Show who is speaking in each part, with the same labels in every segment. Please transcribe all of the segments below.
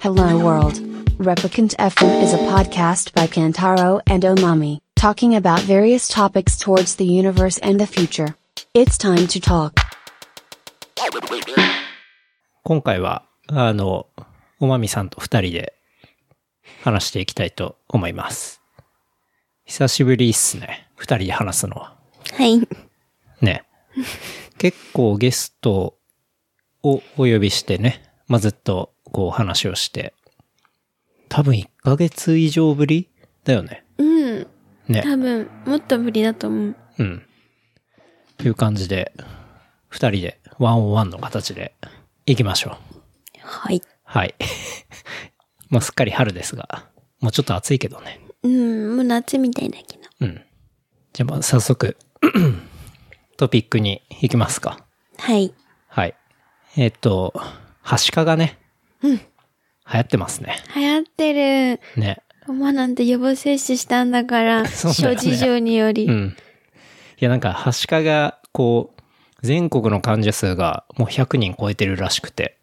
Speaker 1: Hello World. Replicant FM is a podcast by Kantaro and Omami, talking about various topics towards the universe and the future. It's time to talk.
Speaker 2: 今回は、あの、おまみさんと二人で話していきたいと思います。久しぶりっすね。二人で話すのは。
Speaker 3: はい。
Speaker 2: ね。結構ゲストをお呼びしてね、まあ、ずっとこう話をして、多分1ヶ月以上ぶりだよね。
Speaker 3: うん。
Speaker 2: ね。
Speaker 3: 多分、もっと無理だと思う。
Speaker 2: うん。という感じで、二人でワンオンワンの形で行きましょう。
Speaker 3: はい。
Speaker 2: はい。 まあ、すっかり春ですが、もうちょっと暑いけどね。
Speaker 3: うん、もう夏みたいだけど。
Speaker 2: うん。じゃあ、まあ、早速、 トピックに行きますか。
Speaker 3: はい。
Speaker 2: はい。えっ、と、はしかがね。流行ってますね。
Speaker 3: 流行ってる。
Speaker 2: ね。
Speaker 3: おまなんて予防接種したんだか ら、
Speaker 2: そうだよ
Speaker 3: 諸
Speaker 2: ね
Speaker 3: 事情により。
Speaker 2: うん。いや、なんか、はしかが、こう、全国の患者数がもう100人超えてるらしくて。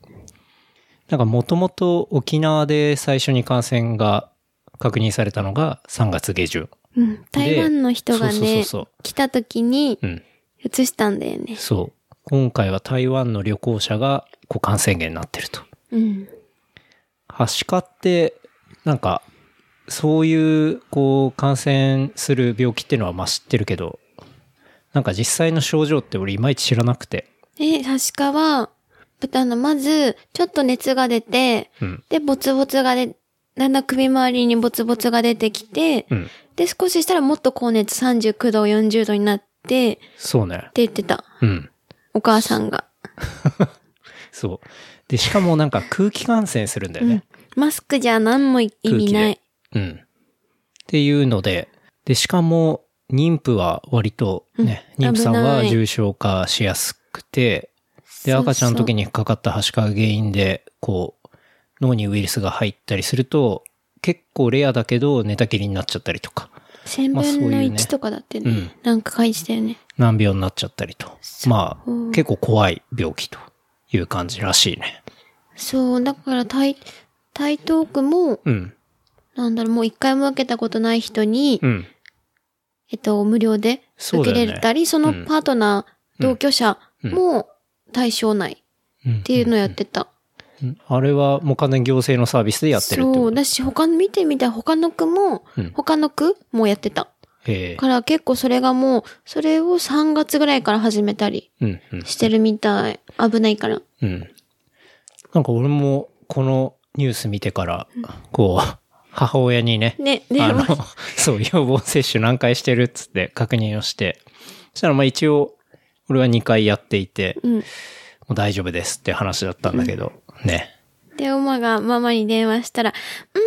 Speaker 2: なんか、もともと沖縄で最初に感染が確認されたのが3月下旬。
Speaker 3: うん台湾の人
Speaker 2: そ
Speaker 3: が
Speaker 2: うそうそう
Speaker 3: ね、
Speaker 2: そ
Speaker 3: 来た時に
Speaker 2: う。うん。
Speaker 3: 移したんだよね。
Speaker 2: そう。今回は台湾の旅行者がこう感染源になってると。
Speaker 3: うん。
Speaker 2: はしかって、なんか、そういう、こう、感染する病気っていうのはまあ知ってるけど、なんか実際の症状って俺いまいち知らなくて。
Speaker 3: え、はしかは、あの、まず、ちょっと熱が出て、
Speaker 2: うん。
Speaker 3: で、ボツボツがで、だんだん首周りにボツボツが出てきて、
Speaker 2: うん。
Speaker 3: で、少ししたらもっと高熱39度、40度になって、って
Speaker 2: そうね。
Speaker 3: 言ってた。
Speaker 2: うん。
Speaker 3: お母さんが。
Speaker 2: そう。で、しかもなんか空気感染するんだよね。
Speaker 3: マスクじゃ何も意味ない。
Speaker 2: うん。っていうので、で、しかも、妊婦は割とね、
Speaker 3: うん
Speaker 2: 妊婦さん
Speaker 3: 危
Speaker 2: は
Speaker 3: ない
Speaker 2: 重症化しやすくて、
Speaker 3: そう
Speaker 2: で、
Speaker 3: そう
Speaker 2: 赤ちゃんの時にかかったはしかが原因で、こう、脳にウイルスが入ったりすると、結構レアだけど寝たきりになっちゃったりとか、
Speaker 3: 千
Speaker 2: まあそういう
Speaker 3: 分の
Speaker 2: ね
Speaker 3: 1とかだってね。
Speaker 2: うん
Speaker 3: なんか書いてたよね。
Speaker 2: 難病になっちゃったりと。まあ
Speaker 3: うん、
Speaker 2: 結構怖い病気という感じらしいね。
Speaker 3: そう、だから台、台東区も、
Speaker 2: うん。
Speaker 3: なんだろう、もう一回も受けたことない人に、
Speaker 2: うん。
Speaker 3: えっと、無料で
Speaker 2: そう
Speaker 3: 受
Speaker 2: だ
Speaker 3: け
Speaker 2: よね
Speaker 3: れたり、そ,、
Speaker 2: うん
Speaker 3: のパートナー、同居者も対象内
Speaker 2: っ
Speaker 3: っていうのをやってた。
Speaker 2: あれはもう完全に行政のサービスでやってるって
Speaker 3: そ
Speaker 2: こ
Speaker 3: う、
Speaker 2: と
Speaker 3: だし他の見てみたら他の区も、
Speaker 2: うん
Speaker 3: 他の区もやってた。
Speaker 2: ええ
Speaker 3: だから結構それがもう、それを3月ぐらいから始めたり
Speaker 2: うんうん。
Speaker 3: してるみたい。危ないから。
Speaker 2: うん。なんか俺もこのニュース見てから、こう、 母親にね、
Speaker 3: ね、で、
Speaker 2: あの、 そう、予防接種何回してるっつって確認をして、そしたらまあ一応、俺は2回やっていて、
Speaker 3: うん。
Speaker 2: もう大丈夫ですって話だったんだけど、ね。
Speaker 3: で、おまがママに電話したら、うー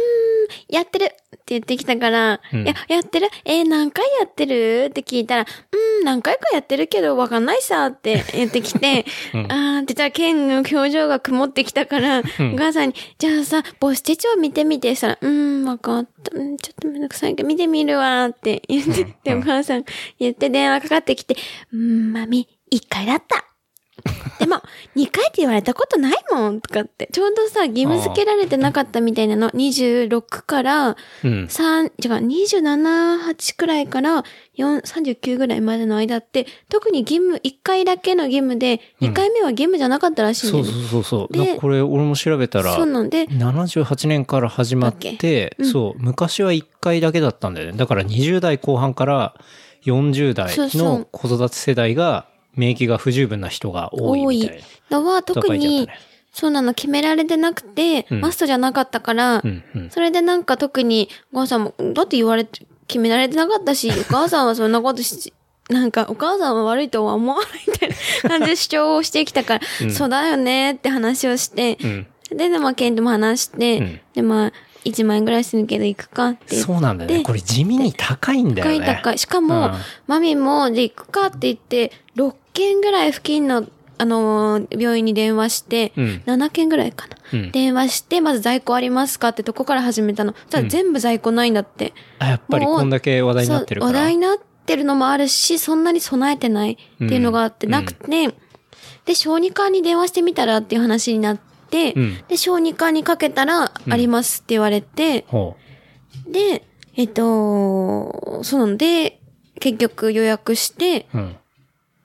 Speaker 3: ん、やってるって言ってきたから、
Speaker 2: うん
Speaker 3: いや、やってるえー何回やってるって聞いたら、うーん、何回かやってるけど、わかんないさって言ってき て、あーって言ったら、ケンの表情が曇ってきたから、お母さんに、じゃあさ、母子手帳見てみて、したら、うーん、わかった。うんちょっとめんどくさいけど、見てみるわって言って、で、お母さん言って電話かかってきて、うーん、まみ、一回だった。でも、2回って言われたことないもんとかって。ちょうどさ、義務付けられてなかったみたいなの。26から
Speaker 2: うん。
Speaker 3: 3、違う、27、8くらいから4 39ぐらいまでの間って、特に義務、1回だけの義務で、2回目は義務じゃなかったらしいん
Speaker 2: そ
Speaker 3: だよ
Speaker 2: う
Speaker 3: ね。
Speaker 2: そうそうそう。
Speaker 3: で
Speaker 2: だからこれ俺も調べたら、
Speaker 3: そうなんで、
Speaker 2: 78年から始まっ、
Speaker 3: だってうん
Speaker 2: そう、昔は1回だけだったんだよね。だから20代後半から40代
Speaker 3: そうそ
Speaker 2: の
Speaker 3: う
Speaker 2: 子育て世代が免疫が不十分な人が多いみたいな。
Speaker 3: のは
Speaker 2: と
Speaker 3: 特
Speaker 2: 書いてあっ
Speaker 3: に
Speaker 2: たね、
Speaker 3: そうなの、決められてなくて、
Speaker 2: うん
Speaker 3: マストじゃなかったから、
Speaker 2: うんうん。
Speaker 3: それでなんか特に、お母さんも、だって言われて、決められてなかっ たし、お母さんはそんなことし、なんか、お母さんは悪いとは思わないみたいな感じで主張をしてきたから、そうだよねって話をして
Speaker 2: う、ん。
Speaker 3: で、で、まあ、ケンとも話して、
Speaker 2: うん
Speaker 3: で、まあ、1万円ぐらいするけど行くかって言って
Speaker 2: そうなんだよね。
Speaker 3: で
Speaker 2: これ地味に高いんだよ
Speaker 3: 高
Speaker 2: ね。
Speaker 3: い高い。しかも、
Speaker 2: うん
Speaker 3: マミも、で、行くかって言って、6件ぐらい付近の、あのー病院に電話して、
Speaker 2: うん
Speaker 3: 7件ぐらいかな。
Speaker 2: うん
Speaker 3: 電話して、まず在庫ありますかってとこから始めたの。じゃ全部在庫ないんだって。
Speaker 2: あやっぱりこんだけ話題になってるから。
Speaker 3: そう話題になってるのもあるし、そんなに備えてないっていうのがあって、
Speaker 2: うん
Speaker 3: なくて、で、小児科に電話してみたらっていう話になっって、
Speaker 2: うん
Speaker 3: で、小児科にかけたら、
Speaker 2: うん
Speaker 3: ありますって言われて、
Speaker 2: ほ
Speaker 3: で、えっと、そうなので、結局予約して、
Speaker 2: う。うん。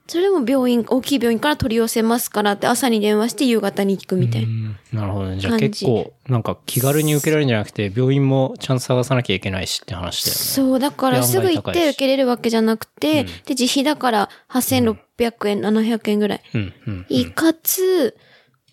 Speaker 3: それでも病院、大きい病院から取り寄せますからって朝に電話して夕方に行くみたいな。
Speaker 2: うんなるほどね。じゃあ
Speaker 3: 感じ
Speaker 2: 結構、なんか気軽に受けられるんじゃなくて、病院もちゃんと探さなきゃいけないしって話だよね。
Speaker 3: そう、だから
Speaker 2: いや
Speaker 3: すぐ行っ
Speaker 2: 案外高い
Speaker 3: て
Speaker 2: し
Speaker 3: 受けれるわけじゃなくて、
Speaker 2: うん
Speaker 3: で、自費だから8600円、700円ぐらい。
Speaker 2: うん、うん。
Speaker 3: いかつ、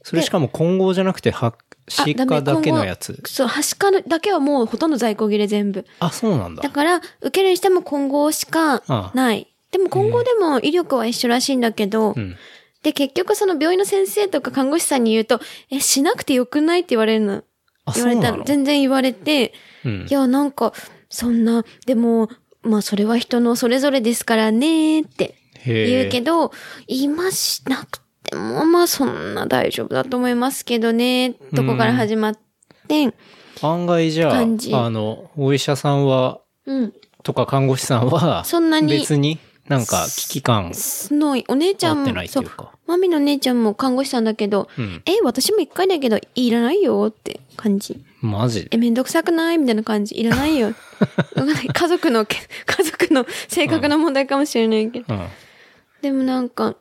Speaker 2: それしかも混合じゃなくて、は、
Speaker 3: あ
Speaker 2: 歯科だけのやつ。
Speaker 3: そう、はしかだけはもうほとんど在庫切れ全部。
Speaker 2: あ、そうなんだ
Speaker 3: だ。から、受けるにしても混合しかない。でも混合でも威力は一緒らしいんだけど、
Speaker 2: うん。
Speaker 3: で、結局その病院の先生とか看護師さんに言うと、え、しなくてよくないって言われるの。
Speaker 2: あ、そ
Speaker 3: 言
Speaker 2: う
Speaker 3: われ
Speaker 2: な
Speaker 3: た
Speaker 2: の
Speaker 3: の。全然言われて、
Speaker 2: うん
Speaker 3: い。や、なんか、そんな、でも、まあ、それは人のそれぞれですからねーって
Speaker 2: へ
Speaker 3: 言うけ
Speaker 2: え。
Speaker 3: ど、今しなくても、まあ、そんな大丈夫だと思いますけどねー、とこから始まって、うん。
Speaker 2: 案外じゃあ、あ
Speaker 3: 感じ
Speaker 2: の、お医者さんは、とか看護師さんは、
Speaker 3: そんなに
Speaker 2: 別になんか危機感
Speaker 3: すごい、お姉ちゃ
Speaker 2: あ
Speaker 3: ん
Speaker 2: ってな
Speaker 3: も、
Speaker 2: いって
Speaker 3: そ
Speaker 2: いう
Speaker 3: う、
Speaker 2: か。
Speaker 3: マミの姉ちゃんも看護師さんだけど、
Speaker 2: うん。
Speaker 3: え、私も一回だけど、いらないよって感じ。
Speaker 2: マジで
Speaker 3: え、めんどくさくないみたいな感じ。いら ないよ。わかんない家族の、け家族の性格の問題かもしれないけど。
Speaker 2: うん。
Speaker 3: でもなんか、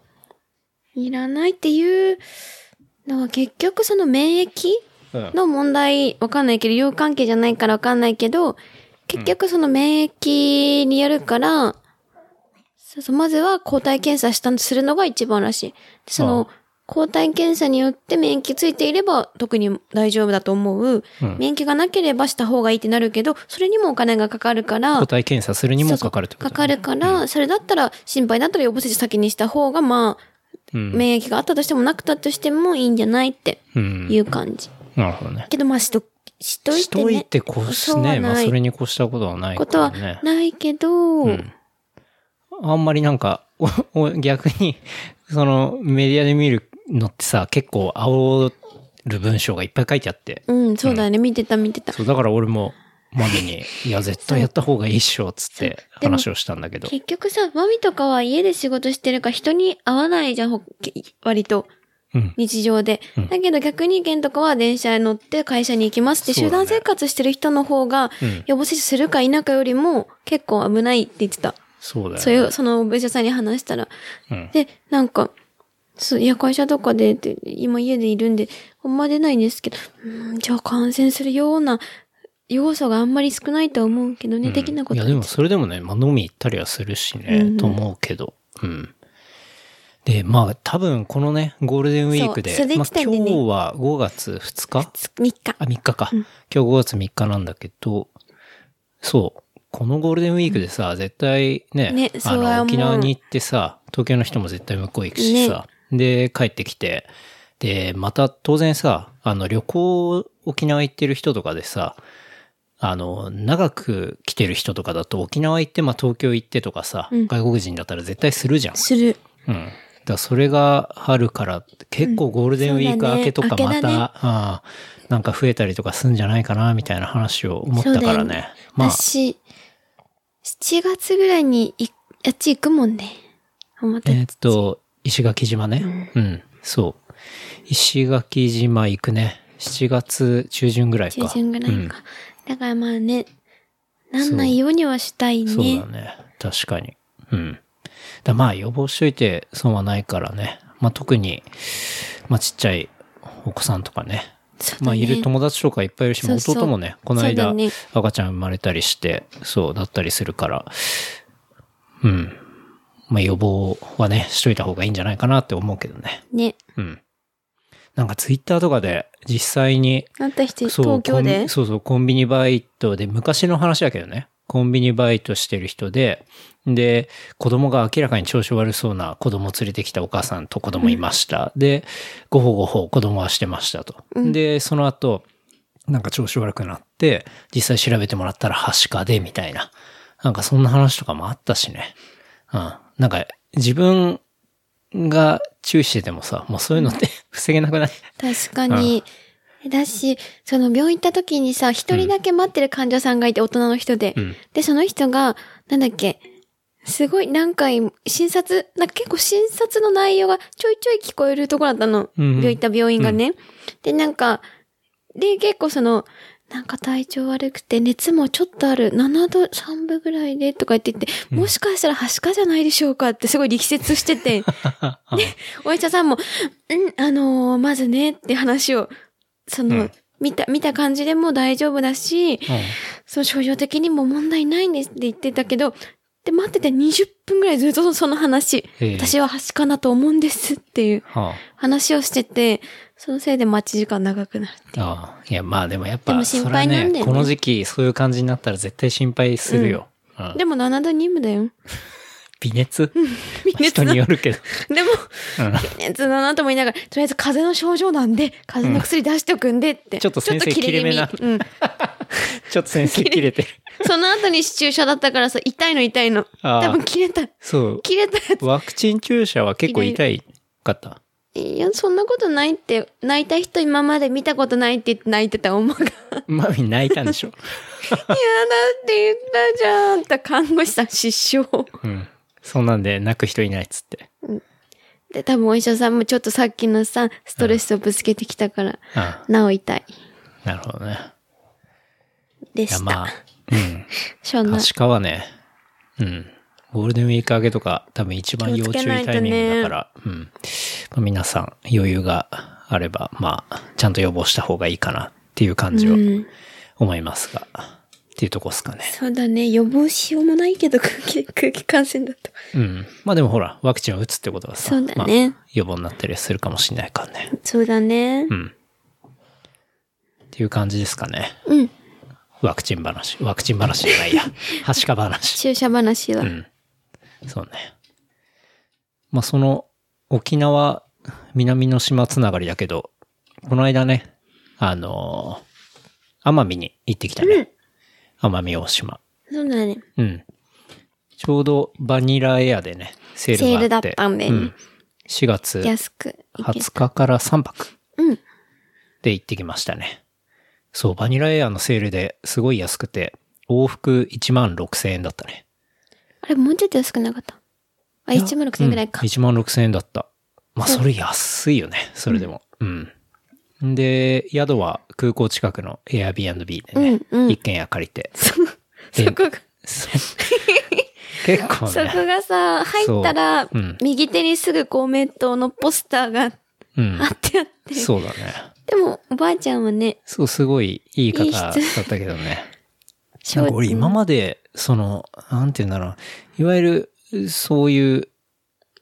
Speaker 3: いらないっていうのは結局その免疫
Speaker 2: うん。
Speaker 3: の問題、わかんないけど、医療関係じゃないからわかんないけど、結局その免疫によるから、そうそう、まずは抗体検査した、するのが一番らしい。でそ
Speaker 2: ああ
Speaker 3: の、抗体検査によって免疫ついていれば特に大丈夫だと思う。
Speaker 2: うん
Speaker 3: 免疫がなければした方がいいってなるけど、それにもお金がかかるから
Speaker 2: 抗、体検査するにもかかるってこと
Speaker 3: かかるから、それだったら心配だったら予防接種先にした方が、まあ、
Speaker 2: うん
Speaker 3: 免疫があったとしてもなくたとしてもいいんじゃないって
Speaker 2: うん
Speaker 3: い。う感じ。
Speaker 2: なるほどね。
Speaker 3: けど、まあ、しと、しとい
Speaker 2: して
Speaker 3: ね。
Speaker 2: といてこうし
Speaker 3: そうは
Speaker 2: ね、まあ
Speaker 3: ない
Speaker 2: それに越したことはないか
Speaker 3: こと
Speaker 2: ら
Speaker 3: は
Speaker 2: ね。
Speaker 3: ないけど、
Speaker 2: んあんまりなんか、おお逆に、そのメディアで見るのってさ、結構煽る文章がいっぱい書いてあって。
Speaker 3: うん、そうだよね。見てた見てた。
Speaker 2: そう、だから俺も、マミに、いや、絶対やった方がいいっしょ、つって
Speaker 3: でも
Speaker 2: 話をしたんだけど。
Speaker 3: 結局さ、マミとかは家で仕事してるから人に会わないじゃん、ほ割と。
Speaker 2: うん。
Speaker 3: 日常で。
Speaker 2: うん
Speaker 3: だけど逆にケンとかは電車に乗って会社に行きますって、
Speaker 2: そうだね
Speaker 3: 集団生活してる人の方が
Speaker 2: うん
Speaker 3: 予防接種するか否かよりも結構危ないって言ってた。
Speaker 2: そうだよね。
Speaker 3: そういう、そのお医者さんに話したら。
Speaker 2: うん。
Speaker 3: で、なんか、そう、いや、会社とかでって、今家でいるんで、ほんま出ないんですけど、うん、じゃあ感染するような要素があんまり少ないとは思うけどね、的なこ
Speaker 2: い
Speaker 3: と
Speaker 2: や、でもそれでもね、まあ飲み行ったりはするしね、
Speaker 3: うん
Speaker 2: と思うけど。うん。で、まあ多分このね、ゴールデンウィークで、
Speaker 3: そうそれ
Speaker 2: まあ
Speaker 3: 言ってた
Speaker 2: 今
Speaker 3: よね
Speaker 2: 日は5月2日
Speaker 3: 3日。
Speaker 2: あ、3日か。今日5月3日なんだけど、そう。このゴールデンウィークでさ、絶対ね、
Speaker 3: ね
Speaker 2: あ
Speaker 3: そうは
Speaker 2: の、
Speaker 3: もう
Speaker 2: 沖縄に行ってさ、東京の人も絶対向こう行くしさ、で、帰ってきて、で、また当然さ、あの、旅行、沖縄行ってる人とかでさ、あの、長く来てる人とかだと、沖縄行って、まあ、東京行ってとかさ、
Speaker 3: うん
Speaker 2: 外国人だったら絶対するじゃん。
Speaker 3: する。
Speaker 2: うん。だからそれが春から、結構ゴールデンウィーク
Speaker 3: うんそうだね
Speaker 2: 明けとかまた、
Speaker 3: 明けだね
Speaker 2: ああなんか増えたりとかすんじゃないかな、みたいな話を思ったか
Speaker 3: そうだ
Speaker 2: ら
Speaker 3: よ
Speaker 2: ね。
Speaker 3: ね
Speaker 2: まあ、
Speaker 3: 私、7月ぐらいにいあっち行くもんね。また
Speaker 2: えーっと、石垣島ね。うん、そう。石垣島行くね。7月中旬ぐらいか。
Speaker 3: 中旬ぐらいか。だからまあね、なんないようにはしたい
Speaker 2: うんそう
Speaker 3: ね
Speaker 2: だ。ね。確かに。うん。だまあ、予防しといて損はないからね。まあ、特に、まあ、ちっちゃいお子さんとかね。
Speaker 3: そうだね
Speaker 2: まあ、いる友達とかいっぱいいるし、
Speaker 3: そうそう
Speaker 2: 弟もね、この
Speaker 3: そう
Speaker 2: 間、
Speaker 3: だね
Speaker 2: 赤ちゃん生まれたりして、そうだったりするから、うん。まあ、予防はね、しといた方がいいんじゃないかなって思うけどね。
Speaker 3: ね。
Speaker 2: うん。なんか、ツイッターとかで、実際に、
Speaker 3: あんた一人、
Speaker 2: そう
Speaker 3: 東京
Speaker 2: コ
Speaker 3: で
Speaker 2: ンそうそう、コンビニバイトで、昔の話だけどね、コンビニバイトしてる人で、で、子供が明らかに調子悪そうな子供連れてきたお母さんと子供いました。で、ごほごほ子供はしてましたと。で、その後、なんか調子悪くなって、実際調べてもらったらはしかで、みたいな。なんかそんな話とかもあったしね。うん。なんか自分が注意しててもさ、もうそういうのって 防げなくない
Speaker 3: 確かに。だし、その病院行った時にさ、一人だけ待ってる患者さんがいて、大人の人で。
Speaker 2: うん。
Speaker 3: で、その人が、なんだっけ、すごい何回も、診察、なんか結構診察の内容がちょいちょい聞こえるところだったの。
Speaker 2: うんうん
Speaker 3: 病院行った病院がね。で、なんか、で、結構その、なんか体調悪くて、熱もちょっとある、7度3分ぐらいで、とか言って言って、もしかしたらはしかじゃないでしょうかってすごい力説し てて、お医者さんも、うん、あのーまずね、って話を、その、
Speaker 2: うん
Speaker 3: 見た、見た感じでも大丈夫だし、その症状的にも問題ないんですって言ってたけど、で、待ってて20分ぐらいずっとその話、
Speaker 2: ええ
Speaker 3: 私ははしかなと思うんですっていう
Speaker 2: は
Speaker 3: 話をしてて、そのせいで待ち時間長くなるっ
Speaker 2: あ、
Speaker 3: ていう。
Speaker 2: ああいや、まあでもやっ
Speaker 3: で
Speaker 2: ぱ、
Speaker 3: も
Speaker 2: そ
Speaker 3: 心
Speaker 2: れは
Speaker 3: 配なんだよね
Speaker 2: ね、この時期そういう感じになったら絶対心配するよ。うん
Speaker 3: でも7度2分 だよ。
Speaker 2: 微熱
Speaker 3: 微熱
Speaker 2: 人によるけど。
Speaker 3: でも、
Speaker 2: うん
Speaker 3: 微熱だなとも言いながら、とりあえず風邪の症状なんで、風邪の薬出しておくんでって。
Speaker 2: ちょっと先生
Speaker 3: ちょ切れ気味
Speaker 2: 切れ
Speaker 3: うん。
Speaker 2: ちょっと先生切れ てる。
Speaker 3: その後に注射だったからさ、痛いの痛いの。
Speaker 2: ああ
Speaker 3: 多分切れた、
Speaker 2: そ
Speaker 3: 切れたやつ
Speaker 2: う。ワクチン注射は結構痛いかった。
Speaker 3: いや、そんなことないって、泣いた人今まで見たことないって言って泣いてた思うが、いやだ
Speaker 2: マミ泣いたんでしょ。
Speaker 3: って言ったじゃんって看護師さん失笑。
Speaker 2: うん。そんなんで泣く人いないっつって。
Speaker 3: で、多分お医者さんもちょっとさっきのさ、ストレスをぶつけてきたから、
Speaker 2: あ
Speaker 3: なお痛い。
Speaker 2: あなるほどね。
Speaker 3: で
Speaker 2: いや、
Speaker 3: し
Speaker 2: ま
Speaker 3: た
Speaker 2: あ。、うん。
Speaker 3: しょうがない。
Speaker 2: 確かはね、うん。ゴールデンウィーク明けとか、多分一番要注意タイミングだから、うん。まあ皆さん、余裕があれば、まあ、ちゃんと予防した方がいいかなっていう感じを
Speaker 3: うん。
Speaker 2: 思いますが、っていうとこですかね。
Speaker 3: そうだね。予防しようもないけど、空気、空気感染だと。
Speaker 2: うん。まあでもほら、ワクチンを打つってことはさ、
Speaker 3: そうだね
Speaker 2: まあ、予防になったりするかもしれないからね。
Speaker 3: そうだね
Speaker 2: う。ん。っていう感じですかね。
Speaker 3: うん。
Speaker 2: ワクチン話。ワクチン話じゃないや。 はしか話。
Speaker 3: 注射話は。
Speaker 2: そうね。まあ、その、沖縄、南の島つながりだけど、この間ね、あのー奄美に行ってきたね。奄美大島。
Speaker 3: そうだね。
Speaker 2: うん。ちょうどバニラエアでね、セールがあって。
Speaker 3: セールだったんで
Speaker 2: うん。4月
Speaker 3: 安くいけ
Speaker 2: 20日から3泊
Speaker 3: うん。
Speaker 2: で行ってきましたね。そう、バニラエアのセールですごい安くて、往復1万6千円だったね。
Speaker 3: あれ、もうちょっと安くなかったあ、1万6000円ぐらいか
Speaker 2: うん。1万6000円だった。まあ、
Speaker 3: そう
Speaker 2: それ安いよね。それでも。うん。で、宿は空港近くの Airbnb でね、
Speaker 3: うんうん
Speaker 2: 一軒家借りて。
Speaker 3: そ、そこが。
Speaker 2: そう 結構
Speaker 3: そこ
Speaker 2: ね。
Speaker 3: がさ、入ったら、
Speaker 2: そううん
Speaker 3: 右手にすぐ公明党のポスターが
Speaker 2: うん
Speaker 3: あ。ってあって。
Speaker 2: そうだね。
Speaker 3: でも、おばあちゃんはね、
Speaker 2: そう、すごいいい方
Speaker 3: いい
Speaker 2: だっ
Speaker 3: 人
Speaker 2: たけどね。
Speaker 3: 正
Speaker 2: なん
Speaker 3: 直
Speaker 2: か俺今まで、その、なんて言うんだろう。いわゆる、そういう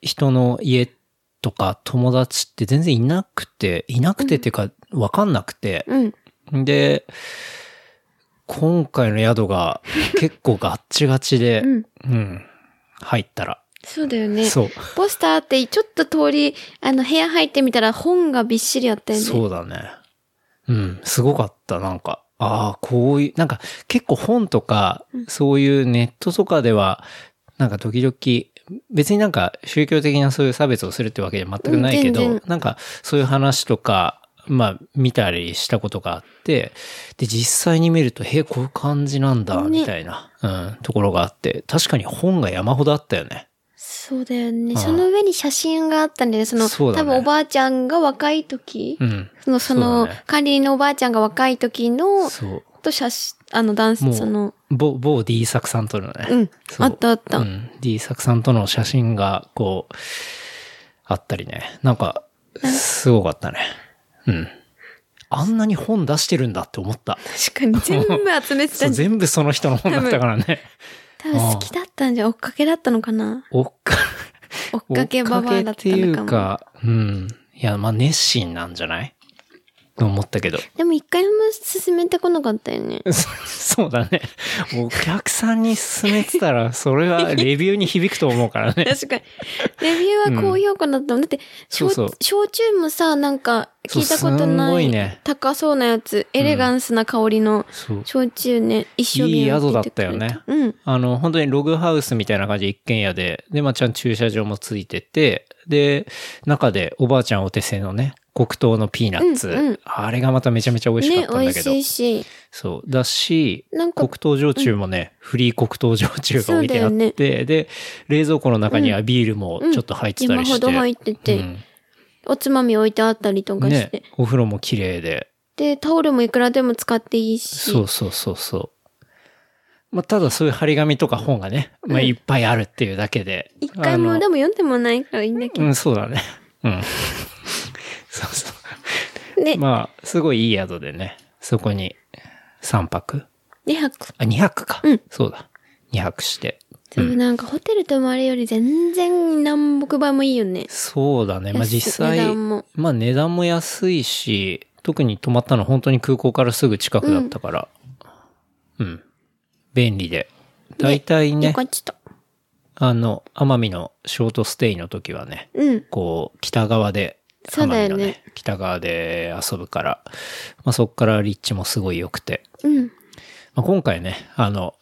Speaker 2: 人の家とか友達って全然いなくて、いなくてっていうか、わかんなくて、
Speaker 3: うん。
Speaker 2: で、今回の宿が結構ガッチガチで、
Speaker 3: うん。
Speaker 2: うん、入ったら。
Speaker 3: そうだよね。
Speaker 2: そう。
Speaker 3: ポスターって、ちょっと通り、あの、部屋入ってみたら本がびっしりあったよね。
Speaker 2: そうだね。うん、すごかった、なんか。ああ、こういう、なんか結構本とか、そういうネットとかでは、なんか時々、別になんか宗教的なそういう差別をするってわけじゃ全くないけど、
Speaker 3: うん全然
Speaker 2: なんかそういう話とか、まあ見たりしたことがあって、で、実際に見ると、へえ、こういう感じなんだ、
Speaker 3: ね
Speaker 2: みたいな、うん、ところがあって、確かに本が山ほどあったよね。
Speaker 3: そうだよね。
Speaker 2: ああ
Speaker 3: その上に写真があったんだよね。その、
Speaker 2: そうだね
Speaker 3: 多分おばあちゃんが若い時、
Speaker 2: うん。
Speaker 3: その、そ
Speaker 2: そ
Speaker 3: の、
Speaker 2: うだね
Speaker 3: 管理人のおばあちゃんが若い時の、
Speaker 2: そう。
Speaker 3: と写真、あの、ダン
Speaker 2: も
Speaker 3: ス、
Speaker 2: う
Speaker 3: その、
Speaker 2: 某、某 D 作さんとのね。
Speaker 3: うん。
Speaker 2: そう
Speaker 3: あったあった。
Speaker 2: うん。D 作さんとの写真が、こう、あったりね。なんか、すごかったね。うん。あんなに本出してるんだって思った。
Speaker 3: 確かに、全部集めて
Speaker 2: そ
Speaker 3: た
Speaker 2: う、
Speaker 3: んじゃん。
Speaker 2: 全部その人の本だったからね。
Speaker 3: 多分好きだったんじゃん。追っかけだったのかな
Speaker 2: 追っか、
Speaker 3: 追っかけババアだ
Speaker 2: 追っ
Speaker 3: ったの
Speaker 2: かけってい
Speaker 3: か
Speaker 2: う
Speaker 3: も。
Speaker 2: か、うん。いや、まあ、熱心なんじゃないと思ったけど。
Speaker 3: でも一回も進めてこなかったよね。
Speaker 2: そそうだね。お客さんに勧めてたら、それはレビューに響くと思うから ね。
Speaker 3: 確かに。レビューは高評価だったもん。だって、
Speaker 2: そう
Speaker 3: 焼
Speaker 2: そう
Speaker 3: 焼酎もさ、なんか、聞いたこと
Speaker 2: そうすん
Speaker 3: な
Speaker 2: ごい
Speaker 3: い
Speaker 2: ね
Speaker 3: 高そうなやつ、エレガンスな香りの
Speaker 2: そう。
Speaker 3: 焼酎ね、一生
Speaker 2: いい
Speaker 3: 懸
Speaker 2: 宿
Speaker 3: 命
Speaker 2: だっ
Speaker 3: 出て
Speaker 2: た
Speaker 3: く
Speaker 2: よ
Speaker 3: れ
Speaker 2: ね。
Speaker 3: うん。
Speaker 2: あの、本当にログハウスみたいな感じで一軒家で、で、まあちゃん駐車場もついてて、で、中でおばあちゃんお手製のね、黒糖のピーナッツ、
Speaker 3: うんうん
Speaker 2: あれがまためちゃめちゃ美味しか
Speaker 3: ね
Speaker 2: っ、たん
Speaker 3: 美
Speaker 2: だけ
Speaker 3: 味
Speaker 2: ど、
Speaker 3: しいし。
Speaker 2: そうだし
Speaker 3: なんか
Speaker 2: 黒糖焼酎もね、フリー黒糖焼酎が置いてあって、
Speaker 3: そうだよ
Speaker 2: で冷蔵庫の中にはビールもちょっと入ってた
Speaker 3: 今
Speaker 2: りして、
Speaker 3: ほど入ってて、
Speaker 2: うん
Speaker 3: おつまみ置いてあったりとかし
Speaker 2: ね
Speaker 3: て。
Speaker 2: お風呂も綺麗で
Speaker 3: で、タオルもいくらでも使っていいし。
Speaker 2: そうそうそうそう。まあ、ただそういう張り紙とか本がね、まあ、いっぱいあるっていうだけで。
Speaker 3: 一回
Speaker 2: あ
Speaker 3: も
Speaker 2: の
Speaker 3: でも読んでもないからいいんだけ
Speaker 2: うん、そうだね。うん。そうそう。
Speaker 3: ど。で、
Speaker 2: まあ、すごいいい宿でね、そこに3泊
Speaker 3: 2泊。
Speaker 2: あ、2泊か。
Speaker 3: うん
Speaker 2: そうだ。2泊して。
Speaker 3: でもなんかホテル泊まるより全然南北倍もいいよね。
Speaker 2: そうだね。まあ、
Speaker 3: 安い
Speaker 2: 実際
Speaker 3: 値段も、
Speaker 2: まあ、値段も安いし、特に泊まったの本当に空港からすぐ近くだったから。うん。便利で。大体ね
Speaker 3: よかった。
Speaker 2: あの、奄美のショートステイの時はね、
Speaker 3: うん。
Speaker 2: こう、北側で、
Speaker 3: そうだよね
Speaker 2: 奄美の北側で遊ぶから、まあ、そっから立地もすごい良くて、
Speaker 3: うん。
Speaker 2: まあ、今回ね、あの、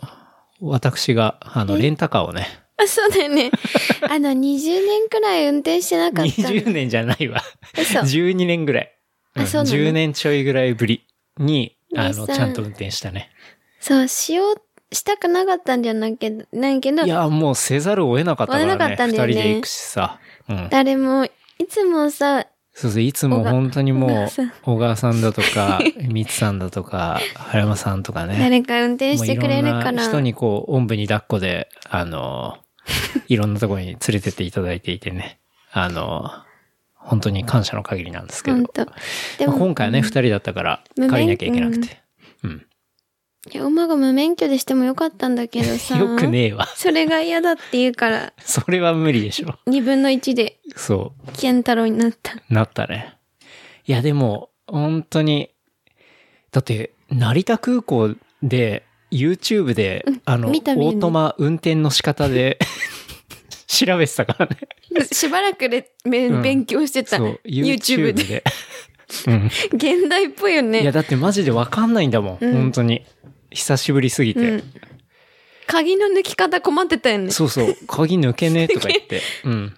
Speaker 2: 私が、あの、レンタカーをね、
Speaker 3: あ、 そうだよね。あの、20年くらい運転してなかったの。
Speaker 2: 20年じゃないわ。
Speaker 3: 嘘
Speaker 2: 12年ぐらい。
Speaker 3: あ
Speaker 2: うん
Speaker 3: そうなの
Speaker 2: 10年ちょいぐらいぶりに、あ
Speaker 3: 日
Speaker 2: の、
Speaker 3: 産
Speaker 2: ちゃんと運転したね。
Speaker 3: そう、しよう、したくなかったんじゃないけど、ないけど
Speaker 2: い、や、もうせざるを得なかったからね。
Speaker 3: 追えなかったんだよ
Speaker 2: 二
Speaker 3: ね
Speaker 2: 人で行くしさ。うん。
Speaker 3: 誰も、いつもさ、
Speaker 2: そうそう、いつも本当にもう
Speaker 3: 小川さん、
Speaker 2: 小川さんだと か、みつさんだとか、原山さんとかね。
Speaker 3: 誰か運転してくれるか
Speaker 2: もういろんな
Speaker 3: ら。
Speaker 2: 人にこう、おんぶに抱っこで、あ の、いろんなところに連れてっていただいていてね。あの、本当に感謝の限りなんですけど。
Speaker 3: 本当。で
Speaker 2: まあ
Speaker 3: も、
Speaker 2: 今回はね、二人だったから、
Speaker 3: 無免
Speaker 2: 借りなきゃいけなくて。うん。
Speaker 3: いや馬が無免許でしてもよかったんだけ どさ。
Speaker 2: よくねえわ。
Speaker 3: それが嫌だって言うから、
Speaker 2: それは無理でしょ。
Speaker 3: 2分の1で、
Speaker 2: そ
Speaker 3: 健太郎に なった。
Speaker 2: う、なったね。いや、でも、本当に、だって、成田空港で、YouTube で、あの、オ
Speaker 3: 見た見た
Speaker 2: ートマ運転の仕方で、 調べてたからね。
Speaker 3: しばらくで、め
Speaker 2: うん
Speaker 3: 勉強してた。
Speaker 2: そう、
Speaker 3: YouTube
Speaker 2: YouTube
Speaker 3: で。
Speaker 2: で。 うん。
Speaker 3: 現代っぽいよ
Speaker 2: いや、
Speaker 3: ね。
Speaker 2: だってマジでわかんないんだもん。
Speaker 3: うん
Speaker 2: 本当に。久しぶりすぎ
Speaker 3: う
Speaker 2: て。
Speaker 3: ん。鍵の抜き方困ってたよね。
Speaker 2: そうそう、鍵抜けねえとか言って。うん。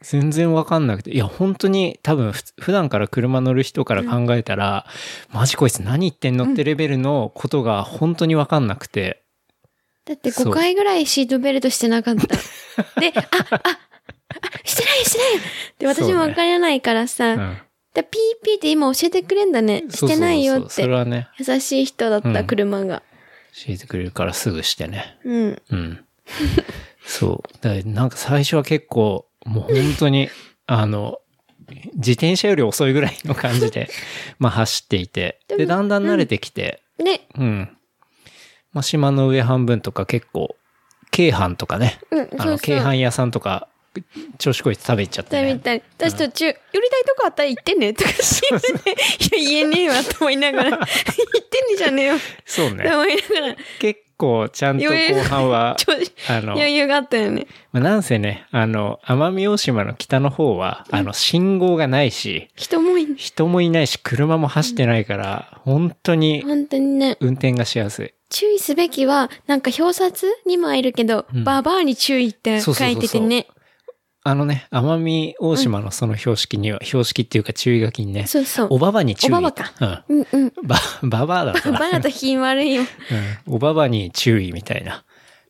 Speaker 2: 全然わかんなくて。いや、本当に多分ふつ、普段から車乗る人から考えたら、マジこいつ何言ってんのってレベルのことが本当にわかんなくて。
Speaker 3: だって
Speaker 2: そう
Speaker 3: 5回ぐらいシートベルトしてな かった。で、あ、あ、あ、してないしてないで、私もわからないからさ、
Speaker 2: うん。
Speaker 3: でピーピーって今教えてくれんだね。し
Speaker 2: そうそうそう
Speaker 3: てないよっ
Speaker 2: それ
Speaker 3: て。
Speaker 2: はね、
Speaker 3: 優しい人だっ
Speaker 2: う
Speaker 3: た、
Speaker 2: ん
Speaker 3: 車が。
Speaker 2: 教えてくれるからすぐしてね。
Speaker 3: うん。
Speaker 2: うん。そう。だからなんか最初は結構、もう本当 に、あの、自転車より遅いぐらいの感じ で、まあ走っていて。
Speaker 3: で
Speaker 2: で、
Speaker 3: も
Speaker 2: だんだん慣れてきて、
Speaker 3: で、
Speaker 2: うん。まあ、島の上半分とか結構、京阪とかね。
Speaker 3: うん、
Speaker 2: あ
Speaker 3: そ
Speaker 2: の、
Speaker 3: うそ
Speaker 2: 京
Speaker 3: う。
Speaker 2: 阪屋さんとか、調子こいて食べ行っちゃって、
Speaker 3: だみ
Speaker 2: ね。
Speaker 3: たい。私途中、寄りたいとこあったら行ってね とか言ってね。いや、言えねえわと思いながら、行ってねじゃねえよ
Speaker 2: そう
Speaker 3: と
Speaker 2: ね。
Speaker 3: 思いながら、
Speaker 2: 結構、ちゃんと後半 は、
Speaker 3: ちょ
Speaker 2: あの、
Speaker 3: 余裕があったよね。
Speaker 2: まあ、なんせね、あの、奄美大島の北の方は、あの、信号がないし、
Speaker 3: 人もいい。
Speaker 2: 人もいないし、車も走ってないから、本当に
Speaker 3: 本当にね。
Speaker 2: 運転がしやすい。
Speaker 3: 注意すべきは、なんか表札にもいるけど、
Speaker 2: うん
Speaker 3: ババアに注意って書いててね。
Speaker 2: あのね、奄美大島のその標識には、標識っていうか注意書きにね、
Speaker 3: そうそう。
Speaker 2: おばばに注意。
Speaker 3: おばばか
Speaker 2: うん。
Speaker 3: うん うん。
Speaker 2: ば、ばばあだっ た
Speaker 3: バ
Speaker 2: な。
Speaker 3: バアと品悪いよ。
Speaker 2: うんおばばに注意みたいな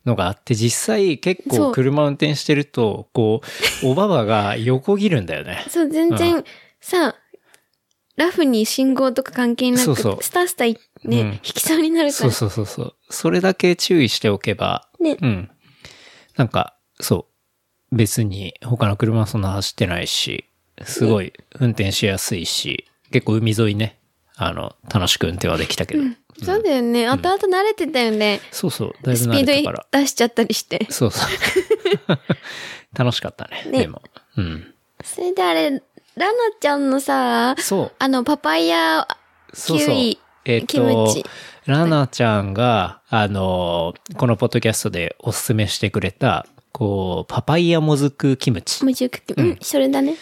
Speaker 2: のがあって、実際結
Speaker 3: そ
Speaker 2: 構
Speaker 3: う。
Speaker 2: 車運転してると、こう、おばばが横切るんだよね
Speaker 3: そう、全然、さ、ラフに信号とか関係なく、
Speaker 2: そうそう
Speaker 3: スタスタいね、
Speaker 2: うん
Speaker 3: 引きそうになるか
Speaker 2: そう
Speaker 3: ら。
Speaker 2: そうそうそう。それだけ注意しておけば、
Speaker 3: ね
Speaker 2: うん。なんか、そう。別に他の車はそんな走ってないし、すごい運転しやすいし、結構海沿いね、あの、楽しく運転はできたけど。
Speaker 3: そうだよね。後々慣れてたよね。
Speaker 2: そうそう、だいぶ
Speaker 3: スピ
Speaker 2: 慣れ
Speaker 3: ー
Speaker 2: たか
Speaker 3: ド
Speaker 2: ら。
Speaker 3: 出しちゃったりして。
Speaker 2: そうそう。 楽しかったね、
Speaker 3: ね
Speaker 2: でも。うん。
Speaker 3: それであれ、ラナちゃんのさ、
Speaker 2: そう。
Speaker 3: あの、パパイヤ、
Speaker 2: そうそう
Speaker 3: キウイ
Speaker 2: えっ、
Speaker 3: キムチ
Speaker 2: と、ラナちゃんが、あの、このポッドキャストでおすすめしてくれた、こう、パパイヤもずくキムチ
Speaker 3: 無重うん、それだね。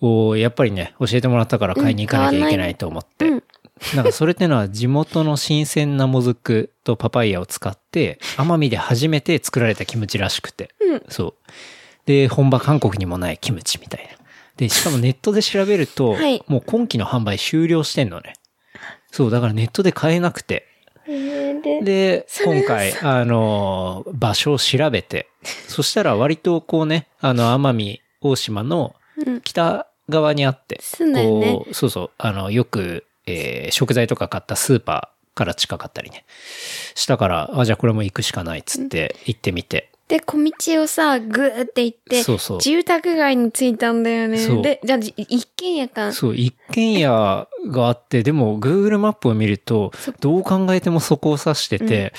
Speaker 2: を、やっぱりね、教えてもらったから買いに行かなきゃいけないと思って。
Speaker 3: うん。
Speaker 2: なんかそれってのは地元の新鮮なもずくとパパイヤを使って、奄美で初めて作られたキムチらしくて。
Speaker 3: うん
Speaker 2: そう。で、本場韓国にもないキムチみたいな。で、しかもネットで調べると、
Speaker 3: はい
Speaker 2: もう今期の販売終了してんのね。そう、だからネットで買えなくて。
Speaker 3: で、
Speaker 2: で、
Speaker 3: それ
Speaker 2: 今
Speaker 3: は
Speaker 2: 回、あの、場所を調べて、そしたら割とこうね、あの、奄美大島の
Speaker 3: うん
Speaker 2: 北側にあって、
Speaker 3: そうだよね
Speaker 2: こう、そうそう、あの、よく、えー食材とか買ったスーパーから近かったりね、したから、あ、じゃあこれも行くしかないっつって行ってみて、
Speaker 3: で、小道をさ、ぐーって行って、
Speaker 2: そうそう
Speaker 3: 住宅街に着いたんだよね
Speaker 2: そう。
Speaker 3: で、じゃあ、じ一軒家か。
Speaker 2: そう、一軒家があって、でも Google マップを見ると、どう考えてもそこを指してて、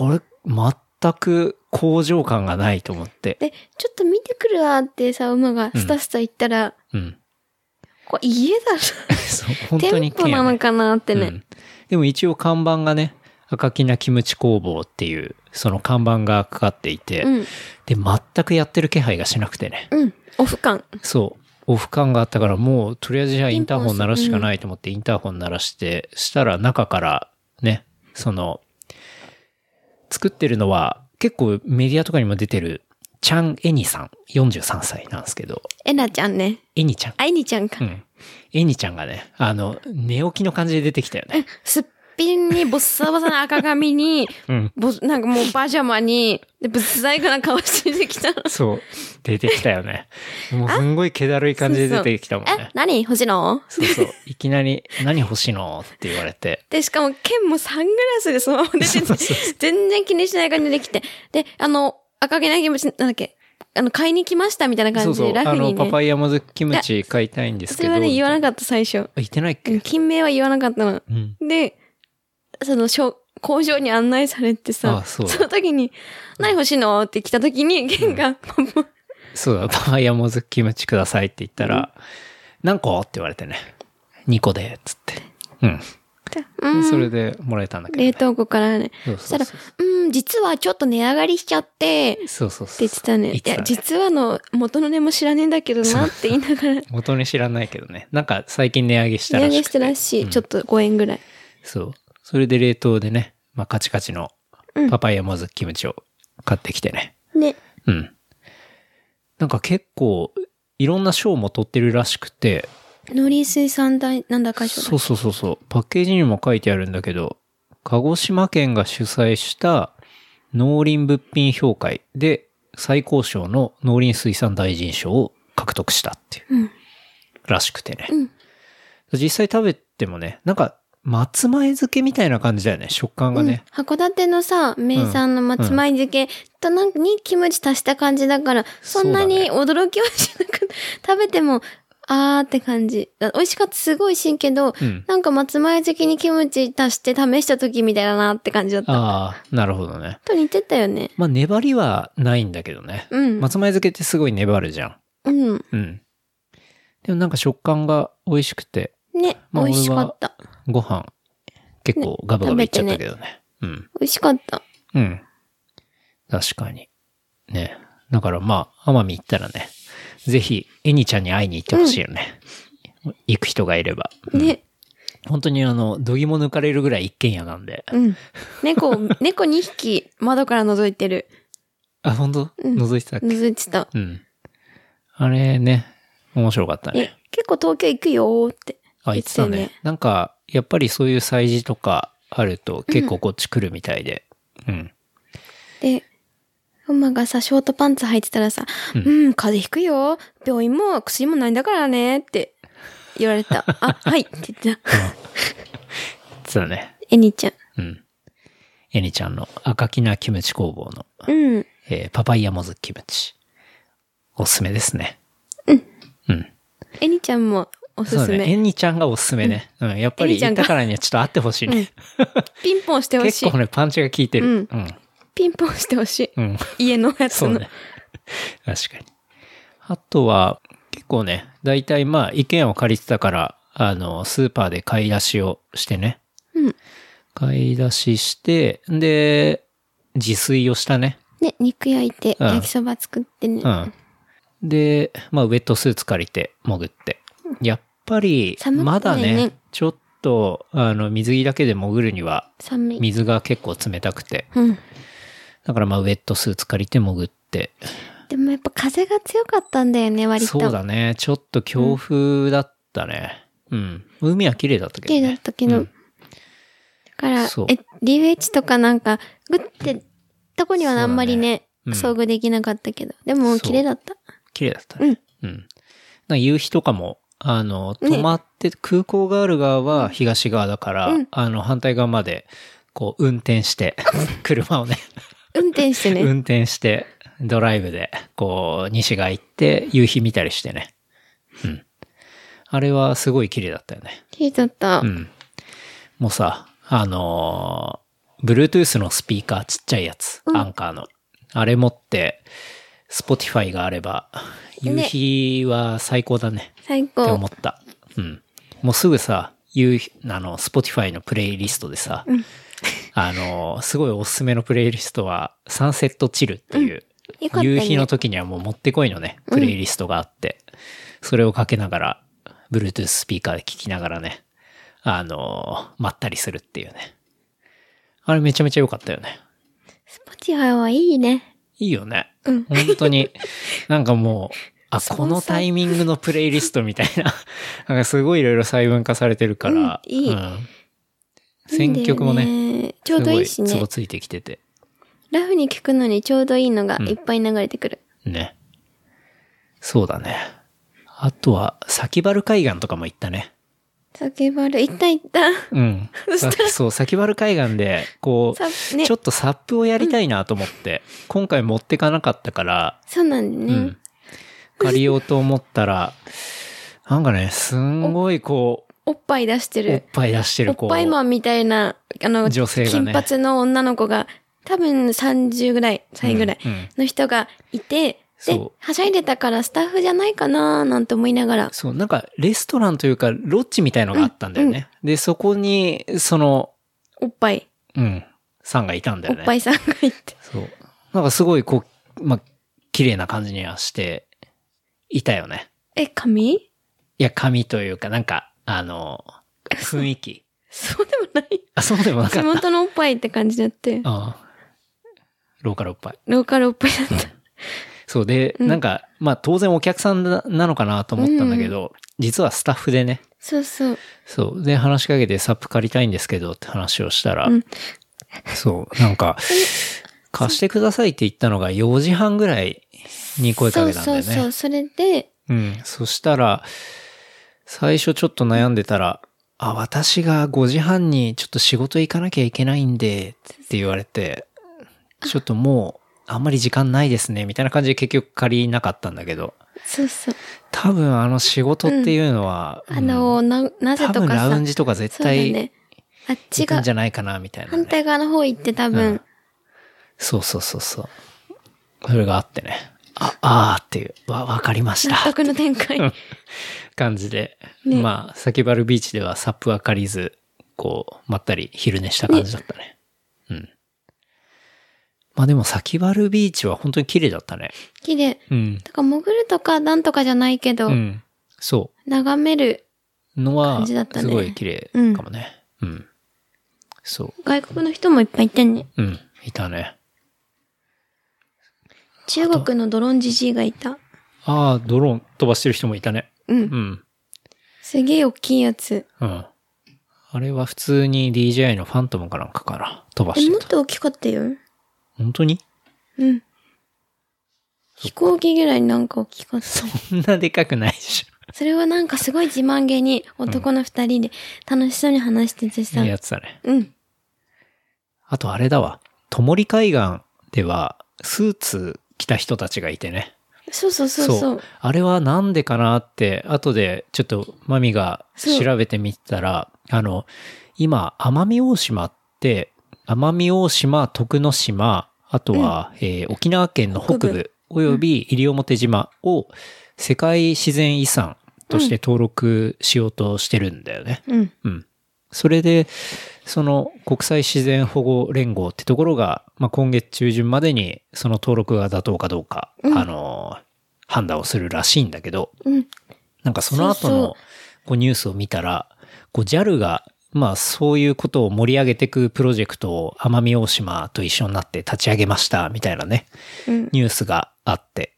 Speaker 2: あれ、全く工場感がないと思って。
Speaker 3: で、ちょっと見てくるわってさ、馬がスタスタ行ったら、
Speaker 2: うん。
Speaker 3: これ家だろ。
Speaker 2: そう、本当に
Speaker 3: 店
Speaker 2: 一
Speaker 3: 舗
Speaker 2: 軒家
Speaker 3: な
Speaker 2: ね
Speaker 3: のかなって
Speaker 2: う
Speaker 3: ね。
Speaker 2: んでも一応看板がね、赤きなキムチ工房っていう、その看板がかかっていて、
Speaker 3: うん。
Speaker 2: で、全くやってる気配がしなくてね。
Speaker 3: うん。オフ感。
Speaker 2: そう。オフ感があったから、もう、とりあえずじゃあインターホン鳴らすしかないと思って、インターホン鳴らして、したら中から、ね、その、作ってるのは、結構メディアとかにも出てる、チャン・エニさん、43歳なんですけど、
Speaker 3: えなちゃんね。
Speaker 2: エニちゃん。
Speaker 3: あいにちゃんか。
Speaker 2: うん。エニちゃんがね、あの、寝起きの感じで出てきたよね。
Speaker 3: すっぴんに、ボッサボサな赤髪に、
Speaker 2: うん。
Speaker 3: ボスなんかもうパジャマに、で、ぶっ細工な顔して出てきたの。
Speaker 2: そう。出てきたよね。もうすんごい気だるい感じで出てきたもん
Speaker 3: え
Speaker 2: ね、。
Speaker 3: 何欲しいの
Speaker 2: そうそう。いきなり、何欲しいのって言われて。
Speaker 3: で、しかも、剣もサングラスでそのまま出て
Speaker 2: そうそうそ
Speaker 3: て、全然気にしない感じできて。で、あの、赤毛な気持ち、なんだっけ、あの、買いに来ましたみたいな
Speaker 2: そ
Speaker 3: 感
Speaker 2: う
Speaker 3: じ
Speaker 2: そ
Speaker 3: で、
Speaker 2: う。
Speaker 3: ラ
Speaker 2: あ
Speaker 3: フ
Speaker 2: の、
Speaker 3: に
Speaker 2: パ
Speaker 3: ね。
Speaker 2: パイヤもずキムチ買いたいんです
Speaker 3: そ
Speaker 2: け
Speaker 3: れ
Speaker 2: ど。
Speaker 3: はね、言わなかった最初。
Speaker 2: あ言ってないっけ
Speaker 3: 金名は言わなかったの。
Speaker 2: うん。
Speaker 3: で、その、しょ工場に案内されてさ、
Speaker 2: あそうだ
Speaker 3: の時に、何欲しいのって来た時に、剣が、
Speaker 2: そうだ。パパイヤもずキムチくださいって言ったら、何個って言われてね。2個で、つって。うん。
Speaker 3: うん、
Speaker 2: それ でもらえたんだけど、ね。
Speaker 3: 冷凍庫からね。
Speaker 2: そう
Speaker 3: そ
Speaker 2: そ
Speaker 3: した
Speaker 2: うそ
Speaker 3: ら
Speaker 2: う。、
Speaker 3: うん、実はちょっと値上がりしちゃって、って
Speaker 2: そうそうそう。
Speaker 3: 言ってたね。
Speaker 2: 言っ
Speaker 3: い
Speaker 2: てた
Speaker 3: や、実はの、元の値も知らねえんだけどなって言いながら、
Speaker 2: 元に知らないけどね。なんか最近値上げした
Speaker 3: 値
Speaker 2: ら
Speaker 3: 上
Speaker 2: し
Speaker 3: げ
Speaker 2: く。
Speaker 3: しててらしい。ちょっと5円ぐらい。
Speaker 2: そう。それで冷凍でね、まあカチカチの
Speaker 3: うん
Speaker 2: パパイヤもずキムチを買ってきてね。
Speaker 3: ね。
Speaker 2: うん。なんか結構、いろんな賞も取ってるらしくて、
Speaker 3: 農林水産大、なんだかし
Speaker 2: そ
Speaker 3: ら。
Speaker 2: うそうそうそう。パッケージにも書いてあるんだけど、鹿児島県が主催した農林物品評会で最高賞の農林水産大臣賞を獲得したっていう。
Speaker 3: うん
Speaker 2: らしくてね。
Speaker 3: うん
Speaker 2: 実際食べてもね、なんか松前漬けみたいな感じだよね、食感がね。
Speaker 3: うん、函館のさ、名産の松前漬けとなんかにキムチ足した感じだから、そんなに驚きはしなく、食べて も、あーって感じ。あ美味しかった、すごい美味しいけど、
Speaker 2: うん
Speaker 3: なんか松前漬けにキムチ足して試した時みたいだなって感じだった。
Speaker 2: ああ、なるほどね。
Speaker 3: と似てたよね。
Speaker 2: まあ粘りはないんだけどね。
Speaker 3: うん。
Speaker 2: 松前漬けってすごい粘るじゃん。
Speaker 3: うん。
Speaker 2: うん。でもなんか食感が美味しくて、
Speaker 3: ね、
Speaker 2: ま
Speaker 3: 美
Speaker 2: あ
Speaker 3: 味しかった。
Speaker 2: ご飯、結構ガブガブいっちゃったけどね。うん。
Speaker 3: 美味しかった。
Speaker 2: うん。確かに。ね。だからまあ、奄美行ったらね、ぜひ、エニちゃんに会いに行ってほしいよね。行く人がいれば。
Speaker 3: ね、
Speaker 2: 本当にあの、どぎも抜かれるぐらい一軒家なんで。
Speaker 3: うん。猫 を、猫2匹窓から覗いてる。
Speaker 2: あ、本当
Speaker 3: ん
Speaker 2: 覗いてたっけ、
Speaker 3: 覗いてた。
Speaker 2: うん、あれね、面白かったね
Speaker 3: え。、結構東京行くよーって。
Speaker 2: あ、言ってたね。
Speaker 3: 言ってた
Speaker 2: なんか、やっぱりそういう催事とかあると結構こっち来るみたいで。うん。
Speaker 3: で、マがさ、ショートパンツ履いてたらさ、うん、風邪ひくよ。病院も薬もないんだからね、って言わ れた。あ、はい、って言ってた。
Speaker 2: 言ってたね。
Speaker 3: えにちゃん。
Speaker 2: うん。エニちゃんの赤きなキムチ工房の、
Speaker 3: うん。
Speaker 2: えーパパイヤモズキムチ。おすすめですね。うん。うん。
Speaker 3: えにちゃんもおす
Speaker 2: そう
Speaker 3: す
Speaker 2: だね。エ
Speaker 3: め。
Speaker 2: ニちゃんがおすすめね。うん。やっぱり
Speaker 3: エニちゃ
Speaker 2: 行っ
Speaker 3: んが
Speaker 2: たからにはちょっと会ってほしいね。
Speaker 3: ピンポンしてほし
Speaker 2: 結
Speaker 3: い
Speaker 2: 構。ね、パンチが効いてる。うん。
Speaker 3: ピンポンしてほしい。
Speaker 2: うん。
Speaker 3: 家のやつ
Speaker 2: そう
Speaker 3: の。
Speaker 2: ね。確かに。あとは、結構ね、だいたいまあ、意見を借りてたから、あの、スーパーで買い出しをしてね。
Speaker 3: うん
Speaker 2: 買い出しして、で、自炊をしたね。
Speaker 3: ね、肉焼いて、
Speaker 2: うん
Speaker 3: 焼きそば作ってね
Speaker 2: う。ん。で、まあ、ウェットスーツ借りて潜って。やっぱり、
Speaker 3: 寒くないね
Speaker 2: まだね、ちょっと、あの、水着だけで潜るには、
Speaker 3: 寒い。
Speaker 2: 水が結構冷たくて。
Speaker 3: うん。
Speaker 2: だからまあ、ウェットスーツ借りて潜って。
Speaker 3: でもやっぱ風が強かったんだよね、割と。
Speaker 2: そうだね。ちょっと強風だったね。うん。海は綺麗だったけど
Speaker 3: 綺
Speaker 2: ね。
Speaker 3: 麗だったけど。
Speaker 2: うん
Speaker 3: だから
Speaker 2: そう、
Speaker 3: え、リベッジとかなんか、グッて、とこにはあんまり
Speaker 2: そうだ
Speaker 3: ね、
Speaker 2: ね
Speaker 3: 遭遇できなかったけど。でも、
Speaker 2: そう
Speaker 3: 綺麗だった。
Speaker 2: 綺麗だったね。うん。なんか夕日とかも、あの、
Speaker 3: ね
Speaker 2: 止まって、空港がある側は東側だから、
Speaker 3: うん
Speaker 2: あの、反対側まで、こう、運転 して、車をね、
Speaker 3: 運転してね。
Speaker 2: 運転して、ドライブで、こう、西側行って、夕日見たりしてね。うん。あれはすごい綺麗だったよね。
Speaker 3: 綺麗だった。
Speaker 2: うん。もうさ、あのー、Bluetooth のスピーカーちっちゃいやつ、
Speaker 3: うん
Speaker 2: アンカーの。あれ持って、Spotify があれば、夕
Speaker 3: ね
Speaker 2: 日は最高だね。
Speaker 3: 最
Speaker 2: って
Speaker 3: 高
Speaker 2: 思。った。うん。もうすぐさ、夕日、あの、Spotify のプレイリストでさ、あのー、すごいおすすめのプレイリストは、サンセットチルっていう、
Speaker 3: よかったね
Speaker 2: 夕日の時にはもうもってこいのね、プレイリストがあって、それをかけながら、Bluetooth スピーカーで聞きながらね、あのー、まったりするっていうね。あれめちゃめちゃ良かったよね。
Speaker 3: スポティファイはいいね。
Speaker 2: いいよね。本当 に。なんかもう、あ、このタイミングのプレイリストみたいな。 なんかすごいいろいろ細分化されてるから。
Speaker 3: うんいい
Speaker 2: ん選曲も
Speaker 3: い
Speaker 2: ね、
Speaker 3: いんだよね。ちょうどいいし
Speaker 2: すごいツ
Speaker 3: ね
Speaker 2: ボ。ついてきてて。
Speaker 3: ラフに聞くのにちょうどいいのがいっぱい流れてくる。
Speaker 2: ね。そうだね。あとは、先原海岸とかも行ったね。
Speaker 3: 叫ばれ、いったいった。
Speaker 2: うん。さそう、先原海岸で、こ
Speaker 3: サ
Speaker 2: う、
Speaker 3: ッね
Speaker 2: ちょっとサップをやりたいなと思って、今回持ってかなかったから、
Speaker 3: そうなん
Speaker 2: う
Speaker 3: だね。
Speaker 2: ん。借りようと思ったら、 なんかね、すんごいこ
Speaker 3: おっぱい出して
Speaker 2: う、おっ
Speaker 3: る。
Speaker 2: ぱい出して
Speaker 3: お
Speaker 2: る
Speaker 3: っ
Speaker 2: 子。
Speaker 3: ぱいマンみたいな、あの、
Speaker 2: 女性がね
Speaker 3: 金髪の女の子が、多分30ぐらい、歳ぐらい
Speaker 2: うんうん
Speaker 3: の人がいて、
Speaker 2: そう
Speaker 3: で、はしゃいでたからスタッフじゃないかなーなんて思いながら、
Speaker 2: そう、なんかレストランというか、ロッジみたいのがあったんだよね。で、そこに、その、
Speaker 3: おっぱい、
Speaker 2: うん、さんがいたんだ
Speaker 3: お
Speaker 2: よ
Speaker 3: っ
Speaker 2: ね。
Speaker 3: ぱいさんがい て。
Speaker 2: そう。なんかすごい、こう、まあ、綺麗な感じにはして、いたよね。
Speaker 3: え、髪
Speaker 2: いや、髪というか、なんか、あの、雰囲気。
Speaker 3: そうでもない。
Speaker 2: あ、そうでもなかっ
Speaker 3: 地
Speaker 2: た。
Speaker 3: 元のおっぱいって感じだって、
Speaker 2: ああ。ローカルおっぱい。
Speaker 3: ローカルおっぱいだ った。
Speaker 2: そうで、なんか、まあ当然お客さんななのかなと思ったんだけど、実はスタッフでね、
Speaker 3: そうそう。
Speaker 2: そう、で話しかけてサップ借りたいんですけどって話をしたら、
Speaker 3: うん
Speaker 2: そう、なん か、貸してくださいって言ったのが4時半ぐらいに声か
Speaker 3: そ
Speaker 2: け
Speaker 3: う
Speaker 2: たんだよ
Speaker 3: そう
Speaker 2: ね。
Speaker 3: そう。それで、
Speaker 2: うん。そしたら、最初ちょっと悩んでたら、あ、私が5時半にちょっと仕事行かなきゃいけないんで、って言われて、ちょっともう、あんまり時間ないですね、みたいな感じで結局借りなかったんだけど、
Speaker 3: そうそう。
Speaker 2: 多分あの仕事っていうのは、
Speaker 3: あ
Speaker 2: うん
Speaker 3: の、な、なぜ
Speaker 2: 多
Speaker 3: と
Speaker 2: 分
Speaker 3: か
Speaker 2: ラ
Speaker 3: さ
Speaker 2: ウン、ジとか絶
Speaker 3: そうだ
Speaker 2: 対
Speaker 3: ね。あっち
Speaker 2: 行く
Speaker 3: が
Speaker 2: んじ、ゃないかな、みたいな、
Speaker 3: 反
Speaker 2: ね。
Speaker 3: 対側の方行って多
Speaker 2: うん
Speaker 3: 分、
Speaker 2: そうそうそうそう。それがあってね。あ、あーっていう、わ、わかりました
Speaker 3: 納。得の展開。
Speaker 2: 感じで、
Speaker 3: ね
Speaker 2: まあ、サキバルビーチではサップは借りず、こう、まったり昼寝した感じだったね。うん。まあでも、サキバルビーチは本当に綺麗だったね。
Speaker 3: 綺麗。
Speaker 2: うん。
Speaker 3: とか、潜るとか、なんとかじゃないけど、
Speaker 2: うん。そ
Speaker 3: 眺める。
Speaker 2: う。のは、
Speaker 3: 感じだった
Speaker 2: す
Speaker 3: ね
Speaker 2: ごい綺麗かもね。うん。そ
Speaker 3: 外国の人もいっぱいいてんね。
Speaker 2: う。うん。いたね。
Speaker 3: 中国のドローンじじいがいた。
Speaker 2: ああ、ドローン飛ばしてる人もいたね。
Speaker 3: うん。
Speaker 2: うん。
Speaker 3: すげえ大きいやつ。
Speaker 2: うん。あれは普通に DJI のファントムかなんかから飛ばし
Speaker 3: え、
Speaker 2: て。
Speaker 3: もったと大きかったよ。
Speaker 2: 本当に
Speaker 3: うん。飛行機ぐらいなんか大 きかった。
Speaker 2: そんなでかくないでし
Speaker 3: それはなんかすごい自慢げに男の二人で楽しそうに話しててさ
Speaker 2: ょ。。やつだね。
Speaker 3: うん。
Speaker 2: あとあれだわ。ともり海岸では、スーツ着た人たちがいてね。
Speaker 3: そうそうそうそう。
Speaker 2: あれはなんでかなって、後でちょっとマミが調べてみたら、あの、今、奄美大島って、奄美大島、徳之島、あとは、えー沖縄県の北
Speaker 3: 北
Speaker 2: 部
Speaker 3: 部、
Speaker 2: および西表島を世界自然遺産として登録しようとしてるんだよね。
Speaker 3: うん。
Speaker 2: うん。それで、その国際自然保護連合ってところが、まあ、今月中旬までにその登録が妥当かどうか、あの、判断をするらしいんだけど、
Speaker 3: うん。
Speaker 2: なんかその後
Speaker 3: そうそう
Speaker 2: のこうニュースを見たら、こう JAL が、まあそういうことを盛り上げていくプロジェクトを奄美大島と一緒になって立ち上げましたみたいなね、
Speaker 3: うん。
Speaker 2: ニュースがあって、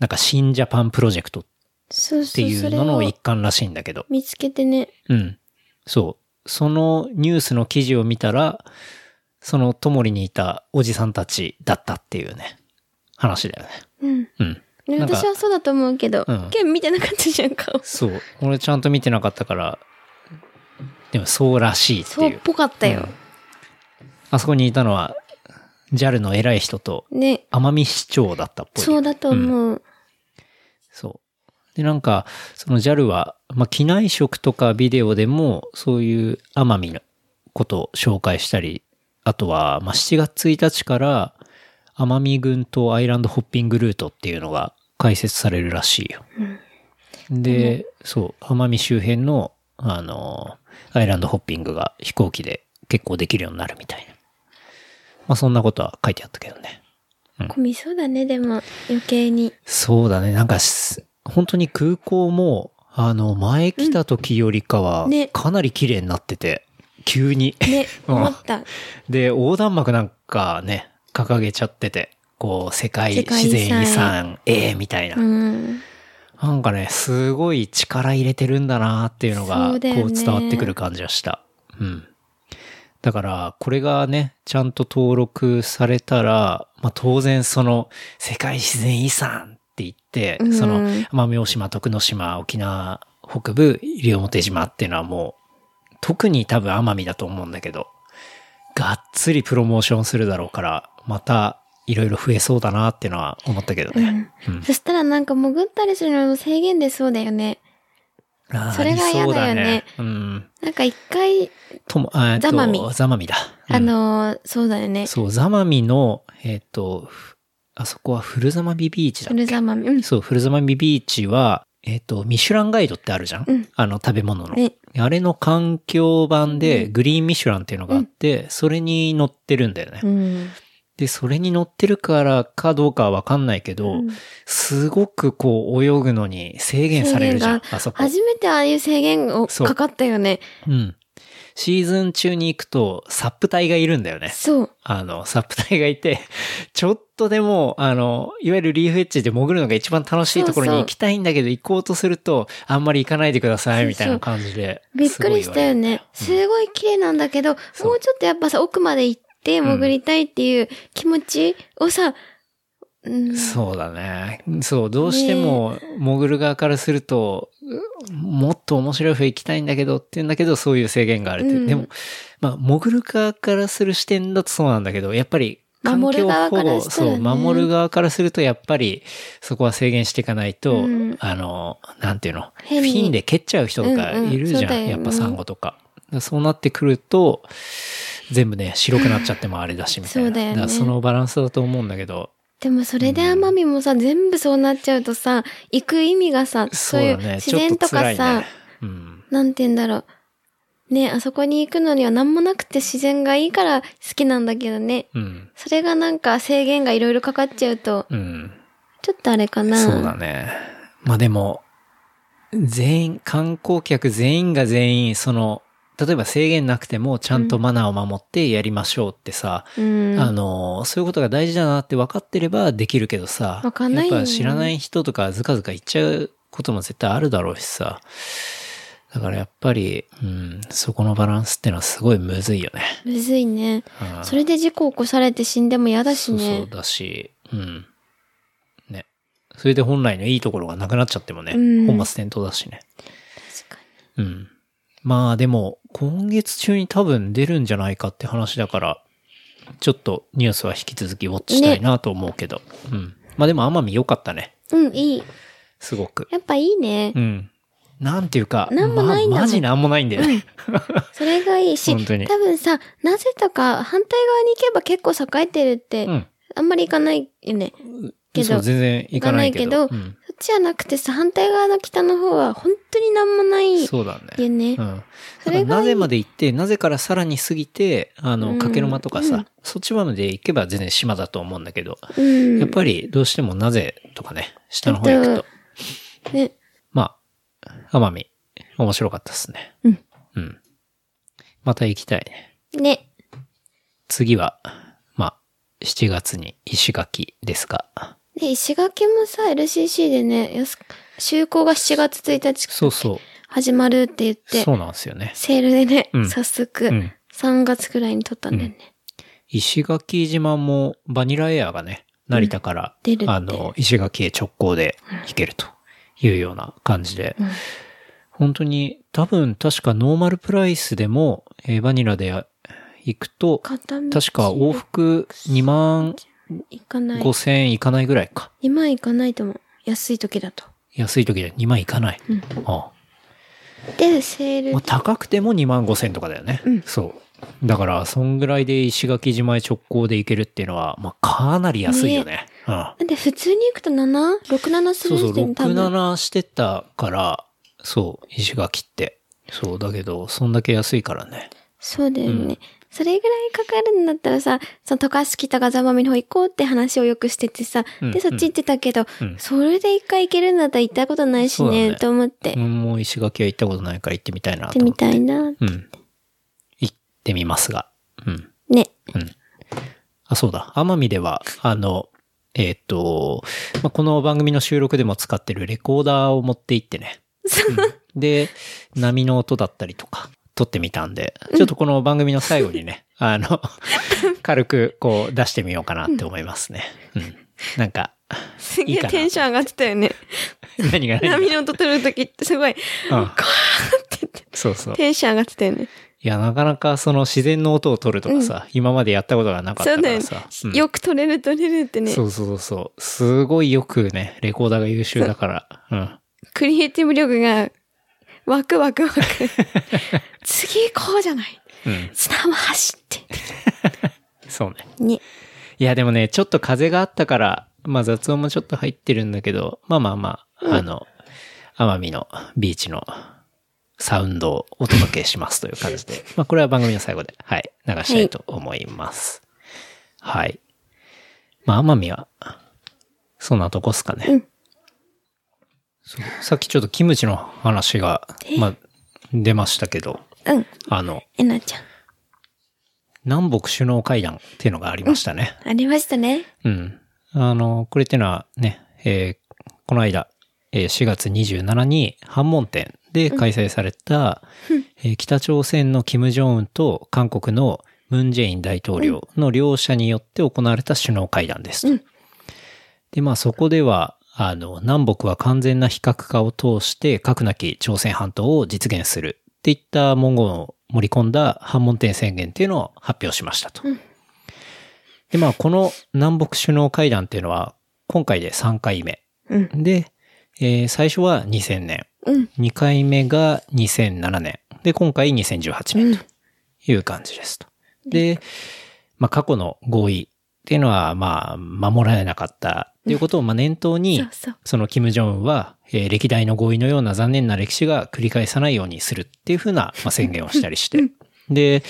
Speaker 2: なんか新ジャパンプロジェクトっ
Speaker 3: そうそ
Speaker 2: て
Speaker 3: う。
Speaker 2: い
Speaker 3: そうれ
Speaker 2: のの
Speaker 3: を
Speaker 2: 一環らしいんだけど。
Speaker 3: 見つけてね。
Speaker 2: うん。そう。そのニュースの記事を見たら、そのともりにいたおじさんたちだったっていうね、話だよね。
Speaker 3: うん。
Speaker 2: うん。
Speaker 3: ね
Speaker 2: なんか
Speaker 3: 私はそうだと思うけど
Speaker 2: うん、
Speaker 3: ケン見てなかったじゃ ん、顔。
Speaker 2: そう。俺ちゃんと見てなかったから、でもそうらしいって
Speaker 3: そう
Speaker 2: い
Speaker 3: っ
Speaker 2: う。
Speaker 3: ぽかったよ。
Speaker 2: あそこにいたのは、JAL の偉い人と、
Speaker 3: ね。
Speaker 2: 奄美市長だったっぽい。
Speaker 3: そうだと思う。
Speaker 2: そう。で、なんか、その JAL は、まあ、機内食とかビデオでも、そういう奄美のことを紹介したり、あとは、まあ、7月1日から、奄美群島アイランドホッピングルートっていうのが開設されるらしいよ。で、そう、奄美周辺の、あの、アイランドホッピングが飛行機で結構できるようになるみたいな。まあ、そんなことは書いてあったけどね。
Speaker 3: 混みそうだね、でも、余計に。
Speaker 2: そうだね。なんかす、本当に空港も、あの、前来た時よりかは
Speaker 3: うんね、
Speaker 2: かなり綺麗になってて、急に。
Speaker 3: ね、
Speaker 2: うん
Speaker 3: 思った。
Speaker 2: で、横断幕なんかね、掲げちゃってて、こう、世界
Speaker 3: 世界
Speaker 2: 自
Speaker 3: 遺産
Speaker 2: 然遺産、ええみたいな。
Speaker 3: うん。
Speaker 2: なんかね、すごい力入れてるんだなっていうのが、こ
Speaker 3: そ
Speaker 2: う
Speaker 3: うだよね
Speaker 2: 伝わってくる感じがした。うん。だから、これがね、ちゃんと登録されたら、まあ当然その、世界自然遺産って言って、
Speaker 3: うん
Speaker 2: その、奄美大島、徳之島、沖縄北部、西表島っていうのはもう、特に多分奄美だと思うんだけど、がっつりプロモーションするだろうから、また、いろいろ増えそうだなっていうのは思ったけどね。うん
Speaker 3: そしたらなんか潜ったりするのも制限でそうだよね。
Speaker 2: あー
Speaker 3: それが嫌だよね
Speaker 2: ありそううん。
Speaker 3: なんか一回、
Speaker 2: とも、あえっと
Speaker 3: ザマミ
Speaker 2: ザマミだ。うん
Speaker 3: あのーそうだよね。
Speaker 2: そう、ザマミの、えっ、と、ふあそこは古ザマミビーチだ
Speaker 3: フ。ルザマミ。うん。
Speaker 2: そう、古ザマミビーチは、えっ、と、ミシュランガイドってあるじゃん、
Speaker 3: うん
Speaker 2: あの食べ物の。
Speaker 3: ね。
Speaker 2: あれの環境版で、グリーンミシュランっていうのがあって、それに乗ってるんだよね。
Speaker 3: うん。
Speaker 2: で、それに乗ってるからかどうかはわかんないけど、
Speaker 3: うん
Speaker 2: すごくこう泳ぐのに制限されるじゃん
Speaker 3: 制限、
Speaker 2: あそこ。
Speaker 3: 初めてああいう制限を
Speaker 2: そう
Speaker 3: かかったよね。
Speaker 2: うん。シーズン中に行くと、サップ隊がいるんだよね。
Speaker 3: そう。
Speaker 2: あの、サップ隊がいて、 ちょっとでも、あの、いわゆるリーフエッジで潜るのが一番楽しいところに
Speaker 3: そうそう
Speaker 2: 行きたいんだけど、行こうとすると、あんまり行かないでください、みたいな感じで。
Speaker 3: びっくりしたよね。
Speaker 2: すごい
Speaker 3: すごい綺麗なんだけど、
Speaker 2: そう
Speaker 3: もうちょっとやっぱさ、奥まで行って潜りたいっていう気持ちをさ、うん。
Speaker 2: 言われる。そうだね。そう、どうしても、潜る側からすると、うもっと面白い風行きたいんだけどっていうんだけど、そういう制限があるっていう。
Speaker 3: うん
Speaker 2: でも、まあ、潜る側からする視点だとそうなんだけど、やっぱり、環
Speaker 3: 守
Speaker 2: 境
Speaker 3: る
Speaker 2: 保
Speaker 3: 側から
Speaker 2: 護、
Speaker 3: したら
Speaker 2: そ
Speaker 3: ね
Speaker 2: う、守る側からすると、やっぱり、そこは制限していかないと、
Speaker 3: うん
Speaker 2: あの、なんていうの、フ
Speaker 3: 変に
Speaker 2: ィンで蹴っちゃう人とか
Speaker 3: うんうん
Speaker 2: いるじ
Speaker 3: そう
Speaker 2: ゃ
Speaker 3: だ
Speaker 2: ん、
Speaker 3: よね
Speaker 2: やっぱサンゴとか。だからそうなってくると、全部ね、白くなっちゃってもあれだし、みたいな。
Speaker 3: そうだよね
Speaker 2: からそのバランスだと思うんだけど、
Speaker 3: でもそれで奄美もさ、全部そうなっちゃうとさ、行く意味がさ、
Speaker 2: そ
Speaker 3: そうういう
Speaker 2: だね。
Speaker 3: 自
Speaker 2: ちょっ
Speaker 3: 然
Speaker 2: と
Speaker 3: と
Speaker 2: 辛
Speaker 3: か
Speaker 2: い
Speaker 3: さ、
Speaker 2: ね。うん。
Speaker 3: なんて言うんだろう。ね、あそこに行くのには何もなくて自然がいいから好きなんだけどね。
Speaker 2: うん。
Speaker 3: それがなんか制限がいろいろかかっちゃうと、
Speaker 2: うん。
Speaker 3: ちょっとあれかな。
Speaker 2: そうだね。まあでも、全員、観光客全員が全員、その、例えば制限なくてもちゃんとマナーを守ってやりましょうってさ、
Speaker 3: うん。
Speaker 2: あの、そういうことが大事だなって分かってればできるけどさ、
Speaker 3: わかんないよね
Speaker 2: やっぱ知らない人とかずかずか言っちゃうことも絶対あるだろうしさ、だからやっぱり、うん、そこのバランスってのはすごいむずいよね。
Speaker 3: むずいね。
Speaker 2: うん
Speaker 3: それで事故起こされて死んでも嫌だし
Speaker 2: そう
Speaker 3: ね
Speaker 2: そう。だし、うん。ね。それで本来のいいところがなくなっちゃってもね、
Speaker 3: うん
Speaker 2: 本末転倒だしね。
Speaker 3: 確か
Speaker 2: うん。まあでも、今月中に多分出るんじゃないかって話だから、ちょっとニュースは引き続きウォッチしたいなと思うけど。うん。まあでも、奄美良かったね。
Speaker 3: に。うん、いい。
Speaker 2: すごく。
Speaker 3: やっぱいいね
Speaker 2: う。ん。なんていうか、
Speaker 3: なんもないんだもん
Speaker 2: まマジなんもないんだよね。
Speaker 3: それがいいし、
Speaker 2: 本当に
Speaker 3: 多分さ、なぜとか反対側に行けば結構栄えてるって、
Speaker 2: うん。
Speaker 3: あんまり行かないよね。け
Speaker 2: そう、
Speaker 3: ど、
Speaker 2: 全然行かないけど。
Speaker 3: 行か
Speaker 2: うん
Speaker 3: そっちじゃなくてさ、反対側の北の方は本当になんもないよ
Speaker 2: そうだね。
Speaker 3: ね。
Speaker 2: うん。
Speaker 3: それがいい
Speaker 2: だからなぜまで行って、なぜからさらに過ぎて、あ
Speaker 3: う
Speaker 2: の、
Speaker 3: ん
Speaker 2: かけの間とかさ、
Speaker 3: うん
Speaker 2: そっちまで行けば全然島だと思うんだけど、
Speaker 3: うん。
Speaker 2: やっぱりどうしてもなぜとかね、下の方行く
Speaker 3: えっ
Speaker 2: と
Speaker 3: と、ね。
Speaker 2: まあ、奄美、面白かったっすね。
Speaker 3: うん。
Speaker 2: うん。また行きたいね。
Speaker 3: ね。
Speaker 2: 次は、まあ、7月に石垣ですが、
Speaker 3: で、石垣もさ、LCC でね、よし就航が7月1日
Speaker 2: そうそう。
Speaker 3: 始まるって言って、
Speaker 2: そうなんですよね。
Speaker 3: セールでね、
Speaker 2: うん
Speaker 3: 早速、
Speaker 2: うん。
Speaker 3: 3月くらいに撮ったんだよね。
Speaker 2: 石垣島もバニラエアがね、成田から、
Speaker 3: 出るって
Speaker 2: あの、石垣へ直行で行けるというような感じで、
Speaker 3: うん
Speaker 2: 本当に多分確かノーマルプライスでも、えーバニラで行くと、
Speaker 3: 片道
Speaker 2: 確か往復2万
Speaker 3: 行かない。
Speaker 2: 5千いかないぐらいか。
Speaker 3: 2万行かないと思う。安い時だと。
Speaker 2: 安い時で2万いかない。
Speaker 3: うん
Speaker 2: ああ
Speaker 3: で、セール
Speaker 2: まあ、高くても2万5千とかだよね。
Speaker 3: うん
Speaker 2: そう。だから、そんぐらいで石垣島へ直行で行けるっていうのは、まあ、かなり安いよね。うん。
Speaker 3: だって普通に行くと 7?67
Speaker 2: そ
Speaker 3: する
Speaker 2: うそ
Speaker 3: 時
Speaker 2: う、
Speaker 3: 点多分。
Speaker 2: 67してたから、そう、石垣って。そう、だけど、そんだけ安いからね。
Speaker 3: そうだよね。
Speaker 2: うん
Speaker 3: それぐらいかかるんだったらさ、その渡嘉敷高座まみの方行こうって話をよくしててさ、
Speaker 2: うん
Speaker 3: で、そっち行ってたけど、
Speaker 2: うん
Speaker 3: それで一回行けるんだったら行ったことないし
Speaker 2: そうだ
Speaker 3: ね、
Speaker 2: ね
Speaker 3: と思って、行っ
Speaker 2: もう石垣は行ったことないから行ってみたいな
Speaker 3: て
Speaker 2: と思
Speaker 3: み
Speaker 2: って。
Speaker 3: たいな。
Speaker 2: うん。行ってみますが。うん。
Speaker 3: ね。
Speaker 2: うん。あ、そうだ。奄美では、あの、えっ、と、まあ、この番組の収録でも使ってるレコーダーを持って行ってね。うんで、波の音だったりとか、撮ってみたんで、ちょっとこの番組の最後に ね、あの、軽くこう出してみようかなって思いますね。うん。なんか、
Speaker 3: す
Speaker 2: げえいいかなテンシ
Speaker 3: ョン上がってたよね。
Speaker 2: 何が何が
Speaker 3: の音取るときってすごい、
Speaker 2: うん
Speaker 3: って言って、
Speaker 2: そうそう。
Speaker 3: テンション上がってたよね。
Speaker 2: いや、なかなかその自然の音を撮るとかさ、今までやったことがなかったからさ。うん
Speaker 3: く取れる取れるって
Speaker 2: そうそうそうそう。すごいよくね、レコーダーが優秀だから。うん。
Speaker 3: クリエイティブ力が、ワクワクワ ク。次こうじゃない。
Speaker 2: うん。
Speaker 3: 砂浜走って。
Speaker 2: そうね。
Speaker 3: ね。
Speaker 2: いや、でもね、ちょっと風があったから、まあ雑音もちょっと入ってるんだけど、まあまあまあ、あの、奄美のビーチのサウンドをお届けしますという感じ で、まあこれは番組の最後で、はい、流したいと思います。はい。まあ奄美は、そんなとこっすかね。
Speaker 3: うん
Speaker 2: そうさっきちょっとキムチの話が、まあ、出ましたけど、
Speaker 3: うん。
Speaker 2: あの、
Speaker 3: えなちゃん。
Speaker 2: 南北首脳会談っていうのがありましたね。
Speaker 3: ありましたね。
Speaker 2: うん。あの、これってのはね、えーこの間、えー4月27に半門店で開催された、えー北朝鮮の金正恩と韓国のムン・ジェイン大統領の両者によって行われた首脳会談ですと。で、まあそこでは、あの、南北は完全な非核化を通して核なき朝鮮半島を実現するっていった文言を盛り込んだ反問点宣言っていうのを発表しましたと。で、まあ、この南北首脳会談っていうのは、今回で3回目。
Speaker 3: うん
Speaker 2: で、えー最初は2000年。
Speaker 3: うん
Speaker 2: 2回目が2007年。で、今回2018年という感じですと。で、まあ、過去の合意っていうのは、まあ、守られなかったっていうことを、まあ、念頭に
Speaker 3: そう、そう。
Speaker 2: その金正恩は、えー歴代の合意のような残念な歴史が繰り返さないようにするっていうふうな、 まあ、宣言をしたりして。で、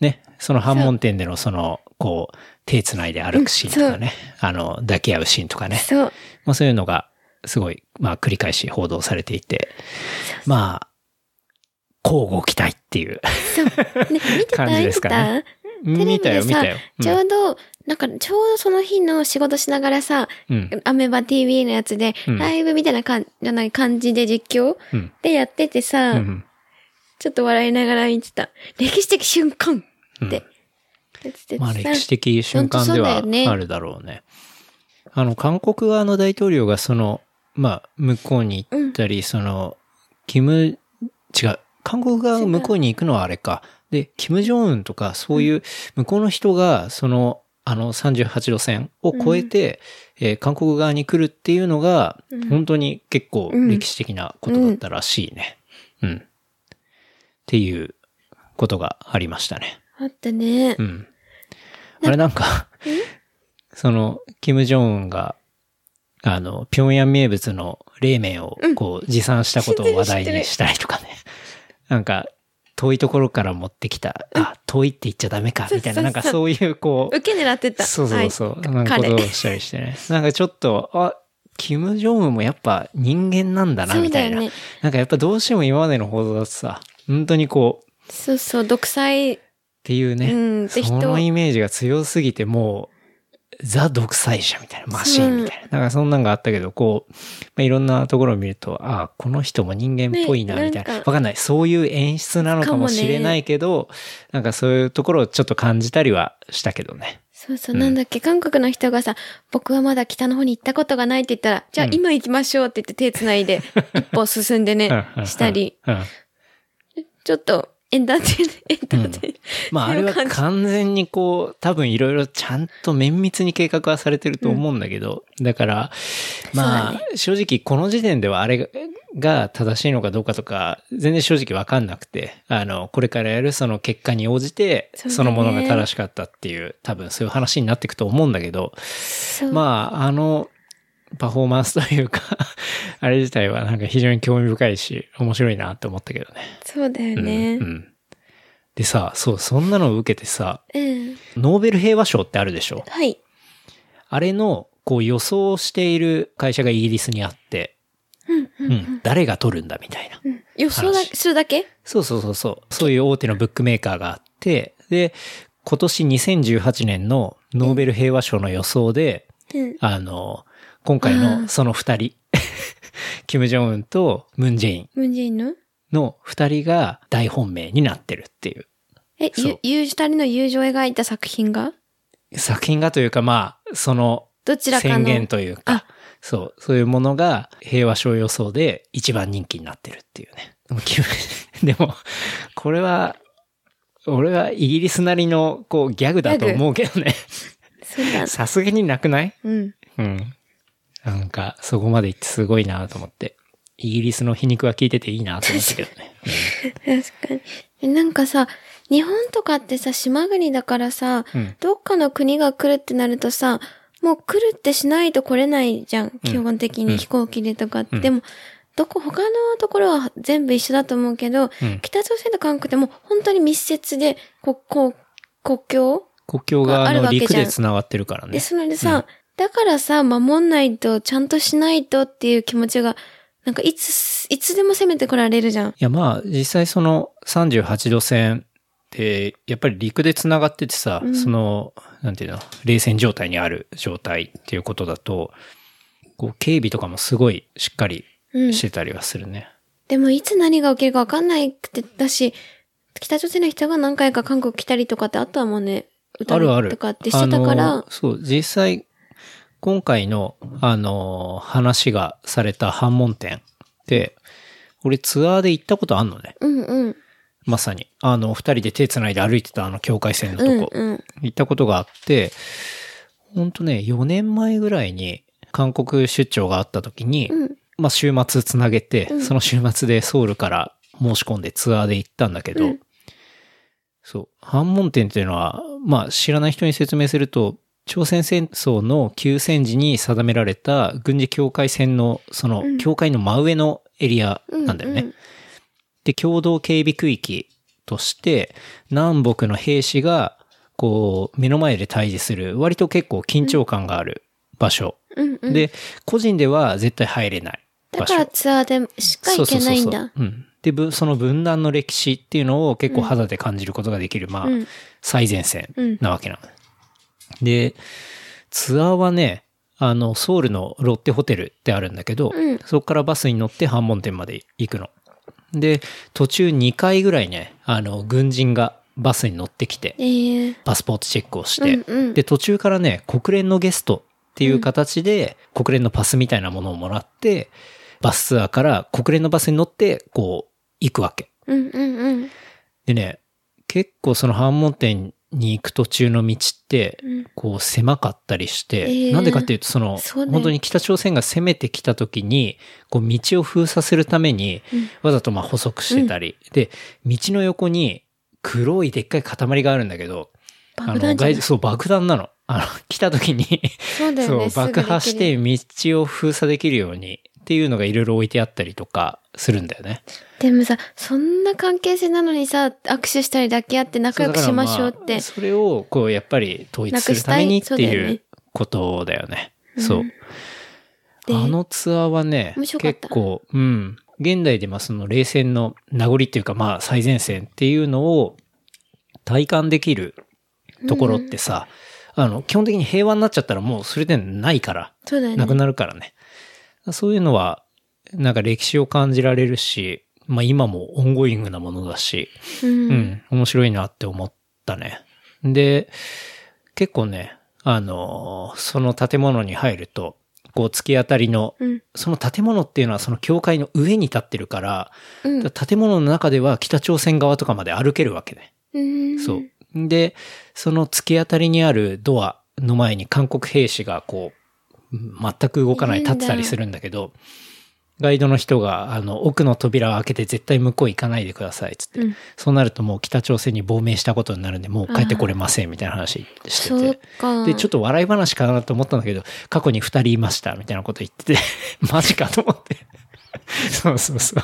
Speaker 2: ね、その反問店でのその、こう、手つないで歩くシーンとかね、あの、抱き合うシーンとかね、
Speaker 3: そう。
Speaker 2: まあそういうのが、すごい、まあ繰り返し報道されていて、まあ、交互期待っていう。
Speaker 3: ね、見てた
Speaker 2: 感じ
Speaker 3: 見
Speaker 2: で
Speaker 3: て
Speaker 2: すかね
Speaker 3: た
Speaker 2: 見たよ、見
Speaker 3: さ
Speaker 2: たよ。、
Speaker 3: ちょうど、なんか、ちょうどその日の仕事しながらさ、
Speaker 2: うん。うん。
Speaker 3: アメバ TV のやつで、
Speaker 2: うん
Speaker 3: ライブみたいなかん、じゃない感じで実況
Speaker 2: うん。
Speaker 3: でやっててさ、
Speaker 2: うん。
Speaker 3: ちょっと笑いながら見てた。歴史的瞬間って。やっててさ
Speaker 2: まあ歴史的瞬間では
Speaker 3: 本当そうだよね
Speaker 2: あるだろうね。あの、韓国側の大統領がその、まあ向こうに行ったり、その、キム、違う、韓国側が向こうに行くのはあれか。で、キム・ジョンウンとかそういう向こうの人が、その、あの38度線を越えて、えー韓国側に来るっていうのが、本当に結構歴史的なことだったらしいね。うん、っていうことがありましたね。
Speaker 3: あったね
Speaker 2: う。ん。あれなん か、 その、キム・ジョンウンが、あの、平壌名物の冷麺をこう持参したことを話題にしたりと かね。なんか、遠いところから持ってきた、あ、遠いって言っちゃダメか、みたいな、
Speaker 3: そうそうそう
Speaker 2: なんかそういうこう、
Speaker 3: 受け狙ってた。
Speaker 2: そうそうそう、
Speaker 3: はい
Speaker 2: なんかことを
Speaker 3: 彼。
Speaker 2: したりしてね。なんかちょっと、あ、キム・ジョンウンもやっぱ人間なんだな、
Speaker 3: そう
Speaker 2: みた
Speaker 3: だ
Speaker 2: いな。
Speaker 3: よね。
Speaker 2: なんかやっぱどうしても今までの報道だとさ、本当にこう、
Speaker 3: そうそう、独裁。
Speaker 2: っていうね、
Speaker 3: うんで
Speaker 2: そのイメージが強すぎてもうザ独裁者みたいな、マシーンみたいな。なんかそんなんがあったけど、こう、まあ、いろんなところを見ると、ああ、この人も人間っぽいな、
Speaker 3: ね
Speaker 2: みたいな。
Speaker 3: な
Speaker 2: わ
Speaker 3: ん
Speaker 2: か
Speaker 3: か
Speaker 2: んない。そういう演出なのかもしれないけど、なんかそういうところをちょっと感じたりはしたけどね。
Speaker 3: そうそう、なんだっけ、韓国の人がさ、僕はまだ北の方に行ったことがないって言ったら、じゃあ今行きましょうって言って手繋 いで、一歩進んでね
Speaker 2: うんう、ん
Speaker 3: したり、。
Speaker 2: うん
Speaker 3: ちょっとエンターテイン、エンターテイン、
Speaker 2: まああ
Speaker 3: そう
Speaker 2: れ
Speaker 3: いう
Speaker 2: は
Speaker 3: 感じ
Speaker 2: 完全にこう、多分いろいろちゃんと綿密に計画はされてると思うんだけど、だから、まあ、正直この時点ではあれが正しいのかどうかとか、全然正直わかんなくて、あの、これからやるその結果に応じて、
Speaker 3: そうだね
Speaker 2: そのものが正しかったっていう、多分そういう話になっていくと思うんだけど、
Speaker 3: そう
Speaker 2: まあ、あの、パフォーマンスというか、 あれ自体はなんか非常に興味深いし、面白いなって思ったけどね。
Speaker 3: そうだよね
Speaker 2: う。ん。でさ、そう、そんなのを受けてさ、
Speaker 3: うん。
Speaker 2: ノーベル平和賞ってあるでしょ
Speaker 3: はい。
Speaker 2: あれの、こう予想している会社がイギリスにあって、
Speaker 3: うん、う。
Speaker 2: うんん、誰が取るんだみたいな。
Speaker 3: うん予想だ
Speaker 2: 話
Speaker 3: するだけ
Speaker 2: そうそうそうそう。そういう大手のブックメーカーがあって、で、今年2018年のノーベル平和賞の予想で、
Speaker 3: うん。
Speaker 2: あの、今回のその二人、 キム・ジョンウンとムン・ジェイン
Speaker 3: ムンジェインの
Speaker 2: の二人が大本命になってるっていう。
Speaker 3: え、
Speaker 2: そう
Speaker 3: ゆ、ゆう、二人の友情を描いた作品が
Speaker 2: 作品がというか、まあ、その
Speaker 3: どちらかの。
Speaker 2: 宣言というか
Speaker 3: あ、
Speaker 2: そう、そういうものが平和賞予想で一番人気になってるっていうね。でもキム でも、これは、俺はイギリスなりのこうギャグだと思うけ どね。
Speaker 3: そうだ。
Speaker 2: さすがになくない
Speaker 3: うん。
Speaker 2: うん。なんか、そこまで行ってすごいなと思って。イギリスの皮肉は聞いてていいなと思ったけどね。
Speaker 3: 確かにえ。なんかさ、日本とかってさ、島国だからさ、
Speaker 2: うん
Speaker 3: どっかの国が来るってなるとさ、もう来るってしないと来れないじゃん。基本的
Speaker 2: うん
Speaker 3: に飛行機でとかって。
Speaker 2: ん
Speaker 3: でも、どこ、他のところは全部一緒だと思うけど、
Speaker 2: うん
Speaker 3: 北朝鮮と韓国ってもう本当に密接で、こ、こう、国境
Speaker 2: 国境があ
Speaker 3: ある
Speaker 2: の
Speaker 3: わけじゃん
Speaker 2: 陸で繋がってるから
Speaker 3: で、
Speaker 2: ね。
Speaker 3: そのでさ、だからさ、守んないと、ちゃんとしないとっていう気持ちが、なんかいつ、いつでも攻めてこられるじゃん。
Speaker 2: いやまあ実際その38度線ってやっぱり陸で繋がっててさ、
Speaker 3: うん
Speaker 2: その、なんていうの、冷戦状態にある状態っていうことだと、こう警備とかもすごいしっかり
Speaker 3: うん。
Speaker 2: してたりはするね。
Speaker 3: でもいつ何が起きるかわかんないくて、だし、北朝鮮の人が何回か韓国来たりとかってあったもんね。歌
Speaker 2: あるある。
Speaker 3: とかってしてたか
Speaker 2: あ
Speaker 3: ら
Speaker 2: の、そう、実際、今回の、あの、話がされた反問店って、俺ツアーで行ったことあんのね。
Speaker 3: うんうん。
Speaker 2: まさに。あの、二人で手繋いで歩いてたあの境界線のと
Speaker 3: う
Speaker 2: こ。
Speaker 3: んうん。
Speaker 2: 行ったことがあって、ほんとね、4年前ぐらいに韓国出張があった時に、
Speaker 3: うん
Speaker 2: まあ週末つなげて、
Speaker 3: うん
Speaker 2: その週末でソウルから申し込んでツアーで行ったんだけど、
Speaker 3: うん
Speaker 2: そう、反問店っていうのは、まあ知らない人に説明すると、朝鮮戦争の休戦時に定められた軍事境界線の、その
Speaker 3: うん
Speaker 2: 境界の真上のエリア
Speaker 3: うん。
Speaker 2: なんだよね。で、共同警備区域として、南北の兵士が、こう、目の前で対峙する、割と結構緊張感がある場所。
Speaker 3: うんうん。
Speaker 2: で、個人では絶対入れない
Speaker 3: だ
Speaker 2: 場
Speaker 3: か
Speaker 2: 所。
Speaker 3: らツアーでしか行けないん
Speaker 2: そう
Speaker 3: だ。
Speaker 2: そうそうそううん。で、ぶその分断の歴史っていうのを結構肌で感じることができる、まあ
Speaker 3: うん、
Speaker 2: 最前線なわけなの。で、ツアーはね、あの、ソウルのロッテホテルってあるんだけど、
Speaker 3: うん
Speaker 2: そこからバスに乗って半門店まで行くの。で、途中2回ぐらいね、あの、軍人がバスに乗ってきて、
Speaker 3: ええ
Speaker 2: パスポートチェックをして、
Speaker 3: うんうん
Speaker 2: で、途中からね、国連のゲストっていう形で、国連のパスみたいなものをもらって、バスツアーから国連のバスに乗って、こう、行くわけ。
Speaker 3: うんうんうん。
Speaker 2: でね、結構その反問店に行く途中の道って、
Speaker 3: うん
Speaker 2: こう狭かったりして、
Speaker 3: ええ
Speaker 2: なんでかっていうと、その、
Speaker 3: そうだよ
Speaker 2: 本当に北朝鮮が攻めてきた時に、こう道を封鎖するために、わざとまあ補足してたり、で、道の横に黒いでっかい塊があるんだけど、
Speaker 3: 爆弾じゃ
Speaker 2: あ
Speaker 3: な
Speaker 2: の
Speaker 3: い
Speaker 2: 外そう、爆弾なの。あの、 来た時に、
Speaker 3: そうだよ
Speaker 2: そ
Speaker 3: ね。
Speaker 2: う、爆破し
Speaker 3: すぐでき
Speaker 2: て
Speaker 3: る。
Speaker 2: 道を封鎖できるようにっていうのがいろいろ置いてあったりとかするんだよね。
Speaker 3: でもさ、そんな関係性なのにさ、握手したり抱き合って仲良くしましょう
Speaker 2: そうだ
Speaker 3: っ
Speaker 2: からま
Speaker 3: て
Speaker 2: あ。それを、こう、やっぱり統一するためにって
Speaker 3: なくしたいそうだ
Speaker 2: い
Speaker 3: よ
Speaker 2: う
Speaker 3: ね
Speaker 2: ことだよね。そう。
Speaker 3: で
Speaker 2: あのツアーはね、
Speaker 3: 面白かった
Speaker 2: 結構、うん。現代でまあその冷戦の名残っていうかまあ最前線っていうのを体感できるところってさ、あの、基本的に平和になっちゃったらもうそれでないから、
Speaker 3: そうだよね。
Speaker 2: なくなるからね。そういうのは、なんか歴史を感じられるし、まあ今もオンゴイングなものだし、
Speaker 3: うん
Speaker 2: うん、面白いなって思ったね。で、結構ね、あのー、その建物に入ると、こう突き当たりの、
Speaker 3: うん
Speaker 2: その建物っていうのはその教会の上に立ってるから、
Speaker 3: うん
Speaker 2: だから建物の中では北朝鮮側とかまで歩けるわけね。
Speaker 3: うん
Speaker 2: そう。で、その突き当たりにあるドアの前に韓国兵士がこう、全く動かない、
Speaker 3: いるんだ
Speaker 2: 立ってたりするんだけど、ガイドの人が、あの、奥の扉を開けて絶対向こう行かないでください、つって、
Speaker 3: うん
Speaker 2: そうなるともう北朝鮮に亡命したことになるんで、もう帰ってこれません、みたいな話して
Speaker 3: そ
Speaker 2: て
Speaker 3: う。か。
Speaker 2: で、ちょっ
Speaker 3: っ
Speaker 2: と笑い話かなと思ったんだけど、過去に二人いました、みたいなこと言ってて、 マジかと思って。 そうそうそ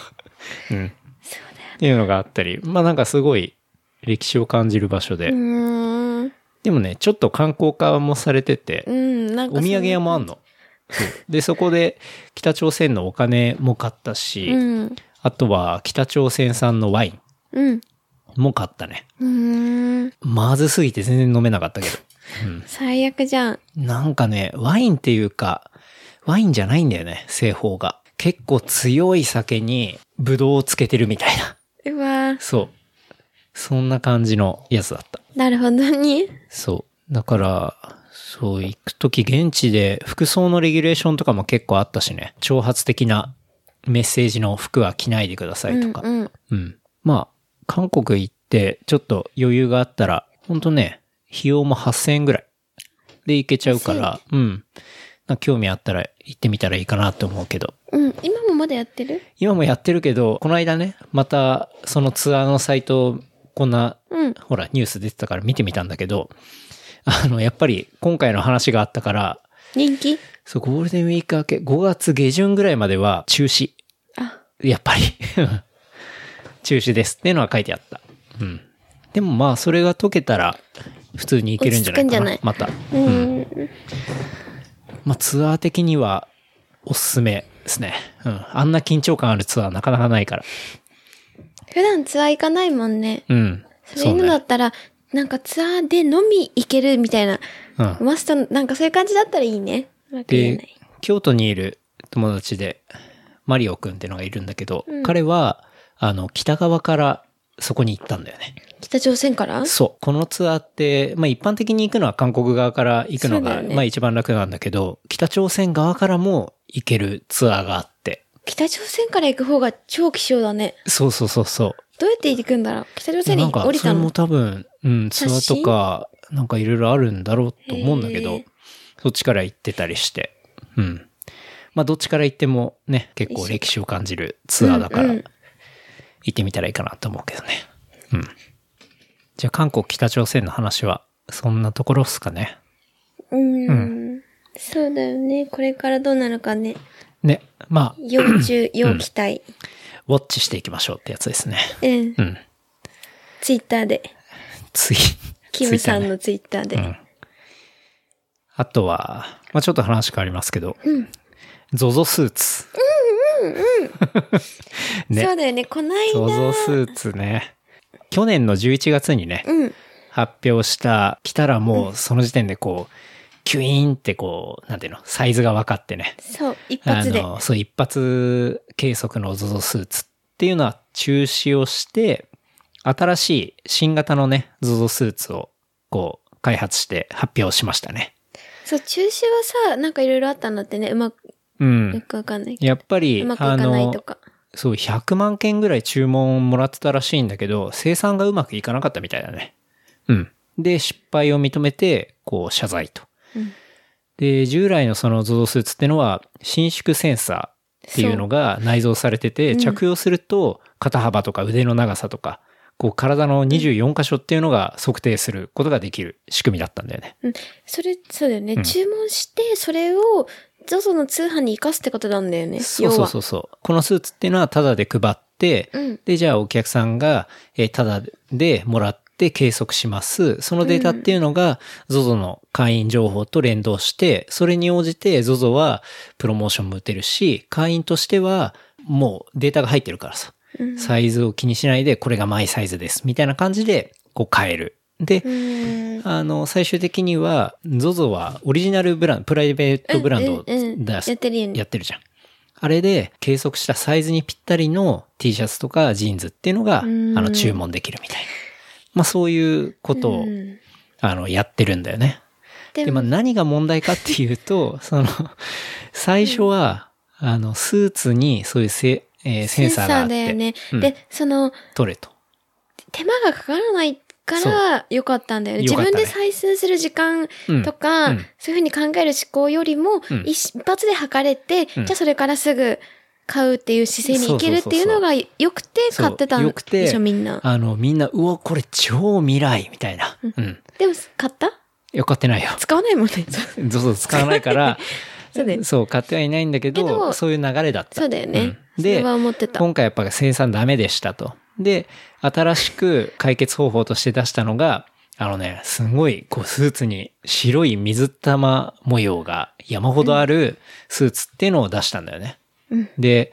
Speaker 2: う。うん。っていうのがあったり、まあなんかすごい歴史を感じる場所で、
Speaker 3: うーん。
Speaker 2: でもね、ちょっと観光化もされてて
Speaker 3: う、ん、なんか
Speaker 2: お土産屋もあ
Speaker 3: ん
Speaker 2: んの。そうで、そこで北朝鮮のお金も買ったし、
Speaker 3: うん。
Speaker 2: あとは北朝鮮産のワイ
Speaker 3: うん。
Speaker 2: ンも買ったね。
Speaker 3: うーん。
Speaker 2: まずすぎて全然飲めなかったけど。
Speaker 3: 最悪じゃん。
Speaker 2: なんかね、ワインっていうか、ワインじゃないんだよね、製法が。結構強い酒にブドウをつけてるみたいな。
Speaker 3: うわ
Speaker 2: そう。そんな感じのやつだった。
Speaker 3: なるほどね。
Speaker 2: そう。だから、そう、行くとき現地で服装のレギュレーションとかも結構あったしね。挑発的なメッセージの服は着ないでくださいとか。
Speaker 3: うんうん。
Speaker 2: うん。まあ、韓国行って、ちょっと余裕があったら、ほんとね、費用も8000円ぐらいで行けちゃうから、うん。なんか興味あったら行ってみたらいいかなと思うけど。
Speaker 3: うん。今もまだやってる
Speaker 2: 今もやってるけど、この間ね、またそのツアーのサイト、こんな、
Speaker 3: うん
Speaker 2: ほら、ニュース出てたから見てみたんだけど、あの、やっぱり今回の話があったから、
Speaker 3: 人気
Speaker 2: そう、ゴールデンウィーク明け、5月下旬ぐらいまでは中止。
Speaker 3: あ、
Speaker 2: やっぱり。 中止ですっていうのは書いてあった。うん。でもまあ、それが解けたら、普通に行けるんじゃないかな。
Speaker 3: 落ち着く
Speaker 2: また。
Speaker 3: うん。
Speaker 2: まあ、ツアー的には、おすすめですね。うん。あんな緊張感あるツアーなかなかないから。
Speaker 3: 普段ツアー行かないもんね。
Speaker 2: うん。
Speaker 3: そういうのだったら、なんかツアーでのみ行けるみたいな。
Speaker 2: そうね。うん。
Speaker 3: マスト、なんかそういう感じだったらいいね。わかんな
Speaker 2: で
Speaker 3: い。、
Speaker 2: 京都にいる友達で、マリオくんっていうのがいるんだけど、彼は、あの、北側からそこに行ったんだよね。
Speaker 3: 北朝鮮から
Speaker 2: そう。このツアーって、まあ一般的に行くのは韓国側から行くの
Speaker 3: そうだ
Speaker 2: が、
Speaker 3: よね
Speaker 2: まあ一番楽なんだけど、北朝鮮側からも行けるツアーがあって。
Speaker 3: 北朝鮮から行く方が超希少だね。
Speaker 2: そうそうそうそ
Speaker 3: どうやって行くんだろう北朝
Speaker 2: う。
Speaker 3: 鮮
Speaker 2: な
Speaker 3: に
Speaker 2: んか
Speaker 3: 降、り
Speaker 2: そ
Speaker 3: た
Speaker 2: れ
Speaker 3: の
Speaker 2: も多分、うん、ツア
Speaker 3: 写真
Speaker 2: ーとか、なんかいろいろあるんだろうと思うんだけ
Speaker 3: へ
Speaker 2: ど
Speaker 3: ー、
Speaker 2: そっちから行ってたりして。うん。まあどっちから行ってもね、結構歴史を感じるツアーだから、
Speaker 3: うんうん
Speaker 2: 行ってみたらいいかなと思うけどね。うん。じゃあ韓国、北朝鮮の話は、そんなところっすかね。
Speaker 3: うーん。そうだよね。これからどうなるかね。
Speaker 2: ね、まあ、
Speaker 3: 要注、要期待。
Speaker 2: ウォッチしていきましょうってやつですね。
Speaker 3: うん
Speaker 2: う。ん。
Speaker 3: ツイッターで。
Speaker 2: 次。
Speaker 3: キムさん
Speaker 2: ツイッ
Speaker 3: のツイッターで。
Speaker 2: ターね。うん。あとは、まあちょっと話変わりますけど、ゾゾスーツ。うんうんうん。
Speaker 3: そ
Speaker 2: ね
Speaker 3: う、だよね。こな
Speaker 2: ゾ
Speaker 3: い
Speaker 2: ゾスーツね。去年の11月にね、
Speaker 3: うん。
Speaker 2: 発表した、来たらもうその時点でこう、キュイーンってこう、なんていうの、サイズが分かってね。
Speaker 3: そう。一
Speaker 2: あ
Speaker 3: 発で。
Speaker 2: の、そう、一発計測の ZOZO スーツっていうのは中止をして、新しい新型のね、ZOZO スーツをこう、開発して発表しましたね。
Speaker 3: そう、中止はさ、なんかいろいろあったんだってね。うまく、
Speaker 2: う
Speaker 3: よ
Speaker 2: ん。
Speaker 3: くわかんないけど。
Speaker 2: やっぱり
Speaker 3: うま、くい
Speaker 2: あ
Speaker 3: かない
Speaker 2: の
Speaker 3: と、か。
Speaker 2: そう、100万件ぐらい注文もらってたらしいんだけど、生産がうまくいかなかったみたいだね。うん。で、失敗を認めて、こう、謝罪と。
Speaker 3: うん
Speaker 2: で、従来のその ZOZO スーツってのは、伸縮センサーっていうのが内蔵されてて、
Speaker 3: うん
Speaker 2: 着用すると、肩幅とか腕の長さとか、こう、体の24箇所っていうのが測定することができる仕組みだったんだよね。
Speaker 3: うん。それ、そうだよね。
Speaker 2: うん
Speaker 3: 注文して、それを、ゾゾの通販に生かすってことなんだよね。
Speaker 2: そうそうそうそう。このスーツっていうのは、タダで配って、
Speaker 3: 要は。うん。
Speaker 2: で、じゃあお客さんが、えーただでもらって計測します。そのデータっていうのが、ZOZO の会員情報と連動して、それに応じて ZOZO はプロモーションも打てるし、会員としてはもうデータが入ってるからさ、サイズを気にしないで、これがマイサイズです。みたいな感じで、こう変える。で
Speaker 3: う、ーん。
Speaker 2: あの、最終的には、ZOZO はオリジナルブランド、プライベートブランドを
Speaker 3: うんうんうん
Speaker 2: 出す
Speaker 3: やってるよね
Speaker 2: やってるじゃん。あれで計測したサイズにぴったりの T シャツとかジーンズっていうのが、あ
Speaker 3: ん
Speaker 2: の、注文できるみたいな。まあそういうことを、
Speaker 3: うん
Speaker 2: あの、やってるんだよね。
Speaker 3: で
Speaker 2: で、まあ、何が問題かっていう と、その、最初は、あの、スーツにそういうせ、えーセンサーがあって、
Speaker 3: センサだよね。
Speaker 2: うん
Speaker 3: で、その、
Speaker 2: 取れと。
Speaker 3: 手間がかからないから良かったんだよね。
Speaker 2: 良
Speaker 3: 自
Speaker 2: かった
Speaker 3: 分
Speaker 2: ね
Speaker 3: で採寸する時間とか、
Speaker 2: うんうん
Speaker 3: そういうふうに考える思考よりも、
Speaker 2: うん
Speaker 3: 一発で測れて、
Speaker 2: うん
Speaker 3: じゃあそれからすぐ買うっていう姿勢にいけるっていうのが良くて
Speaker 2: そう
Speaker 3: 買ってたん
Speaker 2: よくて
Speaker 3: でしょ、みんな。
Speaker 2: あの、みんな、うわ、これ超未来みたいな。うん。
Speaker 3: でも、買った
Speaker 2: よかってないよ。
Speaker 3: 使わな いもんね。
Speaker 2: ゾゾ使わないから、
Speaker 3: そうだよ
Speaker 2: そう、買ってはいないんだけど、
Speaker 3: けど
Speaker 2: そういう流れだった。
Speaker 3: そうだよね。
Speaker 2: うん
Speaker 3: そ
Speaker 2: で
Speaker 3: れは思ってた。
Speaker 2: 今回やっぱ生産ダメでしたと。で、新しく解決方法として出したのが、あのね、すごい、こう、スーツに白い水玉模様が山ほどあるスーツっていうのを出したんだよね。
Speaker 3: うん
Speaker 2: で、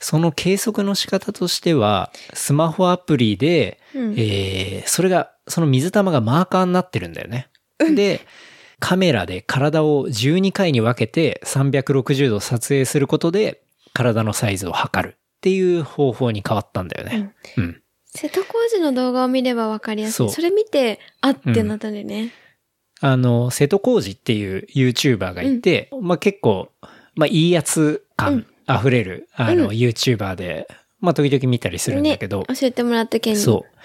Speaker 2: その計測の仕方としては、スマホアプリで、
Speaker 3: うん
Speaker 2: えーそれが、その水玉がマーカーになってるんだよね。で、カメラで体を12回に分けて360度撮影することで、体のサイズを測るっていう方法に変わったんだよね。うん。
Speaker 3: 瀬戸康史の動画を見ればわかりやす
Speaker 2: そう
Speaker 3: い。それ見て、あってなったんだよね。
Speaker 2: あの、瀬戸康史っていう YouTuber がいて、まあ結構、まあいいやつ感あふれる、あの、
Speaker 3: うん
Speaker 2: YouTuber で、まあ時々見たりするんだけど、
Speaker 3: ね、教えてもらった件に。
Speaker 2: そう。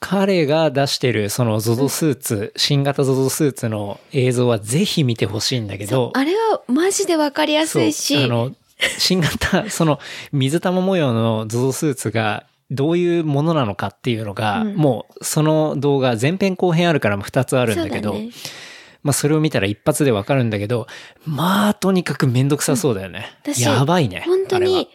Speaker 2: 彼が出してるその ZOZO スーツ、新型 ZOZO スーツの映像はぜひ見てほしいんだけど、
Speaker 3: あれはマジでわかりやすい
Speaker 2: そうあ
Speaker 3: し、
Speaker 2: の、新型、 その水玉模様の ZOZO スーツがどういうものなのかっていうのが、
Speaker 3: うん
Speaker 2: もうその動画前編後編あるから2つあるんだけど、
Speaker 3: そうね
Speaker 2: まあそれを見たら一発でわかるんだけど、まあとにかくめんどくさそうだよね。
Speaker 3: うん私
Speaker 2: やばいね。
Speaker 3: 本当
Speaker 2: あれは
Speaker 3: に、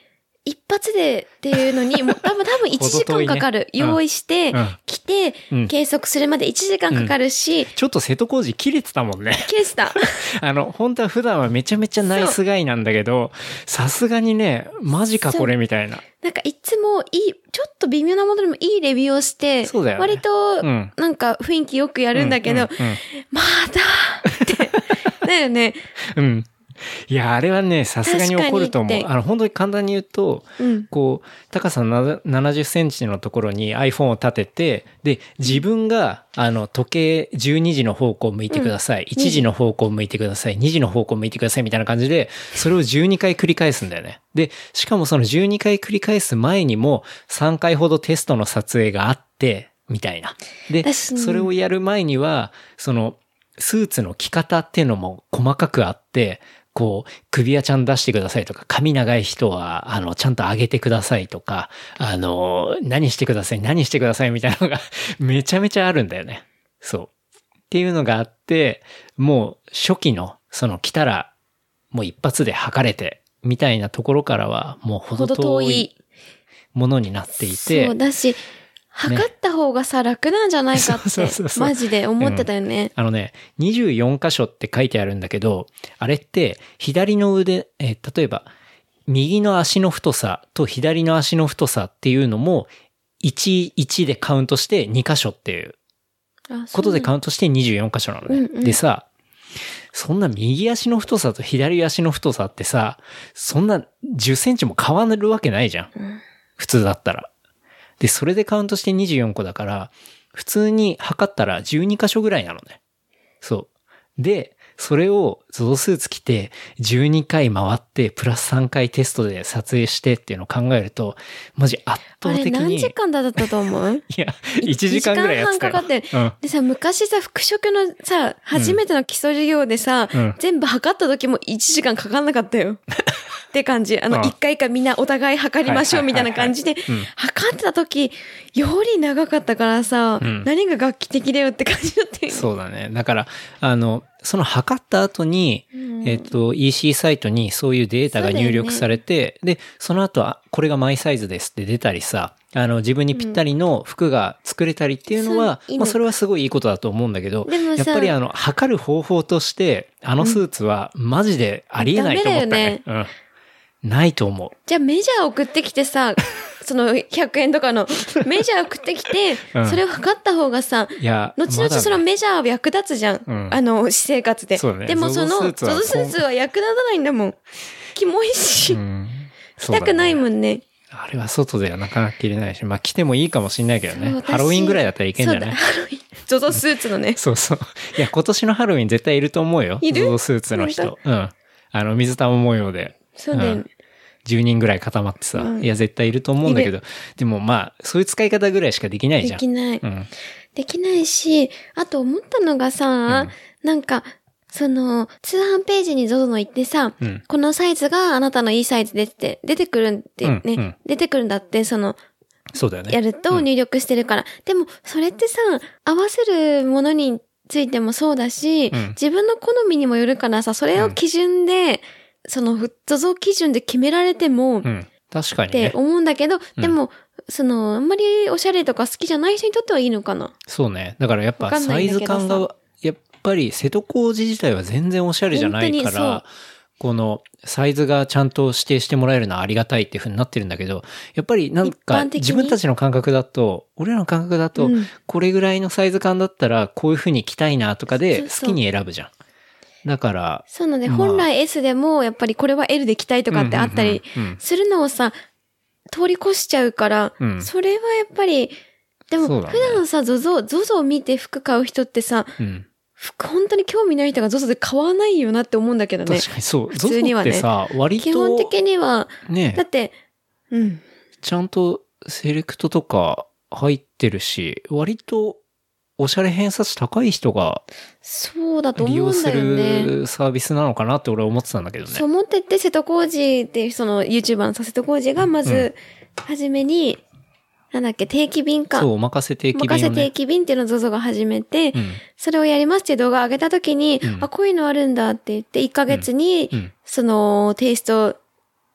Speaker 3: 一発でっていうのに、もう多分 多分1時間かかる。
Speaker 2: 程遠いねうん
Speaker 3: 用意して、
Speaker 2: うん
Speaker 3: 来て、
Speaker 2: うん
Speaker 3: 計測するまで1時間かかるし、
Speaker 2: ちょっと瀬戸康史切れてたもんね。
Speaker 3: ケースだ。
Speaker 2: あの、本当は普段はめちゃめちゃナイスガイなんだけど、さすがにね、マジかこれみたいな。
Speaker 3: なんかいつもいい、ちょっと微妙なものでもいいレビューをして、
Speaker 2: そうだよね
Speaker 3: 割と、
Speaker 2: うん
Speaker 3: なんか雰囲気よくやるんだけど、まだって、だよね。
Speaker 2: うん。うんいや、あれはね、さすがに怒ると思
Speaker 3: 確か
Speaker 2: う
Speaker 3: に。って
Speaker 2: あの、本当に簡単に言うと、
Speaker 3: うん。
Speaker 2: こう、高さな70センチのところに iPhone を立てて、で、自分が、あの、時計12時の方向向いてください、1時の方向向いてください、2時の方向向いてください、みたいな感じで、それを12回繰り返すんだよね。で、しかもその12回繰り返す前にも、3回ほどテストの撮影があって、みたいな。で、
Speaker 3: 私
Speaker 2: それをやる前には、その、スーツの着方っていうのも細かくあって、こう、首輪ちゃん出してくださいとか、髪長い人は、あの、ちゃんと上げてくださいとか、あの、何してください、何してくださいみたいなのが、 めちゃめちゃあるんだよね。そう。っていうのがあって、もう、初期の、その、着たら、もう一発で測れて、みたいなところからは、もう、ほ
Speaker 3: ほ
Speaker 2: ど
Speaker 3: ど
Speaker 2: 遠
Speaker 3: 遠
Speaker 2: い
Speaker 3: い。
Speaker 2: ものになっていて、
Speaker 3: そうだし、測った方がさ、楽なんじゃないかっ
Speaker 2: そう
Speaker 3: て
Speaker 2: そうそう、
Speaker 3: マジで思ってたよね。
Speaker 2: あのね、24箇所って書いてあるんだけど、あれって、左の腕、えー例えば、右の足の太さと左の足の太さっていうのも、1、1でカウントして2箇所っていう
Speaker 3: あ
Speaker 2: ことで
Speaker 3: そう
Speaker 2: カウントして24箇所なのね。
Speaker 3: うんうん
Speaker 2: でさ、そんな右足の太さと左足の太さってさ、そんな10センチも変わるわけないじゃん。
Speaker 3: ん
Speaker 2: 普通だったら。で、それでカウントして24個だから、普通に測ったら12箇所ぐらいなのね。そう。で、それをゾゾスーツ着て12回回ってプラス3回テストで撮影してっていうのを考えると、マジ圧
Speaker 3: あ
Speaker 2: 倒
Speaker 3: れ
Speaker 2: 的に。
Speaker 3: 何時間だったと思う
Speaker 2: いや、1時間ぐらいやってたよ。
Speaker 3: 一時間半かかってる
Speaker 2: うん
Speaker 3: でさ、昔さ、服飾のさ、初めての基礎授業でさ、
Speaker 2: うん
Speaker 3: 全部測った時も1時間かかんなかった よ。って感じ。あ
Speaker 2: あ
Speaker 3: の、
Speaker 2: あ
Speaker 3: 一回一回みんなお互い測りましょう
Speaker 2: はい
Speaker 3: み
Speaker 2: は
Speaker 3: た
Speaker 2: いはい
Speaker 3: い
Speaker 2: はい
Speaker 3: な感じで
Speaker 2: うん、
Speaker 3: 測ってた時、より長かったからさ、
Speaker 2: うん
Speaker 3: 何が楽器的だよって感じだったよね。
Speaker 2: そうだね。だから、あの、その測った後に、
Speaker 3: うん
Speaker 2: えっと、EC サイトにそういうデータが入力されて、で、その後、あこれがマイサイズですって出たりさ、あの、自分にぴったりの服が作れたりっていうのは、
Speaker 3: そういい
Speaker 2: ま
Speaker 3: の
Speaker 2: あ、それはすごいいいことだと思うんだけど、
Speaker 3: でも
Speaker 2: や
Speaker 3: さ
Speaker 2: っぱりあの、測る方法として、あのスーツは、マジでありえないと思ったね。うん。ないと思う。
Speaker 3: じゃあメジャー送ってきてさ、その100円と かのメジャー送ってきて、
Speaker 2: うん
Speaker 3: それを測った方がさ、
Speaker 2: いや、
Speaker 3: 後々そ
Speaker 2: まだ
Speaker 3: の
Speaker 2: ね
Speaker 3: メジャーは役立つじゃん。
Speaker 2: うん
Speaker 3: あの、私生活で。
Speaker 2: そうだね
Speaker 3: でもその、ゾ
Speaker 2: ZOZO スーツは
Speaker 3: ゾスーツは役立たないんだもん。キモいし、
Speaker 2: うん
Speaker 3: 着たくない
Speaker 2: そうだね
Speaker 3: もんね。
Speaker 2: あれは外ではなかなか着れないし、まあ着てもいいかもしれないけど
Speaker 3: そう
Speaker 2: ね。
Speaker 3: 私
Speaker 2: ハロウィンぐらいだったらいけんじゃ
Speaker 3: そ
Speaker 2: な
Speaker 3: うだ
Speaker 2: い
Speaker 3: ハロウィン。ゾゾスーツのね。
Speaker 2: そうそう。いや、今年のハロウィン絶対いると思うよ。
Speaker 3: いる
Speaker 2: ゾゾスーツの人
Speaker 3: 本。
Speaker 2: うん。あの、水玉模様で。
Speaker 3: そうだよね
Speaker 2: ん10人ぐらい固まってさ、
Speaker 3: うん
Speaker 2: いや絶対いると思うんだけど、でもまあ、そういう使い方ぐらいしかできない
Speaker 3: で
Speaker 2: じゃん。
Speaker 3: きない。
Speaker 2: うん。
Speaker 3: できないし、あと思ったのがさ、
Speaker 2: うん
Speaker 3: なんか、その、通販ページに ZOZO の行ってさ、
Speaker 2: うん
Speaker 3: このサイズがあなたのいいサイズでって、出てくるんってね、
Speaker 2: うんうん
Speaker 3: 出てくるんだって、その、
Speaker 2: そうだよね。
Speaker 3: やると入力してるから。でも、それってさ、合わせるものについてもそうだし、
Speaker 2: うん
Speaker 3: 自分の好みにもよるからさ、それを基準で、その、ZOZO 基準で決められても、
Speaker 2: うん。確か
Speaker 3: っ
Speaker 2: に
Speaker 3: て
Speaker 2: ね。
Speaker 3: 思うんだけど、
Speaker 2: ん
Speaker 3: でも、その、あんまりおしゃれとか好きじゃない人にとってはいいのかな。
Speaker 2: そうね。だからやっ
Speaker 3: わ
Speaker 2: ぱ
Speaker 3: かんな
Speaker 2: サ
Speaker 3: いん
Speaker 2: イ
Speaker 3: だけ
Speaker 2: ズ
Speaker 3: どさ
Speaker 2: 感が、やっぱり瀬戸康史自体は全然おしゃれじゃないか
Speaker 3: 本当にそう
Speaker 2: ら、このサイズがちゃんと指定してもらえるのはありがたいっていうふうになってるんだけど、やっぱりなん
Speaker 3: 一
Speaker 2: か
Speaker 3: 般的に
Speaker 2: 自分たちの感覚だと、俺らの感覚だと
Speaker 3: うん、
Speaker 2: これぐらいのサイズ感だったらこういうふうに着たいなとかで
Speaker 3: そうそう
Speaker 2: 好きに選ぶじゃん。だから、
Speaker 3: そうなので、
Speaker 2: まあ
Speaker 3: 本来 S でも、やっぱりこれは L で着たいとかってあったり
Speaker 2: うんうんうんうん
Speaker 3: するのをさ、通り越しちゃうから、
Speaker 2: うん
Speaker 3: それはやっぱり、で
Speaker 2: そ
Speaker 3: も、
Speaker 2: うだね
Speaker 3: 普段さ、ゾゾ、ゾゾを見て服買う人ってさ、
Speaker 2: うん。
Speaker 3: 服本当に興味ない人がゾゾで買わないよなって思うんだけどね。
Speaker 2: 確かにそう。
Speaker 3: 普
Speaker 2: ゾ
Speaker 3: 通に
Speaker 2: ゾ
Speaker 3: は
Speaker 2: っ
Speaker 3: ね
Speaker 2: てさ、割
Speaker 3: 基本
Speaker 2: と、
Speaker 3: 的には、だっ
Speaker 2: ね、
Speaker 3: て、うん。
Speaker 2: ちゃんとセレクトとか入ってるし、割とおしゃれ偏差値高い人が
Speaker 3: そうだと
Speaker 2: 利
Speaker 3: 思
Speaker 2: 用
Speaker 3: うん
Speaker 2: す
Speaker 3: だよね。
Speaker 2: るサービスなのかなって俺は思ってたんだけど
Speaker 3: そう
Speaker 2: ね。
Speaker 3: 思ってて、瀬戸康史っていうその YouTuber のさ瀬戸康史がまず、初めに、なんだっけ、定期便か。
Speaker 2: そう、お任せ定期
Speaker 3: 任
Speaker 2: 便
Speaker 3: せ
Speaker 2: を
Speaker 3: 定
Speaker 2: ね。
Speaker 3: 期便っていうのを ZOZO が始めて、
Speaker 2: うん。
Speaker 3: それをやりますっていう動画を上げた時に、
Speaker 2: うん
Speaker 3: あ、こういうのあるんだって言って、1ヶ月に、
Speaker 2: うん。
Speaker 3: その、テイストを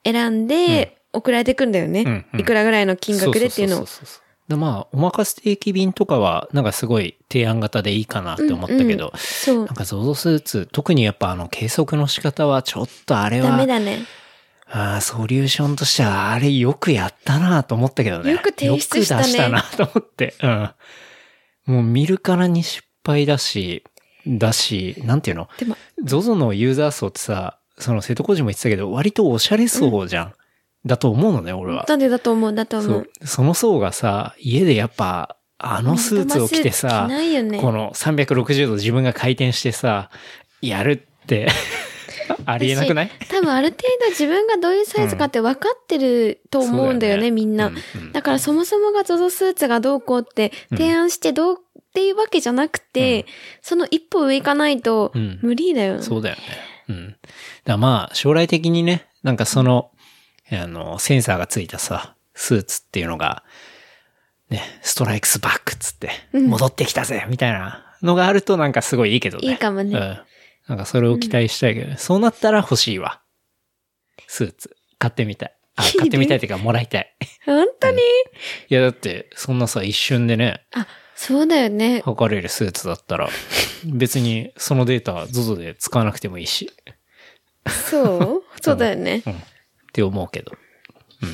Speaker 3: 選んで、送られてくんだよね、
Speaker 2: うんうん
Speaker 3: いくらぐらいの金額でっていうの
Speaker 2: そ
Speaker 3: を。
Speaker 2: そそうそうでまあ、お任せ定期便とかは、なんかすごい提案型でいいかなって思ったけど、
Speaker 3: そ
Speaker 2: な
Speaker 3: う
Speaker 2: ん。か ZOZO スーツ、特にやっぱあの計測の仕方はちょっとあれは、
Speaker 3: ダメだね。
Speaker 2: ああ、ソリューションとしては、あれよくやったなと思ったけどね。
Speaker 3: よく提出したね
Speaker 2: よく出したなと思って。うん。もう見るからに失敗だし、だし、なんていうの
Speaker 3: でも、
Speaker 2: ?ZOZO のユーザー層ってさ、その瀬戸康史も言ってたけど、割とおしゃれ層じゃん。だと思うのね、俺は。
Speaker 3: なんでだと思う、だと思
Speaker 2: そうう。。その層がさ、家でやっぱ、あのスーツを着てさ
Speaker 3: 頭スーツ着、ないよね。
Speaker 2: この360度自分が回転してさ、やる って、ありえなくない
Speaker 3: 多分ある程度自分がどういうサイズかって分かってると思うんだよね、
Speaker 2: そうだよね
Speaker 3: みんな。
Speaker 2: うんうん
Speaker 3: だからそもそもが ZOZO スーツがどうこうって提案してどうっていうわけじゃなくて、
Speaker 2: うん
Speaker 3: その一歩上行かないと
Speaker 2: うん
Speaker 3: 無理だよ、
Speaker 2: そうだよね。うん。だからまあ、将来的にね、なんかその、あの、センサーがついたさ、スーツっていうのが、ね、ストライクスバックっつって、
Speaker 3: ん
Speaker 2: 戻ってきたぜみたいなのがあるとなんかすごいいいけどね。
Speaker 3: いいかも
Speaker 2: う
Speaker 3: ね
Speaker 2: ん。なんかそれを期待したいけど、そうなったら欲しいわ。スーツ。買ってみたい。あ、買ってみたいっていうか、もらいたい。
Speaker 3: 本当に、
Speaker 2: いや、だって、そんなさ、一瞬でね、
Speaker 3: あ、そうだよね。
Speaker 2: 測れるスーツだったら、別にそのデータ、ZOZO で使わなくてもいいし。
Speaker 3: そうそうだよね
Speaker 2: う。ん。って思うけど。 うん。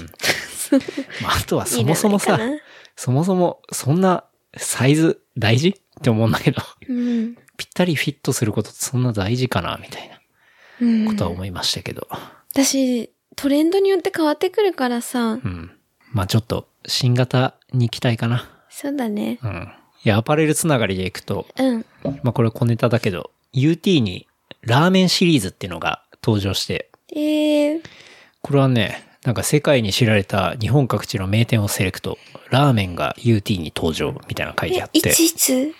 Speaker 2: まあ、あとはそもそも
Speaker 3: い
Speaker 2: さ
Speaker 3: らないか、
Speaker 2: そもそもそんなサイズ大事って思うんだけど、
Speaker 3: うん。
Speaker 2: ぴったりフィットすることってそんな大事かなみたいな
Speaker 3: うん
Speaker 2: ことは思いましたけど。
Speaker 3: 私、トレンドによって変わってくるからさ、
Speaker 2: うん。まあちょっと新型に行きたいかな。
Speaker 3: そうだね。
Speaker 2: うん。いや、アパレルつながりでいくと、
Speaker 3: うん。
Speaker 2: まあこれ小ネタだけど、UT にラーメンシリーズっていうのが登場して、
Speaker 3: えー、
Speaker 2: これはね、なんか世界に知られた日本各地の名店をセレクト、ラーメンが UT に登場みたいなの書いてあ
Speaker 3: え
Speaker 2: っ、
Speaker 3: い
Speaker 2: て。
Speaker 3: ちいつ
Speaker 2: い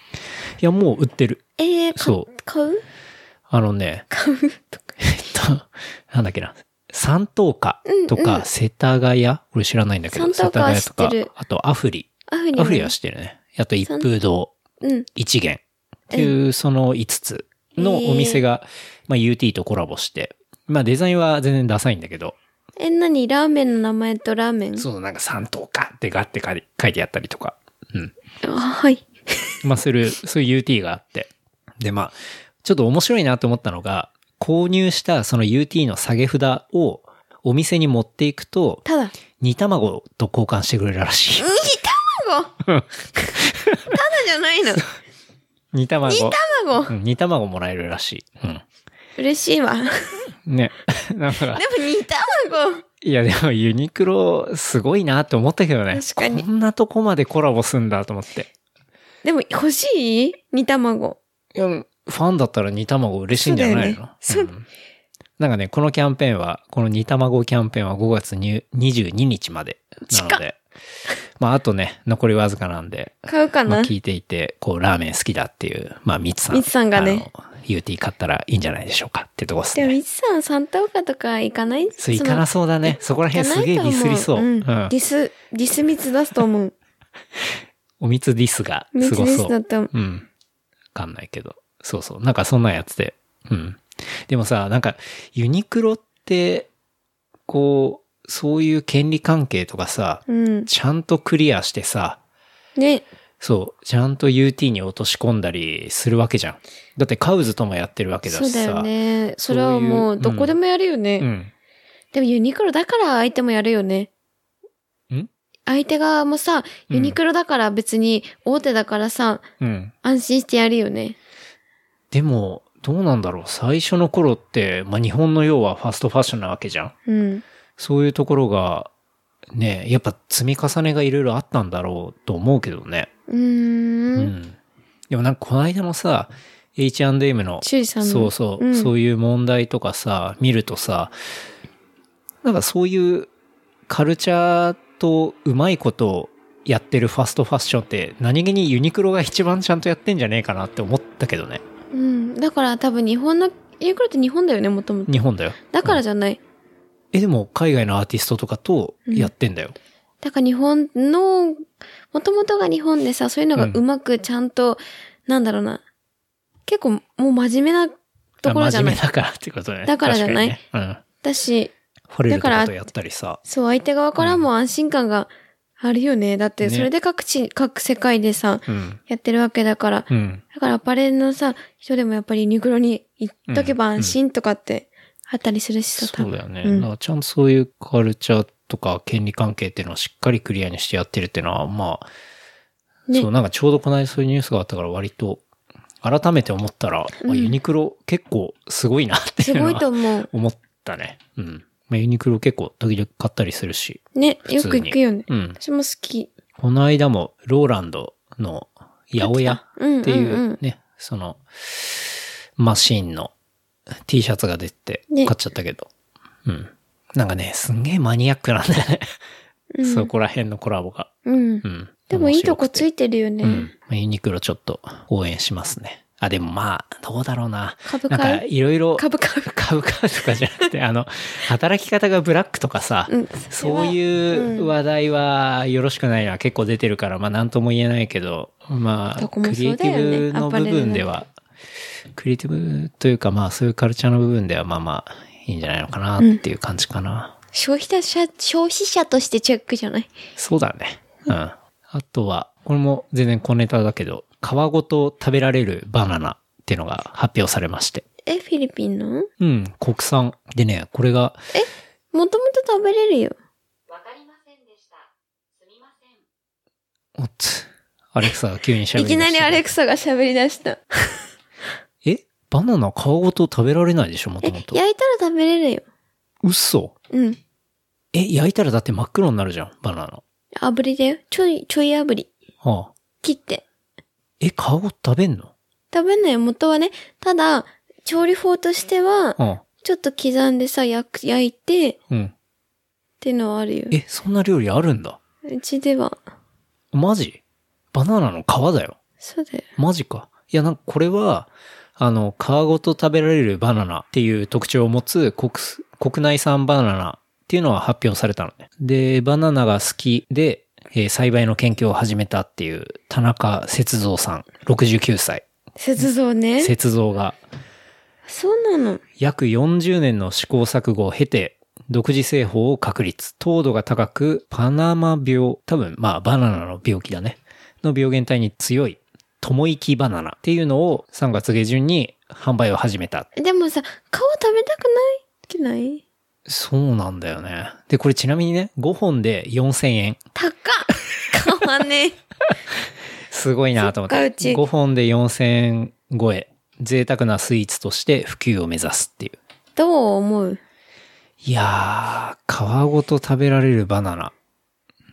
Speaker 2: や、もう売ってる。
Speaker 3: えー、か
Speaker 2: そう
Speaker 3: 買う
Speaker 2: あのね、
Speaker 3: 買うとか。
Speaker 2: えっと、なんだっけな。三等価とか、世田谷俺知らないんだけど、
Speaker 3: 三
Speaker 2: 世
Speaker 3: 等
Speaker 2: 田
Speaker 3: 価
Speaker 2: 谷
Speaker 3: は
Speaker 2: とか
Speaker 3: 知ってる、
Speaker 2: あとアフリ。
Speaker 3: アフリ
Speaker 2: アフリは知ってるね。あと一風堂、
Speaker 3: うん。
Speaker 2: 一元っていうその5つのお店が、まあ UT とコラボして、まあデザインは全然ダサいんだけど、
Speaker 3: え、なにラーメンの名前とラーメン
Speaker 2: そう、なんか三等価ってガって書い書いてあったりとか、うん。
Speaker 3: あはい。
Speaker 2: まあ、する、そういう UT があって。で、まあ、ちょっと面白いなと思ったのが、購入したその UT の下げ札をお店に持っていくと、
Speaker 3: ただ、
Speaker 2: 煮卵と交換してくれるらしい。
Speaker 3: 卵ただじゃないの。
Speaker 2: 煮卵。
Speaker 3: 煮卵
Speaker 2: うん煮卵もらえるらしい。
Speaker 3: 嬉しいわ。でも
Speaker 2: うん。ね。 だから、
Speaker 3: 煮卵
Speaker 2: いやでもユニクロすごいなって思ったけどね。
Speaker 3: 確かに
Speaker 2: こんなとこまでコラボすんだと思って。
Speaker 3: でも欲しい煮卵。
Speaker 2: いや、ファンだったら煮卵嬉しいんじゃないの
Speaker 3: そうだよね
Speaker 2: んなんかね、このキャンペーンは、この煮卵キャンペーンは5月に22日まで。なの
Speaker 3: 近
Speaker 2: で。まあ、あとね、残りわずかなんで、
Speaker 3: 買うか
Speaker 2: まあ、
Speaker 3: な
Speaker 2: 聞いていて、こう、ラーメン好きだっていう、まあ、ミツさん。
Speaker 3: ミツさんがね
Speaker 2: あの。UT 買ったらいいんじゃないでしょうかってとこです
Speaker 3: でも、
Speaker 2: ね。
Speaker 3: いつさん、サンタオカとか行かない
Speaker 2: そう、いかなそうだね。そこら辺すげえディスりそう。
Speaker 3: う、
Speaker 2: うんん。
Speaker 3: ディス、ディス密出すと思う。
Speaker 2: おみつディスがす
Speaker 3: 密
Speaker 2: ご
Speaker 3: ディ
Speaker 2: そ
Speaker 3: ス
Speaker 2: う。
Speaker 3: だと思う。
Speaker 2: うん。わかんないけど。そうそう。なんかそんなんやつで。うん。でもさ、なんか、ユニクロって、こう、そういう権利関係とかさ、
Speaker 3: うん。
Speaker 2: ちゃんとクリアしてさ、
Speaker 3: ね、
Speaker 2: そう、ちゃんと UT に落とし込んだりするわけじゃん。だってカウズともやってるわけだし
Speaker 3: そ
Speaker 2: さ。
Speaker 3: うだよね。それはも
Speaker 2: そういう
Speaker 3: う、どこでもやるよね。
Speaker 2: うん。
Speaker 3: でも、ユニクロだから相手もやるよね。
Speaker 2: ん
Speaker 3: 相手側もさ、
Speaker 2: うん
Speaker 3: ユニクロだから別に、大手だからさ、
Speaker 2: うん。
Speaker 3: 安心してやるよね。
Speaker 2: でも、どうなんだろう。最初の頃って、まあ、日本の要はファストファッションなわけじゃん。
Speaker 3: うん。
Speaker 2: そういうところが、ね、やっぱ積み重ねがいろいろあったんだろうと思うけどね。
Speaker 3: うー。
Speaker 2: うんんでもなんかこの間のさ、H&M の、
Speaker 3: 注意さんの。
Speaker 2: そうそう、
Speaker 3: ん
Speaker 2: そういう問題とかさ、見るとさ、なんかそういうカルチャーとうまいことをやってるファストファッションって何気にユニクロが一番ちゃんとやってんじゃねえかなって思ったけどね。
Speaker 3: うん。だから多分日本の、ユニクロって日本だよね、もともと。
Speaker 2: 日本だよ。
Speaker 3: だからじゃない。
Speaker 2: え、でも海外のアーティストとかとやってんだよ。
Speaker 3: だから日本の、もともとが日本でさ、そういうのが
Speaker 2: うん
Speaker 3: うまくちゃんと、なんだろうな。結構もう真面目なところ
Speaker 2: あ
Speaker 3: じ
Speaker 2: 真
Speaker 3: ゃな
Speaker 2: 面
Speaker 3: い
Speaker 2: 目。だからってことね。
Speaker 3: だからじゃない
Speaker 2: 確かにねうん。
Speaker 3: だし、
Speaker 2: フォレルと
Speaker 3: だ
Speaker 2: か
Speaker 3: か
Speaker 2: と
Speaker 3: ら
Speaker 2: やったりさ。
Speaker 3: そう、相手側からも安心感があるよね。だって、
Speaker 2: ね
Speaker 3: それで各地、各世界でさ、
Speaker 2: うん。
Speaker 3: やってるわけだから。
Speaker 2: うん。
Speaker 3: だからアパレルのさ、人でもやっぱりユニクロに行っとけば安心とかってあったりするしさ、多
Speaker 2: そう
Speaker 3: 分
Speaker 2: だよね。
Speaker 3: うん
Speaker 2: だからちゃんとそういうカルチャーとか権利関係っていうのをしっかりクリアにしてやってるっていうのは、まあ、
Speaker 3: ね
Speaker 2: そう、なんかちょうどこの間そういうニュースがあったから割と、改めて思ったら、
Speaker 3: うん
Speaker 2: あユニクロ結構すごいなってい
Speaker 3: す
Speaker 2: うの
Speaker 3: ご
Speaker 2: はい
Speaker 3: と思う。
Speaker 2: 思ったね。うん。まあ、ユニクロ結構時々買ったりするし。
Speaker 3: ね、
Speaker 2: 普
Speaker 3: よ
Speaker 2: 通に
Speaker 3: く行くよね。
Speaker 2: うん。
Speaker 3: 私も好き。
Speaker 2: この間も、ローランドの、八百屋
Speaker 3: うん、うん、
Speaker 2: っていうね、
Speaker 3: うん。
Speaker 2: その、マシンの T シャツが出て買
Speaker 3: ね
Speaker 2: っちゃったけど。うん。なんかね、すんげえマニアックなんだよね。
Speaker 3: うん
Speaker 2: そこら辺のコラボが。
Speaker 3: うん
Speaker 2: う。ん。
Speaker 3: でもいいとこつ
Speaker 2: い
Speaker 3: いてるよね。
Speaker 2: てうん。まあユニクロちょっと応援しますね。あ、でもまあ、どうだろうな。
Speaker 3: 株
Speaker 2: なんか
Speaker 3: 買う
Speaker 2: いろいろ
Speaker 3: 株買う
Speaker 2: 買うかとかじゃなくて、あの、働き方がブラックとかさ、
Speaker 3: うん
Speaker 2: そう
Speaker 3: う。
Speaker 2: いううん話題はよろしくないのは結構出てるから、まあ何とも言えないけど、まあ、
Speaker 3: どこ
Speaker 2: クリ
Speaker 3: も
Speaker 2: エ
Speaker 3: そ
Speaker 2: イ
Speaker 3: う
Speaker 2: テ
Speaker 3: だよね
Speaker 2: ィブの部分では、クリエイティブというかまあそういうカルチャーの部分ではまあまあいいんじゃないのかなっていう感じかな。
Speaker 3: 消費者、消費者としてチェックじゃない
Speaker 2: そうだね。うん。あとは、これも全然小ネタだけど、皮ごと食べられるバナナっていうのが発表されまして。
Speaker 3: え、フィリピンの
Speaker 2: うん、国産。でね、これが、
Speaker 3: もともと食べれるよ。
Speaker 2: おっつ、アレクサが急に喋り
Speaker 3: い
Speaker 2: 出し
Speaker 3: き
Speaker 2: た
Speaker 3: なりアレクサが喋り出した。
Speaker 2: えバナナ皮ごと食べられないでしょも
Speaker 3: え、
Speaker 2: とも
Speaker 3: 焼い
Speaker 2: と
Speaker 3: た。ら食べれるよ。
Speaker 2: 嘘
Speaker 3: うん。
Speaker 2: え、焼いたらだって真っ黒になるじゃん、バナナ。
Speaker 3: 炙りだよ。ちょい、ちょい炙り。
Speaker 2: はあ、
Speaker 3: 切って。
Speaker 2: え、皮ごと食べんの
Speaker 3: 食べないよ、元はね。ただ、調理法として
Speaker 2: は
Speaker 3: は、
Speaker 2: あ、
Speaker 3: ちょっと刻んでさ、焼く、焼いて、っ
Speaker 2: うん。
Speaker 3: ていうのはあるよ。
Speaker 2: え、そんな料理あるんだ。
Speaker 3: うちでは。
Speaker 2: マジバナナの皮だよ。
Speaker 3: そうだよ。
Speaker 2: マジか。いや、なんかこれは、あの、皮ごと食べられるバナナっていう特徴を持つ国す、国内産バナナっていうのは発表されたのね。で、バナナが好きで、えー栽培の研究を始めたっていう田中節三さん、69歳。
Speaker 3: 雪像ね。
Speaker 2: 雪像が
Speaker 3: そうなの。
Speaker 2: 約40年の試行錯誤を経て独自製法を確立糖度が高くパナマ病多分まあバナナの病気だねの病原体に強いともいきバナナっていうのを3月下旬に販売を始めた
Speaker 3: でもさ、顔食べたくないくない
Speaker 2: そうなんだよね。で、これちなみにね、5本で4000円。
Speaker 3: 高っ買わねえ。
Speaker 2: すごいなと思って。
Speaker 3: そっかうち
Speaker 2: 5本で4000円超え。贅沢なスイーツとして普及を目指すっていう。
Speaker 3: どう思う
Speaker 2: いやー、皮ごと食べられるバナナ。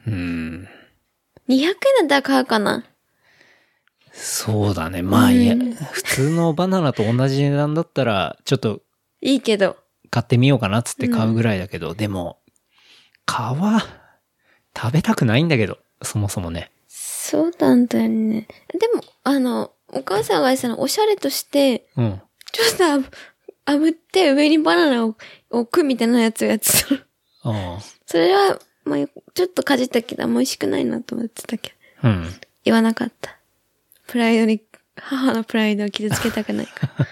Speaker 2: うーん。
Speaker 3: ?200 円だったら買うかな
Speaker 2: そうだね。まあ、いや、普通のバナナと同じ値段だったら、ちょっと
Speaker 3: いいけど。
Speaker 2: 買ってみようかなっつって買うぐらいだけど、でも、皮、食べたくないんだけど、そもそもね。
Speaker 3: そうなんだよね。でも、あの、お母さんが言ってたの、おしゃれとして、
Speaker 2: うん。
Speaker 3: ちょっとあぶ炙って上にバナナを置くみたいなやつをやってた の。
Speaker 2: うん。
Speaker 3: それは、まあ、ちょっとかじったけど、あんま美味しくないなと思ってたけど。
Speaker 2: うん。
Speaker 3: 言わなかった。プライドに、母のプライドを傷つけたくないから。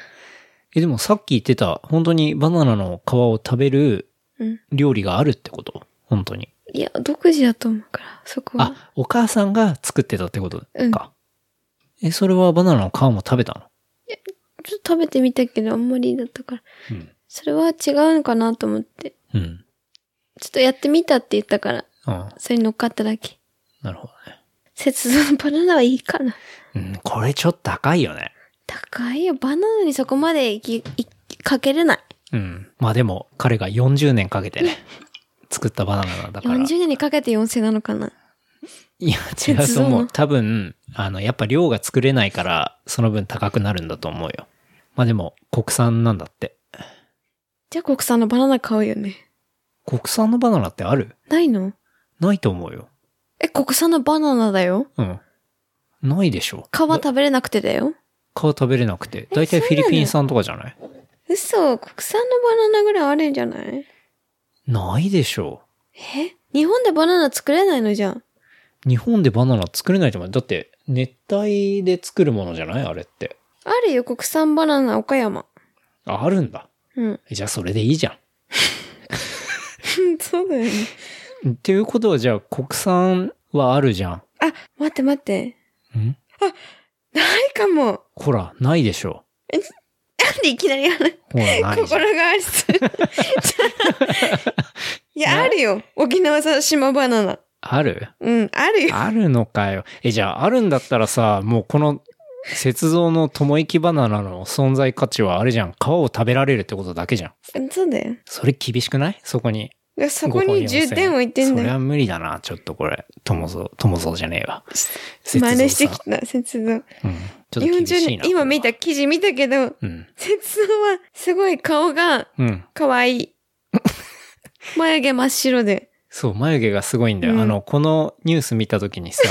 Speaker 2: え、でもさっき言ってた、本当にバナナの皮を食べる
Speaker 3: うん
Speaker 2: 料理があるってこと本当に。
Speaker 3: いや、独自だと思うから、そこは。
Speaker 2: あ、お母さんが作ってたってこと
Speaker 3: うん
Speaker 2: か。え、それはバナナの皮も食べた
Speaker 3: ちょっと食べてみたけど、あんまりだったから。
Speaker 2: のうん。
Speaker 3: それは違うのかなと思って。
Speaker 2: うん。
Speaker 3: ちょっとやってみたって言ったから、
Speaker 2: うん。
Speaker 3: それに乗っかっただけ。
Speaker 2: なるほどね。
Speaker 3: 節度のバナナはいいかな。
Speaker 2: うん、これちょっと高いよね。
Speaker 3: 高いよ。バナナにそこまでいき、いかけれない。
Speaker 2: うん。まあでも、彼が40年かけて ね、作ったバナナだから。
Speaker 3: 40年にかけて4000なのかな。
Speaker 2: いや、違う
Speaker 3: 鉄
Speaker 2: と
Speaker 3: 道
Speaker 2: 思う。
Speaker 3: の
Speaker 2: 多分、あの、やっぱ量が作れないから、その分高くなるんだと思うよ。まあでも、国産なんだって。
Speaker 3: じゃあ国産のバナナ買うよね。
Speaker 2: 国産のバナナってある
Speaker 3: ないの
Speaker 2: ないと思うよ。
Speaker 3: え、国産のバナナだよ。
Speaker 2: うん。ないでしょ。
Speaker 3: 皮食べれなくてだよ。
Speaker 2: 皮食べれなくて。だいたいフィリピン産とかじゃない
Speaker 3: 嘘、国産のバナナぐらいあるんじゃない
Speaker 2: ないでしょ。
Speaker 3: え日本でバナナ作れないのじゃん。
Speaker 2: 日本でバナナ作れないと思う。だって、熱帯で作るものじゃないあれって。
Speaker 3: あるよ、国産バナナ岡山。
Speaker 2: あ、あるんだ。
Speaker 3: うん。
Speaker 2: じゃあそれでいいじゃ
Speaker 3: そうだよね。
Speaker 2: ん。っていうことはじゃあ国産はあるじゃ
Speaker 3: あ、待って待って。
Speaker 2: ん。ん
Speaker 3: ないかも。
Speaker 2: ほら、ないでしょ。
Speaker 3: なんでいきなりある
Speaker 2: ほら、ないじゃん。
Speaker 3: 心がありすいや、あるよ。沖縄さ、島バナナ。
Speaker 2: ある
Speaker 3: うん、あるよ。
Speaker 2: あるのかよ。え、じゃああるんだったらさ、もうこの、雪像の友行きバナナの存在価値はあれじゃん。皮を食べられるってことだけじゃん。
Speaker 3: そうだよ。
Speaker 2: それ厳しくないそこに。
Speaker 3: いやそこに重点置いてん
Speaker 2: そ
Speaker 3: だ
Speaker 2: れ
Speaker 3: よ。
Speaker 2: は無理だな、ちょっとこれ。友蔵、友蔵じゃねえわ。
Speaker 3: 真似してき
Speaker 2: 雪
Speaker 3: た、
Speaker 2: 像
Speaker 3: 雪像。
Speaker 2: さんうん。ちょっ
Speaker 3: 日
Speaker 2: と
Speaker 3: 本
Speaker 2: 厳
Speaker 3: 中
Speaker 2: しい
Speaker 3: に
Speaker 2: な。、
Speaker 3: 今見
Speaker 2: これ
Speaker 3: た記事見たけど、
Speaker 2: は。うん。
Speaker 3: 雪像はすごい顔が
Speaker 2: うん。
Speaker 3: 可愛 い。眉毛真っ白で。
Speaker 2: そう、眉毛がすごいんだよ。
Speaker 3: うん
Speaker 2: あの、このニュース見た時 にさ、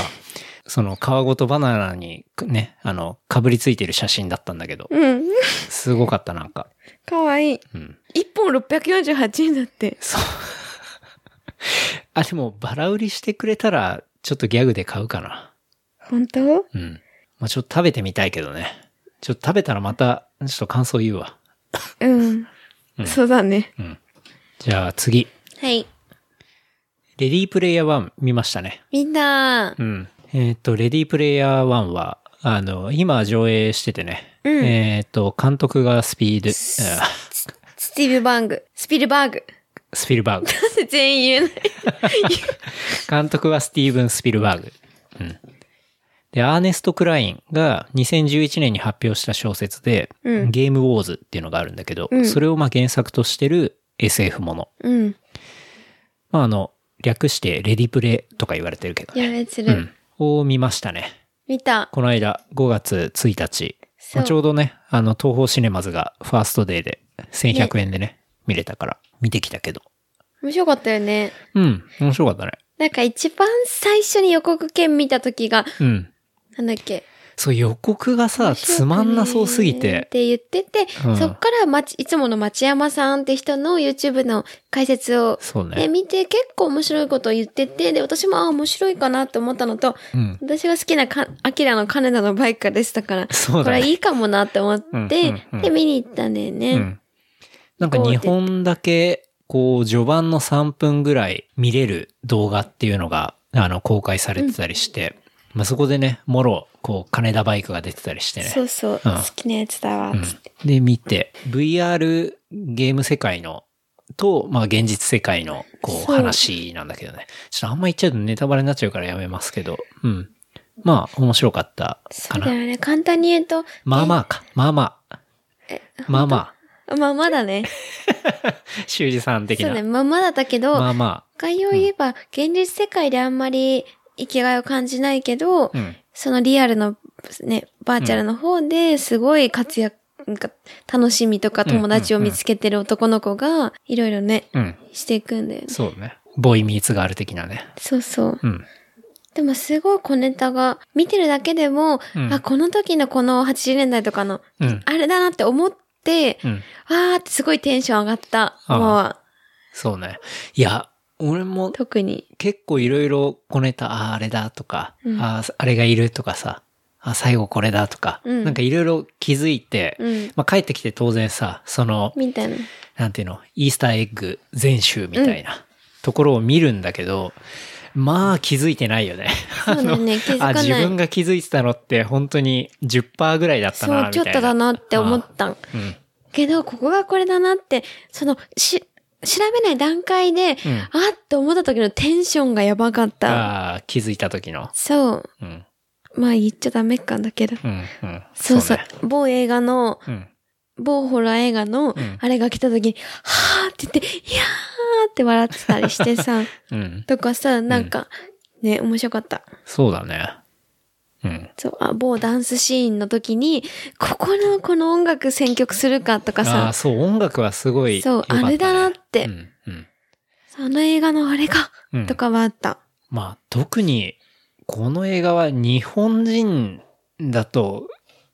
Speaker 2: その皮ごとバナナにね、あの、かぶりついてる写真だったんだけど、
Speaker 3: うん。
Speaker 2: すごかったなんか。
Speaker 3: 可愛い。
Speaker 2: うん。
Speaker 3: 一本648円だって。
Speaker 2: そう。 あ、でも、バラ売りしてくれたら、ちょっとギャグで買うかな。
Speaker 3: 本当
Speaker 2: うん。まあ、ちょっと食べてみたいけどね。ちょっと食べたらまた、ちょっと感想言うわ。
Speaker 3: うん。そうだね。
Speaker 2: じゃあ次。
Speaker 3: はい。
Speaker 2: レディープレイヤー1見ましたね。
Speaker 3: みんな、
Speaker 2: うん。えっ、と、レディープレイヤー1は、あの、今上映しててね。
Speaker 3: うん
Speaker 2: えっ、と、監督がスピード、あ
Speaker 3: スティーブ・バング、スピルバーグ。
Speaker 2: スピル バーグ。
Speaker 3: なんで全員言えない。
Speaker 2: 監督はスティーブン・スピルバーグ。うん。で、アーネスト・クラインが2011年に発表した小説で、
Speaker 3: うん
Speaker 2: ゲームウォーズっていうのがあるんだけど、
Speaker 3: うん
Speaker 2: それをまあ原作としてる SF もの。
Speaker 3: うん。
Speaker 2: まああの、略してレディプレイとか言われてるけどね。
Speaker 3: やべつ
Speaker 2: う
Speaker 3: る。
Speaker 2: ん。を見ましたね。
Speaker 3: 見た。
Speaker 2: この間5月1日、まあ
Speaker 3: そう
Speaker 2: ちょうどね、あの、東宝シネマズがファーストデーで1100円でね、見れたから見てきたけど。
Speaker 3: 面白かったよね。
Speaker 2: うん、面白かったね。
Speaker 3: なんか一番最初に予告編見た時が、
Speaker 2: うん。
Speaker 3: なんだっけ。
Speaker 2: そう、予告がさ、つまんなそうすぎて
Speaker 3: っ、て言ってて、
Speaker 2: うん
Speaker 3: そっからまち、いつもの町山さんって人の YouTube の解説を、
Speaker 2: そうね
Speaker 3: ね、見て結構面白いことを言ってて、で、私もあ面白いかなって思ったのと、
Speaker 2: うん。
Speaker 3: 私が好きなか、アキラの金田のバイクでしたから、
Speaker 2: そうだね
Speaker 3: これいいかもなって思って、
Speaker 2: うんうんうん
Speaker 3: で、見に行ったんだよね。
Speaker 2: うん。なんか日本だけ、こう、序盤の3分ぐらい見れる動画っていうのが、あの、公開されてたりして、まあそこでね、もろ、こう、金田バイクが出てたりしてね。
Speaker 3: そうそう、好きなやつだわ、つって。
Speaker 2: で、見て、VR ゲーム世界のと、まあ現実世界のこう
Speaker 3: そう
Speaker 2: 話なんだけどね。ちょっとあんま言っちゃうとネタバレになっちゃうからやめますけど、うん。まあ面白かった
Speaker 3: そ
Speaker 2: か
Speaker 3: うだ
Speaker 2: な。
Speaker 3: よね。簡単に言うと、
Speaker 2: まあまあか。まあまあ。まあま
Speaker 3: まあまだね。
Speaker 2: あ。修二さん的
Speaker 3: そう
Speaker 2: な。
Speaker 3: ね。まあまだだけど、
Speaker 2: まあま
Speaker 3: 概要を言えば、現実世界であんまり生きがいを感じないけど、
Speaker 2: あ。うん。
Speaker 3: そのリアルのね、バーチャルの方ですごい活躍、なんか楽しみとか
Speaker 2: ん
Speaker 3: 友達を見つけてる男の子が、いろいろね、
Speaker 2: うん。
Speaker 3: していくんだよね。
Speaker 2: そうね。ボーイミーツがある的なね。
Speaker 3: そうそう。
Speaker 2: うん。
Speaker 3: でもすごい小ネタが、見てるだけでも、
Speaker 2: うん
Speaker 3: あ、この時のこの80年代とかの、
Speaker 2: うん
Speaker 3: あれだなって思って、
Speaker 2: うん。
Speaker 3: わーってすごいテンション上がった。
Speaker 2: ああ
Speaker 3: まあ、
Speaker 2: そうね。いや、俺も
Speaker 3: 特に。
Speaker 2: 結構いろいろ小ネタ、ああ、あれだとか、
Speaker 3: うん
Speaker 2: ああ、あれがいるとかさ、あ最後これだとか、
Speaker 3: うん
Speaker 2: なんかいろいろ気づいて、
Speaker 3: うん。
Speaker 2: まあ帰ってきて当然さ、その、
Speaker 3: みたいな。
Speaker 2: なんていうの、イースターエッグ全集みたいなところを見るんだけど、まあ気づいてないよね。
Speaker 3: そうだよね気づかない
Speaker 2: あ、自分が気づいてたのって本当に10%ぐらいだった
Speaker 3: そ
Speaker 2: な、
Speaker 3: う、
Speaker 2: み
Speaker 3: ちょ
Speaker 2: たい
Speaker 3: っ
Speaker 2: な。
Speaker 3: とだなって思ったん。
Speaker 2: うん。
Speaker 3: けど、ここがこれだなって、その、し、調べない段階で、
Speaker 2: うん
Speaker 3: あーって思った時のテンションがやばかった。
Speaker 2: ああ、気づいた時の。
Speaker 3: そう。
Speaker 2: うん。
Speaker 3: まあ言っちゃダメかんだけど。
Speaker 2: うん。うん。
Speaker 3: そうそう。
Speaker 2: ね
Speaker 3: 某映画の、
Speaker 2: うん。
Speaker 3: 某ホラー映画の
Speaker 2: ん、
Speaker 3: あれが来た時に、はーって言って、いやーって笑ってたりして さ、
Speaker 2: うん。
Speaker 3: とかさ、なんか、ね、面白かった。
Speaker 2: そうだね。うん。
Speaker 3: そう、あ、某ダンスシーンの時に、ここの、この音楽選曲するかとか
Speaker 2: ああ
Speaker 3: さ
Speaker 2: ー、、そう、音楽はすごい良か
Speaker 3: そ
Speaker 2: っ
Speaker 3: う、
Speaker 2: たね、
Speaker 3: あれだなって、
Speaker 2: うん。うん。
Speaker 3: その映画のあれか、
Speaker 2: うん
Speaker 3: とかはあった。
Speaker 2: まあ、特に、この映画は日本人だと、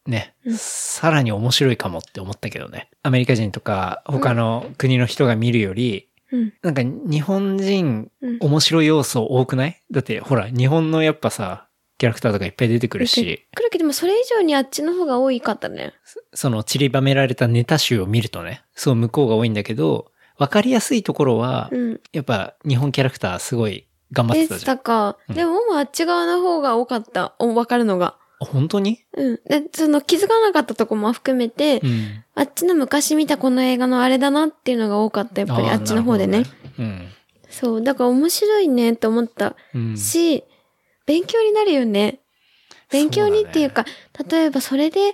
Speaker 2: ね、さらに面白いかもって思ったけどね。アメリカ人とか、他の国の人が見るより、
Speaker 3: うん。
Speaker 2: なんか日本人
Speaker 3: うん、
Speaker 2: 面白い要素多くないだって、ほら、日本のやっぱさ、キャラクターとかいっぱい出てくるし、
Speaker 3: 来るけども、それ以上にあっちの方が多いかったね。
Speaker 2: その散りばめられたネタ集を見るとね、そう向こうが多いんだけど、わかりやすいところは、
Speaker 3: うん。
Speaker 2: やっぱ日本キャラクターすごい頑張っ
Speaker 3: で
Speaker 2: てた
Speaker 3: し
Speaker 2: じゃん。
Speaker 3: たか。
Speaker 2: うん
Speaker 3: でも、もうあっち側の方が多かった。おわかるのが。
Speaker 2: 本当に
Speaker 3: うん。で、その気づかなかったとこも含めて、
Speaker 2: うん。
Speaker 3: あっちの昔見たこの映画のあれだなっていうのが多かった。やっぱり
Speaker 2: ー
Speaker 3: あっちの方でね
Speaker 2: な。るほどね
Speaker 3: そう。だから面白いねって思った
Speaker 2: うん。うん。
Speaker 3: し、勉強になるよね。勉強にっていうか、例えばそれで、例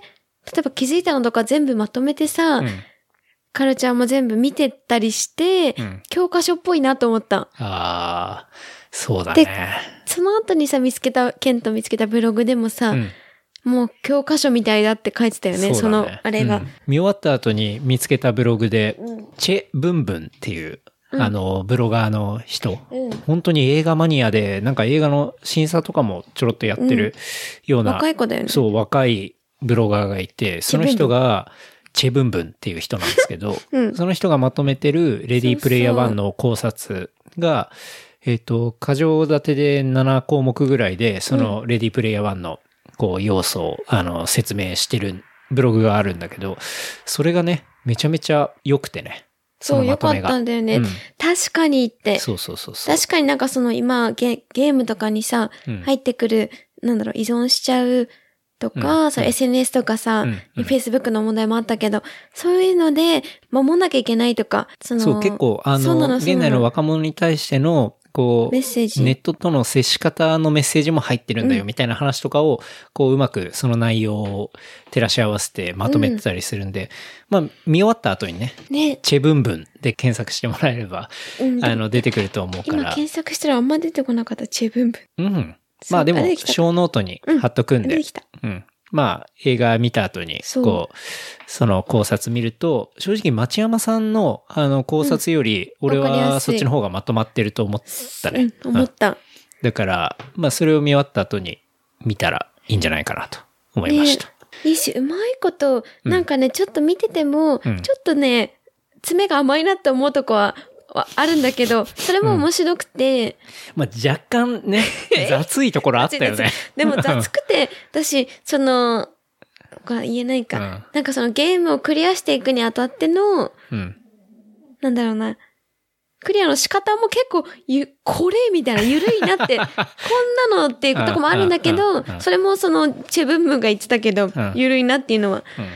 Speaker 3: えば気づいたのとか全部まとめてさ、
Speaker 2: うん
Speaker 3: カルチャーも全部見てったりして、
Speaker 2: うん
Speaker 3: 教科書っぽいなと思った。
Speaker 2: ああ、そうだね。
Speaker 3: その後にさ、見つけた、ケント見つけたブログでもさ、
Speaker 2: うん
Speaker 3: もう教科書みたいだって書いてたよ
Speaker 2: う
Speaker 3: ね、
Speaker 2: だ
Speaker 3: その、あれが。
Speaker 2: うん見終わった後に見つけたブログで、
Speaker 3: うん。
Speaker 2: チェ・ブンブンっていう、
Speaker 3: うん
Speaker 2: あの、ブロガーの人。
Speaker 3: うん
Speaker 2: 本当に映画マニアで、なんか映画の審査とかもちょろっとやってるような、
Speaker 3: 若い子だよね。
Speaker 2: そう、若いブロガーがいて、その人が、チェブンブンっていう人なんですけど、
Speaker 3: うん
Speaker 2: その人がまとめてるレディープレイヤー1の考察が、えっ、と、過剰立てで7項目ぐらいで、そのレディープレイヤー1のこう要素をあの説明してるブログがあるんだけど、それがね、めちゃめちゃ良くてね。
Speaker 3: そう、
Speaker 2: の
Speaker 3: よ
Speaker 2: まと
Speaker 3: かっ
Speaker 2: めが
Speaker 3: たんだよね。
Speaker 2: うん
Speaker 3: 確かにって。
Speaker 2: そうそうそうそう。
Speaker 3: 確かになんかその今ゲ、ゲームとかにさ、
Speaker 2: うん
Speaker 3: 入ってくる、なんだろう、依存しちゃうとか、
Speaker 2: うん
Speaker 3: それ SNS とかさ、
Speaker 2: うんうん
Speaker 3: Facebook の問題もあったけど、そういうので、守んなきゃいけないとか、その、
Speaker 2: そう、結構、あ
Speaker 3: そうな
Speaker 2: の、
Speaker 3: そう
Speaker 2: 現
Speaker 3: な
Speaker 2: 代の若者に対しての、こう、
Speaker 3: メッセージ
Speaker 2: ネットとの接し方のメッセージも入ってるんだよみたいな話とかを、こううまくその内容を照らし合わせてまとめてたりするんで、まあ見終わった後にね、
Speaker 3: ね、
Speaker 2: チェブンブンで検索してもらえれば、
Speaker 3: うん、
Speaker 2: あの出てくると思うか
Speaker 3: 今
Speaker 2: ら、
Speaker 3: 検索したらあんま出てこなかった、チェブンブン。
Speaker 2: うん。まあでも、
Speaker 3: あ出てきた
Speaker 2: 小ノートに貼っとくん
Speaker 3: 出
Speaker 2: で
Speaker 3: て、きた。
Speaker 2: うん。まあ映画見た後に、
Speaker 3: そう
Speaker 2: こう、その考察見ると、正直町山さんのあの考察より、俺
Speaker 3: わかり
Speaker 2: は
Speaker 3: やす
Speaker 2: そ
Speaker 3: い
Speaker 2: っちの方がまとまってると思ったね。
Speaker 3: うん、思った。
Speaker 2: だから、まあ、それを見終わった後に見たらいいんじゃないかなと思いました。
Speaker 3: いいし、うまいこと、なんかね、ちょっと見てても、
Speaker 2: うん
Speaker 3: ちょっとね、爪が甘いなって思うとこは、はあるんだけど、それも面白くて、
Speaker 2: まあ、若干 ね、雑いところあったよね。
Speaker 3: でも雑くて、私、その、これ言えないか、
Speaker 2: うん
Speaker 3: なんかそのゲームをクリアしていくにあたっての、
Speaker 2: うん。
Speaker 3: なんだろうな。クリアの仕方も結構、ゆ、これみたいな、ゆるいな って、こんなのっていうとこもあるんだけ
Speaker 2: うんう
Speaker 3: ど
Speaker 2: んうんう、ん
Speaker 3: それもその、チェブンムンが言ってたけど
Speaker 2: ん、
Speaker 3: ゆるいなっていうのは。
Speaker 2: うん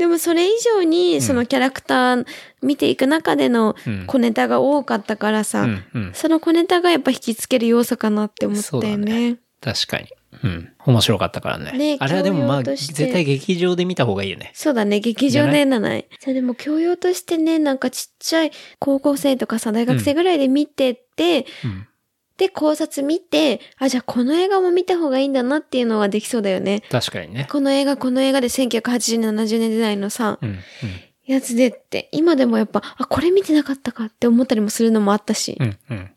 Speaker 3: でもそれ以上にそのキャラクター見ていく中での
Speaker 2: うん
Speaker 3: 小ネタが多かったからさ、
Speaker 2: うんうん
Speaker 3: その小ネタがやっぱ引きつける要素かなって思ったよね。
Speaker 2: 確かに。うん。面白かったからね。
Speaker 3: ね
Speaker 2: あれはでもまあ、
Speaker 3: 教養として
Speaker 2: 絶対劇場で見た方がいいよね。
Speaker 3: そうだね、劇場
Speaker 2: じ
Speaker 3: でなない。そうでも教養としてね、なんかちっちゃい高校生とかさ、大学生ぐらいで見てて、
Speaker 2: うん。
Speaker 3: で考察見て、あ、じゃあこの映画も見た方がいいんだなっていうのはできそうだよね。
Speaker 2: 確かにね。
Speaker 3: この映画、この映画で1980年、70年代のさ、
Speaker 2: うん。うん
Speaker 3: やつでって、今でもやっぱ、あ、これ見てなかったかって思ったりもするのもあったし、
Speaker 2: うん。うん。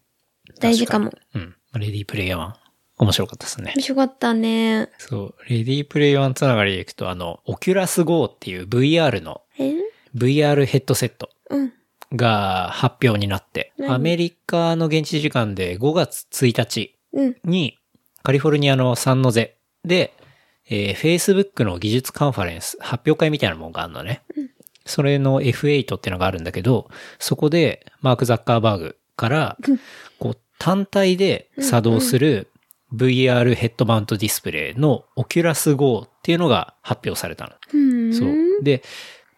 Speaker 3: 大事かも。
Speaker 2: うん。レディープレイヤー1。面白かったですね
Speaker 3: 面。白かったね。
Speaker 2: そう。レディープレイヤー1つながりでいくと、あの、オキュラス GO っていう VR の、
Speaker 3: え
Speaker 2: VR ヘッドセット
Speaker 3: うん。
Speaker 2: が発表になって、
Speaker 3: 何
Speaker 2: アメリカの現地時間で5月1日
Speaker 3: うん。
Speaker 2: に、カリフォルニアのサンノゼで、えー Facebook の技術カンファレンス、発表会みたいなもんがあるのね。それの F8 っていうのがあるんだけど、そこでマーク・ザッカーバーグから、こう単体で作動する VR ヘッドマウントディスプレイの Oculus Go っていうのが発表されたの。
Speaker 3: うん。
Speaker 2: そう。で、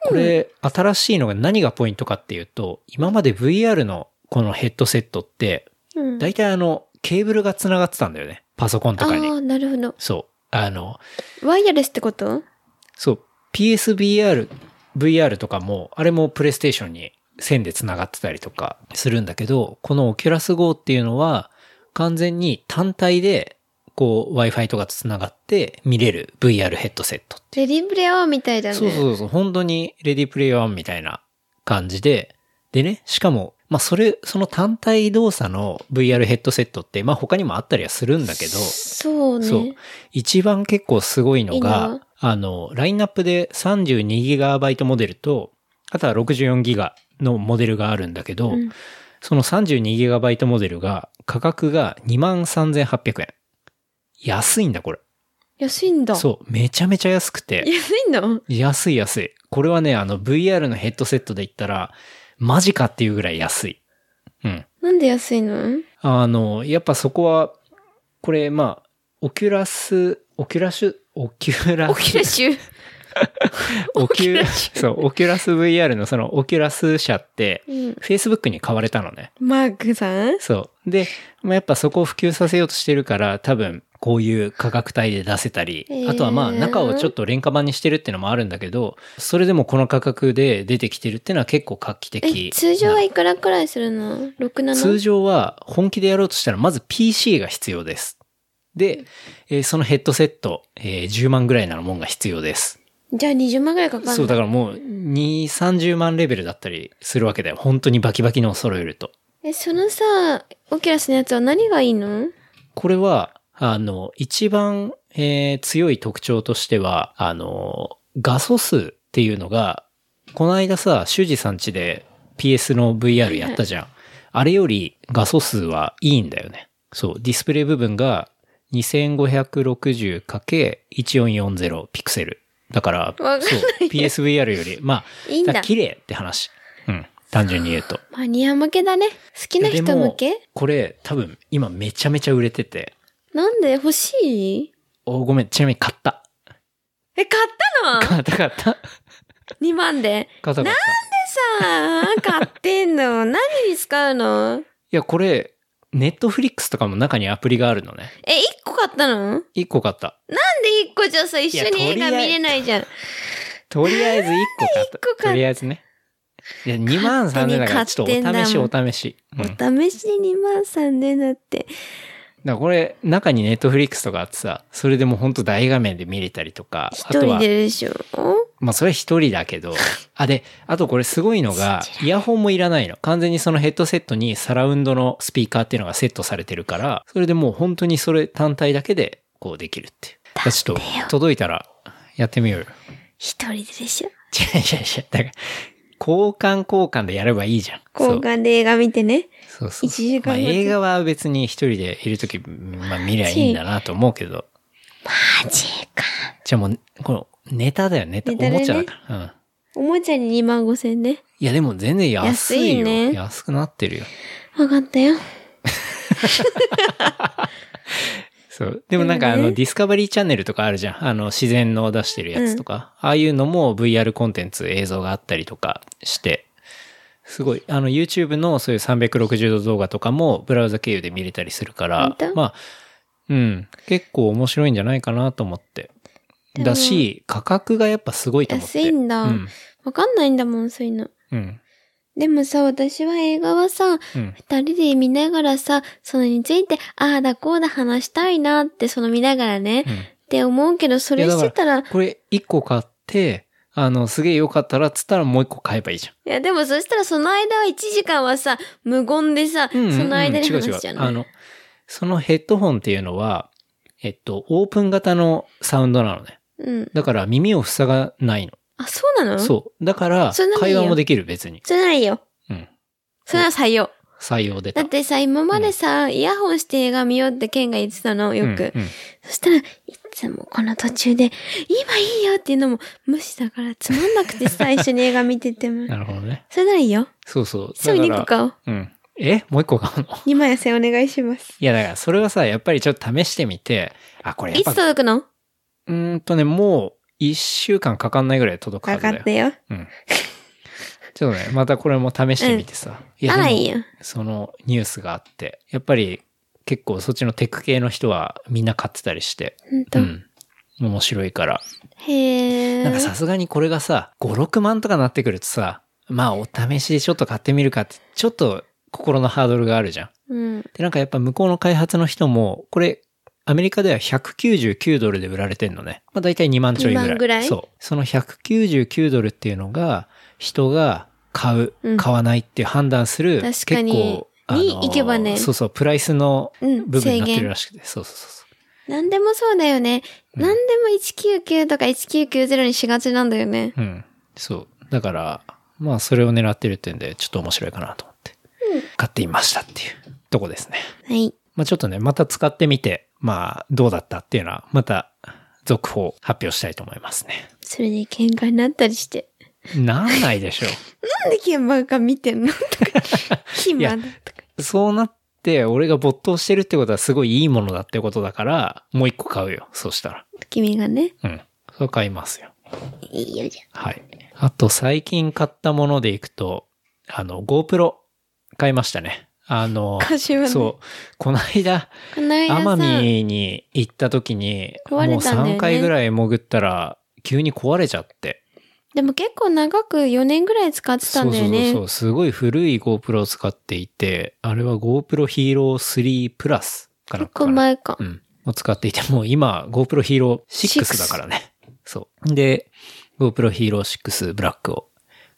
Speaker 2: これ、新しいのが何がポイントかっていうと、今まで VR のこのヘッドセットって、
Speaker 3: うん。
Speaker 2: 大体あの、ケーブルが繋がってたんだよね。パソコンと
Speaker 3: ああ
Speaker 2: かに。
Speaker 3: ー、なるほど。
Speaker 2: そう。あの、
Speaker 3: ワイヤレスってこと
Speaker 2: そう、PSVR、VR とかも、あれもプレイステーションに線で繋がってたりとかするんだけど、この Oculus Go っていうのは、完全に単体で、こう、Wi-Fi とかと繋がって見れる VR ヘッドセット
Speaker 3: レディーブレアワーみたいだね。
Speaker 2: そうそうそう、本当にレディープレイヤー1みたいな感じで、でね、しかも、まあそれ、その単体動作の VR ヘッドセットって、まあ他にもあったりはするんだけど、
Speaker 3: そうね。
Speaker 2: そう。一番結構すごいの
Speaker 3: いい
Speaker 2: が
Speaker 3: な、
Speaker 2: あの、ラインナップで 32GB モデルと、あとは 64GB のモデルがあるんだけど、
Speaker 3: うん
Speaker 2: その 32GB モデルが、価格が23,800円。安いんだ、これ。
Speaker 3: 安いんだ。
Speaker 2: そう。めちゃめちゃ安くて。
Speaker 3: 安いんだ。
Speaker 2: 安い安い。これはね、あの VR のヘッドセットで言ったら、マジかっていうぐらい安い。うん。
Speaker 3: なんで安いの
Speaker 2: あの、やっぱそこは、これ、まあ、オキュラス、オキュラシュ、オキュラ
Speaker 3: オキュラシュ。
Speaker 2: オキュ
Speaker 3: オキュラ
Speaker 2: ラ、
Speaker 3: シ
Speaker 2: そう、オキュラス VR のそのオキュラス社って、
Speaker 3: うん。
Speaker 2: Facebook に買われたのね。
Speaker 3: マークさん
Speaker 2: そう。で、まあ、やっぱそこを普及させようとしてるから、多分、こういう価格帯で出せたり、
Speaker 3: へー
Speaker 2: あとはまあ中をちょっと廉価版にしてるっていうのもあるんだけど、それでもこの価格で出てきてるっていうのは結構画期的
Speaker 3: え、
Speaker 2: な。
Speaker 3: 通常はいくらくらいするの ?6、
Speaker 2: 通
Speaker 3: 7?
Speaker 2: 常は本気でやろうとしたらまず PC が必要です。で、えーそのヘッドセット、えー10万ぐらいなのもんが必要です。
Speaker 3: じゃあ20万くらいかかる
Speaker 2: そう、だからもう2、30万レベルだったりするわけだよ。本当にバキバキのを揃えると。
Speaker 3: え、そのさ、オキュラスのやつは何がいいの
Speaker 2: これは、あの、一番、えー強い特徴としては、あの、画素数っていうのが、この間さ、修二さんちで PS の VR やったじゃん。あれより画素数はいいんだよね。そう、ディスプレイ部分が 2560×1440 ピクセル。だから、
Speaker 3: かんない
Speaker 2: そう、PSVR より、まあ、
Speaker 3: いいんだ
Speaker 2: から綺麗って話。うん、単純に言うと。
Speaker 3: マニア向けだね。好きな人向
Speaker 2: でも
Speaker 3: け
Speaker 2: これ多分今めちゃめちゃ売れてて、
Speaker 3: なんで欲しい
Speaker 2: おごめん、ちなみに買った。
Speaker 3: え、買ったの
Speaker 2: 買った買った。
Speaker 3: ?2 万で。
Speaker 2: 買った買った。い
Speaker 3: さあ、買って んの。何に使うの
Speaker 2: や、これ、ネットフリックスとかも中にアプリがあるのね。
Speaker 3: え、1個買ったのなんで
Speaker 2: 1個買った。
Speaker 3: 1個じゃさ、一緒に映画見れないじゃん。
Speaker 2: とりあえず1個買った。
Speaker 3: 個買った
Speaker 2: とりあえずね。いや、2万3 0 0だから、ちょっと
Speaker 3: 勝手に買ってんだもん
Speaker 2: お試し、お試し。うん。だか
Speaker 3: お試しに2万3000だって。
Speaker 2: らこれ、中にネットフリックスとかあってさ、それでもうほんと大画面で見れたりとか、あ
Speaker 3: 一
Speaker 2: と
Speaker 3: 人
Speaker 2: は
Speaker 3: で、でしょ
Speaker 2: まあそれは一人だけ ど、あ、で、あとこれすごいのが、イヤホンもいらないの。完全にそのヘッドセットにサラウンドのスピーカーっていうのがセットされてるから、それでもう本当にそれ単体だけでこうできるっていう。だからちょっと届いたらやってみようよ。
Speaker 3: 一人ででしょ
Speaker 2: 違う違う違う。だから、交換交換でやればいいじゃん。
Speaker 3: 交換で映画見てね。
Speaker 2: そうそうそう。
Speaker 3: 一時
Speaker 2: ま
Speaker 3: 間
Speaker 2: あ
Speaker 3: ごと
Speaker 2: 映画は別に一人でいるとき、まあ見りゃいいんだなと思うけど。
Speaker 3: マジか。
Speaker 2: じゃあもう、このネタだよ、ネタ。
Speaker 3: ネタ
Speaker 2: お
Speaker 3: だね
Speaker 2: もちゃだから。うん。
Speaker 3: おもちゃに2万5千ね。
Speaker 2: いや、でも全然安いよ。
Speaker 3: 安いね
Speaker 2: 安くなってるよ。
Speaker 3: わかったよ。
Speaker 2: そう。でもなんかあ
Speaker 3: でも
Speaker 2: の、
Speaker 3: ね
Speaker 2: ディスカバリーチャンネルとかあるじゃん。あの、自然の出してるやつとか。ああいうのも VR コンテンツ映像があったりとかして、すごい、あの、YouTube のそういう360度動画とかもブラウザ経由で見れたりするから
Speaker 3: 本、当
Speaker 2: まあ、うん、結構面白いんじゃないかなと思って。
Speaker 3: でも
Speaker 2: だし、価格がやっぱすごいと思って。
Speaker 3: 安いんだ
Speaker 2: うん。
Speaker 3: わかんないんだもん、そういうの。
Speaker 2: うん。
Speaker 3: でもさ、私は映画はさ、
Speaker 2: うん。
Speaker 3: 二人で見ながらさ、それについて、ああだこうだ話したいなって、その見ながらね、
Speaker 2: う
Speaker 3: っ
Speaker 2: ん
Speaker 3: て思うけど、それ
Speaker 2: いやだから
Speaker 3: してたら、い
Speaker 2: これ1個買って、あの、すげえ良かったらっつったらもう1個買えばいいじゃん。
Speaker 3: や、でもそしたらその間は1時間はさ、無言でさ、
Speaker 2: うんうんうん
Speaker 3: その間に
Speaker 2: 違う違
Speaker 3: 話
Speaker 2: う
Speaker 3: しちゃう
Speaker 2: あ
Speaker 3: の。
Speaker 2: の、そのヘッドホンっていうのは、えっと、オープン型のサウンドなのね。
Speaker 3: うん。
Speaker 2: だから耳を塞がないの。
Speaker 3: あ、そうなのう。
Speaker 2: そう。だから
Speaker 3: それな、らい
Speaker 2: 会
Speaker 3: いよ
Speaker 2: 話もできる別に。
Speaker 3: それならいいよ。
Speaker 2: うん。
Speaker 3: それなら採用。
Speaker 2: 採用で
Speaker 3: だってさ、今までさ、イヤホンして映画見ようってケンが言ってたの、よく。
Speaker 2: うんうん
Speaker 3: そしたら、いつもこの途中で、今いいよっていうのも無視だからつまんなくてさ、一緒に映画見てても。
Speaker 2: なるほどね。
Speaker 3: それならいいよ。
Speaker 2: そうそう。
Speaker 3: すぐに行
Speaker 2: だ
Speaker 3: 個
Speaker 2: から
Speaker 3: 買おう。
Speaker 2: うん。えもう一個買うの
Speaker 3: 2枚線お願いします。
Speaker 2: いや、だから、それはさ、やっぱりちょっと試してみて、あ、これやっ
Speaker 3: い
Speaker 2: ぱ、
Speaker 3: つ
Speaker 2: う
Speaker 3: 届くの
Speaker 2: ーんとね、もう、一週間かかんないぐらいで届くは
Speaker 3: 分
Speaker 2: ず
Speaker 3: か
Speaker 2: だ
Speaker 3: っ
Speaker 2: よ
Speaker 3: た。よ。
Speaker 2: うん。ちょっとね、またこれも試してみてさ。い
Speaker 3: あ
Speaker 2: でも
Speaker 3: らいいよ。
Speaker 2: そのニュースがあって、やっぱり結構そっちのテック系の人はみんな買ってたりして、
Speaker 3: ほん
Speaker 2: う
Speaker 3: と。
Speaker 2: ん。面白いから。
Speaker 3: へ
Speaker 2: なんか
Speaker 3: ー
Speaker 2: さすがにこれがさ、5、6万とかなってくるとさ、まあお試しでちょっと買ってみるかって、ちょっと心のハードルがあるじゃん。
Speaker 3: うん。
Speaker 2: で、なんかやっぱ向こうの開発の人も、これ、アメリカでは199ドルで売られてんのね。まあ大体2万ちょいぐらい。
Speaker 3: 2万ぐらい
Speaker 2: そう。その199ドルっていうのが、人が買う、
Speaker 3: うん
Speaker 2: 買わないっていう判断する、
Speaker 3: 確かにに行けばね
Speaker 2: そうそう、プライスの
Speaker 3: うん
Speaker 2: 部分に
Speaker 3: 制
Speaker 2: なってる
Speaker 3: 限
Speaker 2: らしくて。そうそうそう
Speaker 3: なんでもそうだよね。なんでも199とか1990にしがちなんだよね。
Speaker 2: そう。うん。そう。だから、まあそれを狙ってるってんで、ちょっと面白いかなと思って。買ってみましたっていうとこですね。
Speaker 3: はい。
Speaker 2: まあ、ちょっとね、また使ってみて、まあ、どうだったっていうのは、また、続報発表したいと思いますね。
Speaker 3: それで喧嘩になったりして。
Speaker 2: なんないでしょ
Speaker 3: なんで鍵盤が見て んのとか。暇だとか。
Speaker 2: う。 そうなって、俺が没頭してるってことはすごいいいものだってことだから、もう一個買うよ。そうしたら。
Speaker 3: 君がね。
Speaker 2: うん。それ買いますよ。
Speaker 3: いいよじゃん。
Speaker 2: はい。あと、最近買ったものでいくと、あの、GoPro 買いましたね。あの、
Speaker 3: 昔はね
Speaker 2: そう。この間、
Speaker 3: この間さ、
Speaker 2: 奄美に行った時に、もう
Speaker 3: 壊れたんだよね
Speaker 2: 3回ぐらい潜ったら、急に壊れちゃって。
Speaker 3: でも結構長く4年ぐらい使ってたんだよ
Speaker 2: そう
Speaker 3: ね。
Speaker 2: そうそうそう、すごい古い GoPro を使っていて、あれは GoPro Hero 3 Plus かなんかか
Speaker 3: 結構
Speaker 2: な
Speaker 3: 前か
Speaker 2: う。ん。を使っていて、もう今 GoPro Hero 6だからね。そう。で、GoPro Hero 6 Black を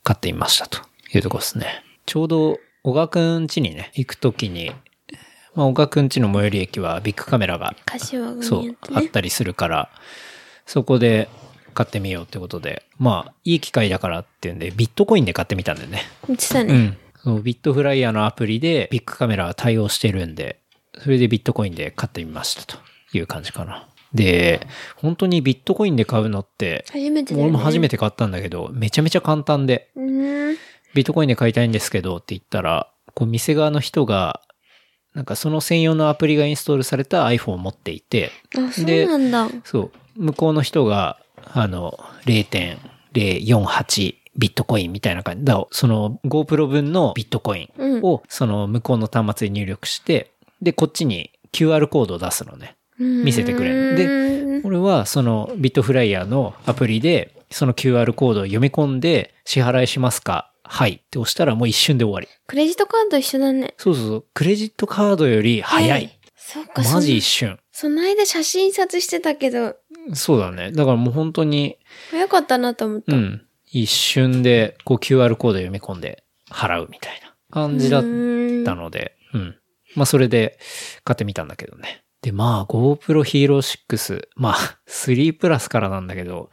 Speaker 2: 買ってみましたというとこですね。ちょうど小川くん家にね、行くときに、まあ小川くん家の最寄り駅はビッグカメラが
Speaker 3: 柏組
Speaker 2: そ
Speaker 3: や
Speaker 2: う
Speaker 3: っ、て
Speaker 2: あっ
Speaker 3: ね。
Speaker 2: たりするから、そこで買ってみようってことで、まあ、いい機会だからっていうんで、ビットコインで買ってみたんだよね。
Speaker 3: 言ってた
Speaker 2: う
Speaker 3: ね。
Speaker 2: ん。そうビットフライヤーのアプリでビッグカメラは対応してるんで、それでビットコインで買ってみましたという感じかな。で、本当にビットコインで買うのって、
Speaker 3: 初めてだよ
Speaker 2: 俺
Speaker 3: ね。
Speaker 2: も初めて買ったんだけど、めちゃめちゃ簡単で、
Speaker 3: うーん。
Speaker 2: ビットコインで買いたいんですけどって言ったら、こう店側の人が、なんかその専用のアプリがインストールされた iPhone を持っていて、
Speaker 3: あ、そうなんだ。
Speaker 2: そう。向こうの人が、あの、0.048ビットコインみたいな感じだ。その GoPro 分のビットコインを、その向こうの端末に入力して、で、こっちに QR コードを出すのね。見
Speaker 3: 見
Speaker 2: せてくれるで俺はそのビットフライヤーのアプリで、その QR コードを読み込んで、支払いしますかはいって押したらもう一瞬で終わり。
Speaker 3: クレジットカードと一緒だね。
Speaker 2: そうそうそう。クレジットカードより早。。
Speaker 3: はいそっか、
Speaker 2: マジ一
Speaker 3: そ
Speaker 2: 瞬。
Speaker 3: その間写真印刷してたけど、
Speaker 2: そうだね。だからもう本当に、
Speaker 3: 早かったなと思っ
Speaker 2: う
Speaker 3: た。
Speaker 2: ん。一瞬で、こう QR コード読み込んで払うみたいな感じだったので、うん。まあそれで買ってみたんだけどね。で、まあ GoPro Hero 6、まあ3プラスからなんだけど、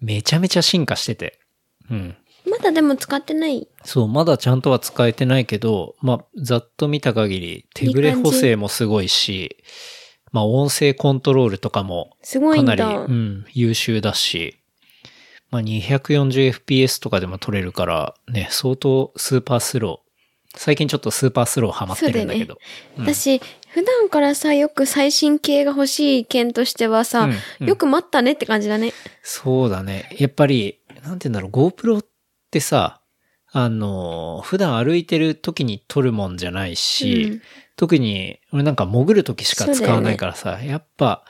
Speaker 2: めちゃめちゃ進化してて、うん。
Speaker 3: まだでも使ってない。
Speaker 2: そう、まだちゃんとは使えてないけど、まあ、ざっと見た限り、手ぶれ補正もすごいし、まあ、音声コントロールとかも
Speaker 3: すごい
Speaker 2: か
Speaker 3: ん
Speaker 2: なり、
Speaker 3: だ
Speaker 2: う。ん、優秀だし、まあ、240fps とかでも撮れるから、ね、相当スーパースロ最近ちょっとスーパースローハマってるんだけど。うん
Speaker 3: 私、普段からさ、よく最新系が欲しい意見としてはさ、
Speaker 2: うんうん
Speaker 3: よく待ったねって感じだね。
Speaker 2: そうだね。やっぱり、なんて言うんだろう、GoPro ってさ、あの、普段歩いてる時に撮るもんじゃないし、
Speaker 3: うん
Speaker 2: 特に、俺なんか潜る時しか使わないからさ、やっぱ、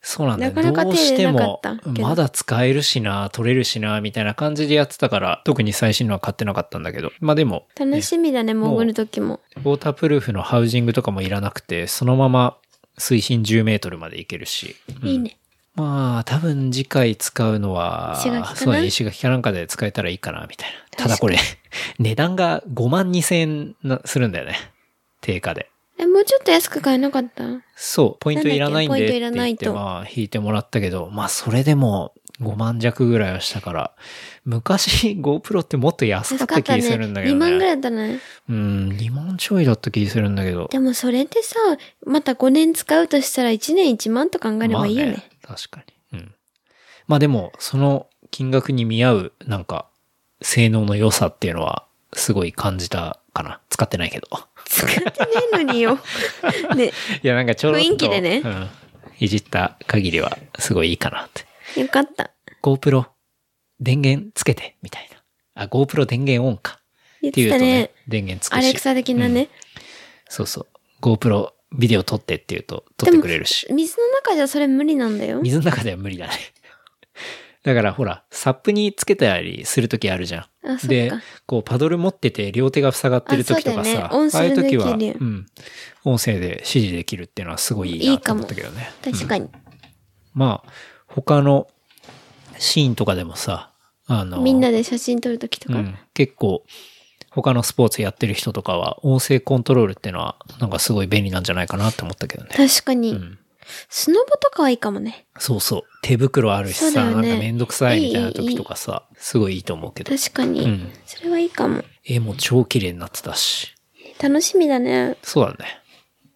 Speaker 2: そうなんだよ。
Speaker 3: なかなか
Speaker 2: どうしても
Speaker 3: 手入れなかったけど
Speaker 2: まだ使えるしな、撮れるしな、みたいな感じでやってたから、特に最新のは買ってなかったんだけど。まあでも、
Speaker 3: 楽しみだね、
Speaker 2: もう
Speaker 3: 潜る時も。
Speaker 2: ウォータープルーフのハウジングとかもいらなくて、そのまま水深10メートルまで行けるし。うん
Speaker 3: いいね。
Speaker 2: まあ、多分次回使うのは、
Speaker 3: 石垣かな
Speaker 2: そうね、石垣かなんかで使えたらいいかな、みたいな。ただこれ、値段が5万2千円なするんだよね。定価で。
Speaker 3: え、もうちょっと安く買えなかった
Speaker 2: そう、ポイントいらないんでって
Speaker 3: なんだっけポイ
Speaker 2: 言っ
Speaker 3: ント
Speaker 2: て、
Speaker 3: いらないと
Speaker 2: まあ、引いてもらったけど、まあ、それでも5万弱ぐらいはしたから、昔 GoPro ってもっと安か
Speaker 3: 安
Speaker 2: っ
Speaker 3: かったた
Speaker 2: 気
Speaker 3: ね。
Speaker 2: するんだけど
Speaker 3: 2
Speaker 2: ね。
Speaker 3: 万ぐらいだったね。
Speaker 2: うん、2万ちょいだった気するんだけど。
Speaker 3: でもそれでさ、また5年使うとしたら1年1万と考えればいいよね。
Speaker 2: まあ確かに。うん。まあでも、その金額に見合う、なんか、性能の良さっていうのは、すごい感じたかな。使ってないけど。
Speaker 3: 使ってねえのに よ。ね、
Speaker 2: いや、なんかちょろっと。
Speaker 3: 雰囲気でね
Speaker 2: うん。いじった限りは、すごいいいかなって。
Speaker 3: よかった。
Speaker 2: GoPro、電源つけて、みたいな。あ、GoPro 電源オンか。
Speaker 3: 言
Speaker 2: っ
Speaker 3: って
Speaker 2: い
Speaker 3: て
Speaker 2: う
Speaker 3: た
Speaker 2: と
Speaker 3: ね
Speaker 2: ね。、電源つく
Speaker 3: ア
Speaker 2: し。
Speaker 3: レクサ的なね。
Speaker 2: そうそう。GoPro ビデオ撮ってっていうと、撮ってくれるし。
Speaker 3: 水の中じゃそれ無理なんだよ。
Speaker 2: 水の中では無理だね。 だからほら、サップにつけたりするときあるじゃ
Speaker 3: あ、そ
Speaker 2: ん。
Speaker 3: っ
Speaker 2: で
Speaker 3: か。、
Speaker 2: こうパドル持ってて両手が塞がってるときとかさ、
Speaker 3: あそうだよね音
Speaker 2: ああいう
Speaker 3: 声
Speaker 2: と
Speaker 3: で
Speaker 2: き
Speaker 3: きる
Speaker 2: は、
Speaker 3: よ
Speaker 2: うん、音声で指示できるっていうのはすごいいい
Speaker 3: い
Speaker 2: ないと
Speaker 3: かも
Speaker 2: 思ったけどね。
Speaker 3: 確かに。
Speaker 2: まあ、他のシーンとかでもさ、あの、
Speaker 3: みんなで写真撮るときと
Speaker 2: う
Speaker 3: か。
Speaker 2: ん、結構、他のスポーツやってる人とかは、音声コントロールっていうのは、なんかすごい便利なんじゃないかなって思ったけどね。
Speaker 3: 確かに、
Speaker 2: うん
Speaker 3: スノボとかはいいかもね。
Speaker 2: そうそう。手袋あるし
Speaker 3: そうだ
Speaker 2: さ、
Speaker 3: よ
Speaker 2: なん
Speaker 3: ね
Speaker 2: かめんどくさいみたいな時とかさ、すごいいいと思うけど。
Speaker 3: 確かに。
Speaker 2: うん
Speaker 3: それはいいかも。
Speaker 2: 絵も超綺麗になってたし。
Speaker 3: 楽しみだね。
Speaker 2: そうだね。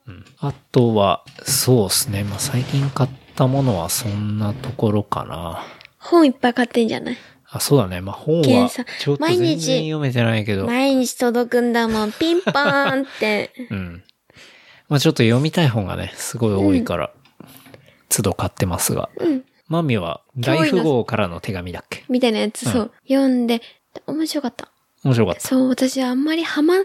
Speaker 2: うん。あとは、そうですね。まあ、最近買ったものはそんなところかな。
Speaker 3: 本いっぱい買ってんじゃない
Speaker 2: あ、そうだね。まあ、本は
Speaker 3: 検査
Speaker 2: ちょっと全然
Speaker 3: 毎日
Speaker 2: 読めてないけど。
Speaker 3: 毎日届くんだもん。ピンポー ンって。
Speaker 2: うん。まあ、ちょっと読みたい本がね、すごい多いから、都度買ってますが。
Speaker 3: うん。
Speaker 2: マミは、大富豪からの手紙だっけ
Speaker 3: みたいなやつ、そう。読んで、面白かった。
Speaker 2: 面白かった。
Speaker 3: そう、私はあんまりハマ、いい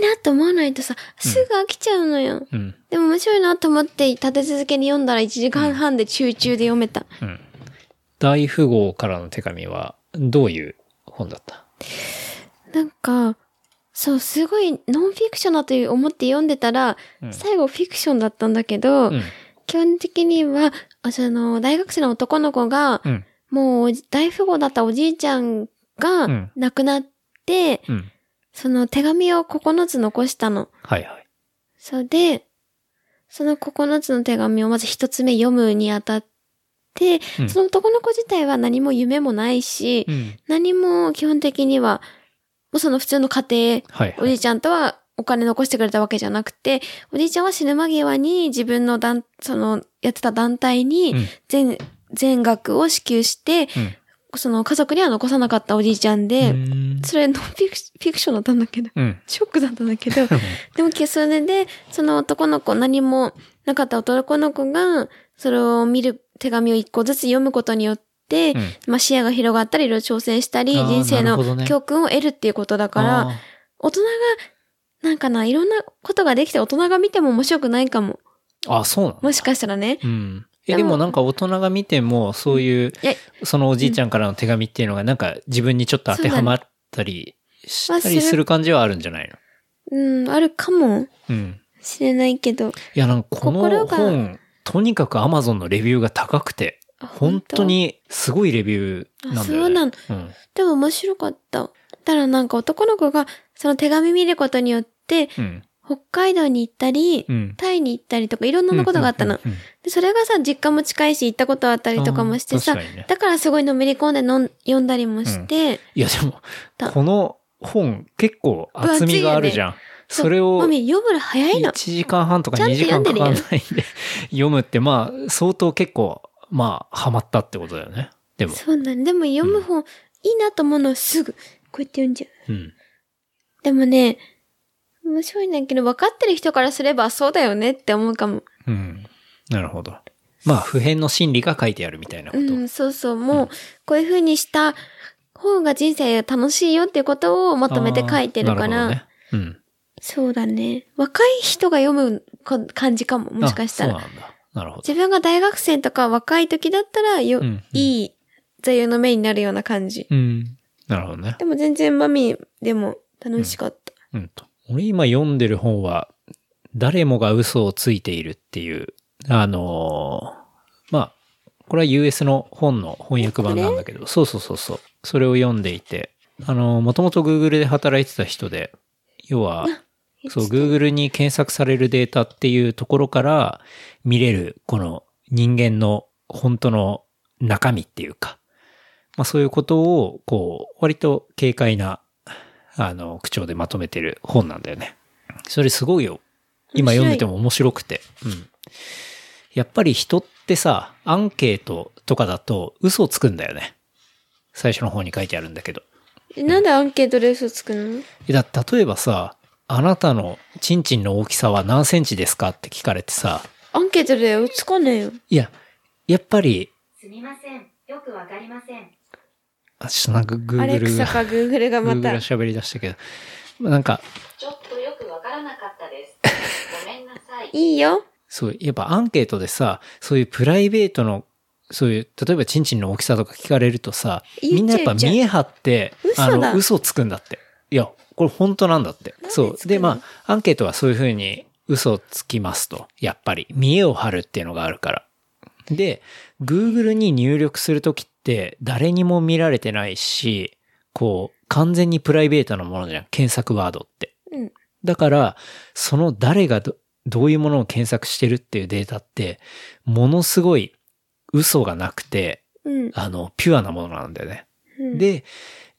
Speaker 3: なと思わないとさ、すぐ飽きちゃうのよ。
Speaker 2: うん。
Speaker 3: でも面白いなと思って立て続けに読んだら1時間半で集中で読めた。
Speaker 2: うん。大富豪からの手紙は、どういう本だった
Speaker 3: なんか、そう、すごいノンフィクションだという思って読んでたら、最後フィクションだったんだけど、
Speaker 2: うん。
Speaker 3: 基本的には、あその、大学生の男の子が
Speaker 2: う、ん。
Speaker 3: もうおじ大富豪だったおじいちゃん
Speaker 2: う
Speaker 3: が
Speaker 2: ん
Speaker 3: 亡くなって、
Speaker 2: うん。
Speaker 3: その手紙を9つ残したの。
Speaker 2: はいはい。
Speaker 3: そうで、その9つの手紙をまず1つ目読むにあたって、
Speaker 2: うん
Speaker 3: その男の子自体は何も夢もないし、
Speaker 2: うん。
Speaker 3: 何も基本的には、もうその普通の家
Speaker 2: はい
Speaker 3: 庭、お
Speaker 2: は
Speaker 3: じ
Speaker 2: い。
Speaker 3: いちゃんとはお金残してくれたわけじゃなくて、おじいちゃんは死ぬ間際に自分の団、その、やってた団体
Speaker 2: う
Speaker 3: に
Speaker 2: ん
Speaker 3: 全、全額を支給して、
Speaker 2: うん
Speaker 3: その家族には残さなかったおじいちゃん
Speaker 2: う
Speaker 3: で、
Speaker 2: ん。
Speaker 3: それノンフィクシフィクションだったんだけど、
Speaker 2: うん。
Speaker 3: ショックだったんだ けど、でも、それで、その男の子、何もなかった男の子が、それを見る手紙を一個ずつ読むことによって、
Speaker 2: うん
Speaker 3: まあ視野が広がったり、いろいろ挑戦したり、
Speaker 2: あー
Speaker 3: 人生
Speaker 2: なるほど
Speaker 3: の
Speaker 2: ね
Speaker 3: 教訓を得るっていうことだから、
Speaker 2: あー
Speaker 3: 大人が、なんかな、いろんなことができて大人が見ても面白くないかも。
Speaker 2: あ、そうなの
Speaker 3: もしかしたらね。
Speaker 2: うん。
Speaker 3: で
Speaker 2: え、
Speaker 3: も
Speaker 2: でもなんか大人が見ても、そういう、
Speaker 3: いや、
Speaker 2: そのおじいちゃんからの手紙っていうのが、なんか自分にちょっと当てはまったりしたり
Speaker 3: まあする
Speaker 2: する感じはあるんじゃないの
Speaker 3: うん、あるかも
Speaker 2: うん。
Speaker 3: しれないけど。
Speaker 2: いや、なんかこの
Speaker 3: 心が
Speaker 2: 本、とにかく Amazon のレビューが高くて、
Speaker 3: あ
Speaker 2: 本当。にすごいレビューなんだよね。
Speaker 3: あ
Speaker 2: そうなの。
Speaker 3: でも面白かった。ただなんか男の子が、その手紙見ることによって、
Speaker 2: うん。
Speaker 3: 北海道に行ったり、
Speaker 2: うん。
Speaker 3: タイに行ったりとかいろんなことがあったの。
Speaker 2: うんうんうん
Speaker 3: で、それがさ、実家も近いし、行ったことあったりとかもして
Speaker 2: あー
Speaker 3: さ、
Speaker 2: 確かにね
Speaker 3: だからすごいのめり込んでのん読んだりもして、
Speaker 2: いや、でも
Speaker 3: だ、
Speaker 2: この本結構厚みがあるじゃん。
Speaker 3: そう
Speaker 2: それを
Speaker 3: マミ読むの早い
Speaker 2: 1
Speaker 3: の。
Speaker 2: 時間半とか
Speaker 3: ちゃん
Speaker 2: 2
Speaker 3: と
Speaker 2: 時間か
Speaker 3: 読ん
Speaker 2: か
Speaker 3: で
Speaker 2: ん
Speaker 3: るよ
Speaker 2: ないんで 読むって、まあ、相当結構、まあ、ハマったってことだよね。でも、
Speaker 3: そうなんでも読む本、いいなと思うのはすぐ、こうやって読んじゃう。
Speaker 2: うん。
Speaker 3: でもね、面白いんだけど、分かってる人からすればそうだよねって思うかも。
Speaker 2: うん。なるほど。まあ、普遍の心理が書いてあるみたいなこ
Speaker 3: う
Speaker 2: と。
Speaker 3: ん、そうそう。もう、こういう風にした方が人生楽しいよっていうことをまとめて書いてるか
Speaker 2: あー
Speaker 3: ら、
Speaker 2: なるほどね。
Speaker 3: そうだね。若い人が読むこ感じかも、
Speaker 2: うん。
Speaker 3: もしかした
Speaker 2: あ
Speaker 3: ら。
Speaker 2: そうなんだ。なるほど。
Speaker 3: 自分が大学生とか若い時だったらよ、
Speaker 2: うんうん
Speaker 3: いい座右の銘になるような感じ。
Speaker 2: うん。なるほどね。
Speaker 3: でも全然マミーでも楽しかった。
Speaker 2: うんと。俺今読んでる本は、誰もが嘘をついているっていう、あのーまあ、これは US の本の翻訳版なんだけど、そうそうそうそう。それを読んでいて、あのー、もともと Google で働いてた人で、要は、そう、Google に検索されるデータっていうところから見れる、この人間の本当の中身っていうか、まあそういうことを、こう、割と軽快な、あの、口調でまとめてる本なんだよね。それすごいよ。今読んでても面白くて。うん。やっぱり人ってさ、アンケートとかだと嘘をつくんだよね。最初の方に書いてあるんだけど。
Speaker 3: えなんでアンケートで嘘つくの
Speaker 2: えだ例えばさ、あなたのチンチンの大きさは何センチですかって聞かれてさ、
Speaker 3: アンケートで嘘つかねえよ。
Speaker 2: いや、やっぱり、
Speaker 4: すみません。よくわかりません。
Speaker 2: あ、ちょっとなんか Google が、
Speaker 3: アレクサか Google がま
Speaker 2: Google が
Speaker 3: た。
Speaker 2: 喋り出したけど、まあなんか、
Speaker 4: ちょっとよくわからなかった です。ごめんなさい。
Speaker 3: いいよ。
Speaker 2: そう、やっぱアンケートでさ、そういうプライベートの、そういう、例えばチンチンの大きさとか聞かれるとさ、
Speaker 3: 言っちゃう
Speaker 2: みんなやっぱ見え張って、
Speaker 3: 言っちゃ
Speaker 2: あ
Speaker 3: う嘘だ
Speaker 2: の、嘘つくんだって。いや、これ本当なんだって。
Speaker 3: なんでつく
Speaker 2: そ
Speaker 3: の
Speaker 2: う。で、まあ、アンケートはそういうふうに嘘をつきますと。やっぱり、見栄を張るっていうのがあるから。で、Google に入力するときって、誰にも見られてないし、こう、完全にプライベートなものじゃん。検索ワードって。
Speaker 3: うん。
Speaker 2: だから、その誰がどどういうものを検索してるっていうデータって、ものすごい嘘がなくて、
Speaker 3: うん。
Speaker 2: あの、ピュアなものなんだよね。
Speaker 3: うん、
Speaker 2: で、